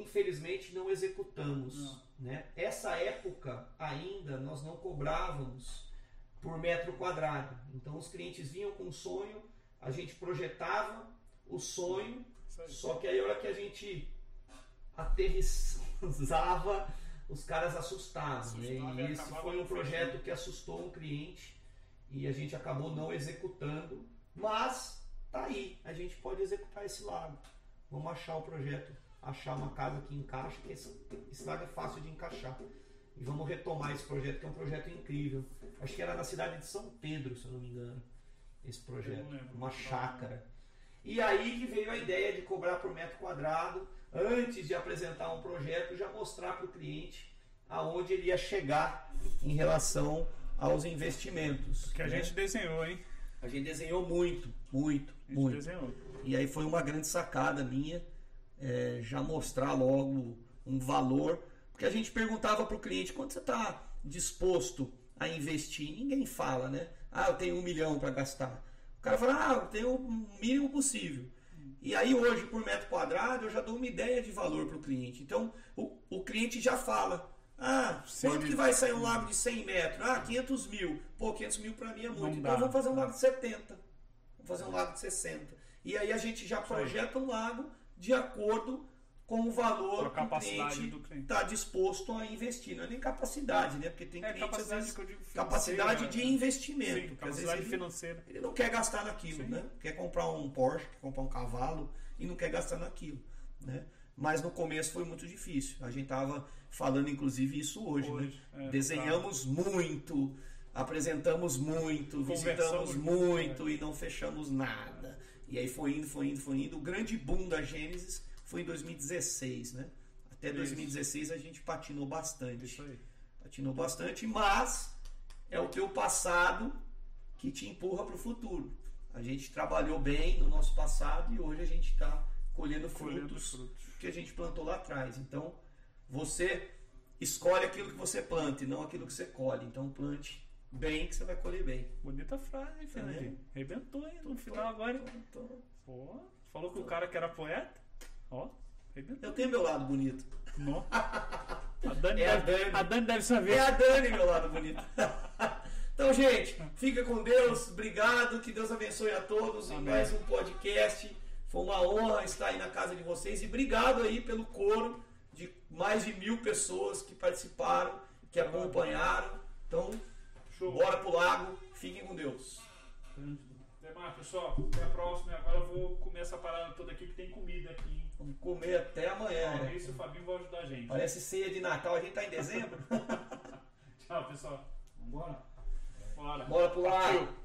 S1: Infelizmente não executamos. Né? Essa época ainda nós não cobrávamos por metro quadrado. Então os clientes vinham com sonho, a gente projetava o sonho,
S11: Isso aí.
S1: só que aí a hora que a gente aterrissava os caras assustados. Né?
S11: Assustado,
S1: E
S11: e
S1: esse
S11: acabava
S1: foi um
S11: não fechando.
S1: projeto que assustou um cliente e a gente acabou não executando, mas tá aí, a gente pode executar esse lago. Vamos achar o projeto, achar uma casa que encaixa, que esse, esse lago é fácil de encaixar. E vamos retomar esse projeto, que é um projeto incrível. Acho que era na cidade de São Pedro, se eu não me engano, esse projeto.
S11: não lembro.
S1: Uma chácara. E aí que veio a ideia de cobrar por metro quadrado, antes de apresentar um projeto, já mostrar para o cliente aonde ele ia chegar em relação aos investimentos.
S11: Que a
S1: né?
S11: gente desenhou, hein?
S1: A gente desenhou muito, muito,
S11: A gente
S1: muito.
S11: desenhou.
S1: E aí foi uma grande sacada minha é, já mostrar logo um valor. Porque a gente perguntava para o cliente quanto você está disposto a investir. Ninguém fala, né? Ah, eu tenho um milhão para gastar. O cara fala, ah, eu tenho o mínimo possível. E aí hoje, por metro quadrado, eu já dou uma ideia de valor para o cliente. Então, o, o cliente já fala. Ah, quanto que vai sair um lago de 100 metros? Ah, 500 mil. Pô, 500 mil para mim é muito.
S2: Não
S1: então
S2: dá.
S1: vamos fazer um lago de 70. Vamos fazer um lago de 60. E aí a gente já projeta um lago de acordo com o
S11: Com
S1: valor
S11: a
S1: que o
S11: capacidade
S1: cliente
S11: do cliente.
S1: está disposto a investir. Não é nem capacidade, né? Porque tem
S11: É
S1: cliente, às
S11: capacidade
S1: vezes,
S11: que eu digo financeira. né?
S1: capacidade de investimento.
S11: Sim,
S1: que às vezes
S11: capacidade
S1: ele-
S11: financeira.
S1: ele não quer gastar naquilo, né? Quer comprar um Porsche, quer comprar um cavalo e não quer gastar naquilo, né? Mas no começo foi muito difícil. A gente tava falando inclusive isso hoje,
S11: Hoje,
S1: né?
S11: é,
S1: Desenhamos muito, apresentamos muito,
S11: Conversamos né?
S1: visitamos muito e não fechamos nada. E aí foi indo, foi indo, foi indo. O grande boom da Gênesis foi em 2016, né? Até
S11: Isso.
S1: 2016 a gente patinou bastante
S11: É Isso aí.
S1: patinou bastante, mas é o teu passado que te empurra para o futuro. A gente trabalhou bem no nosso passado e hoje a gente está colhendo
S11: Colhendo
S1: frutos
S11: frutos.
S1: que a gente plantou lá atrás. Então, você escolhe aquilo que você planta e não aquilo que você colhe. Então, plante bem que você vai colher bem.
S11: Bonita frase, hein, Fernandinho?
S1: É.
S11: Arrebentou, hein? No final agora, hein?
S1: Então,
S11: Pô, falou que o cara que era poeta? Ó, arrebentou.
S1: então, eu tenho meu lado bonito.
S11: Nó. A Dani,
S1: É a
S11: deve,
S1: Dani.
S11: a Dani deve saber.
S1: É a Dani, meu lado bonito. Então, gente, fica com Deus. Obrigado. Que Deus abençoe a todos em
S11: Amém.
S1: mais um podcast. Foi uma honra estar aí na casa de vocês. E obrigado aí pelo coro de mais de mil pessoas que participaram, que acompanharam. Então,
S11: Show.
S1: bora pro lago. Fiquem com Deus.
S11: Até mais, pessoal. Até a próxima. Agora eu vou comer essa parada toda aqui que tem comida aqui, hein?
S1: Vamos comer até amanhã.
S11: Então,
S1: né?
S11: Isso o Fabinho vai ajudar a gente.
S1: Parece ceia de Natal. A gente tá em dezembro.
S11: Tchau, pessoal.
S3: Vambora?
S11: Bora.
S1: Bora pro lago.
S11: Tchau.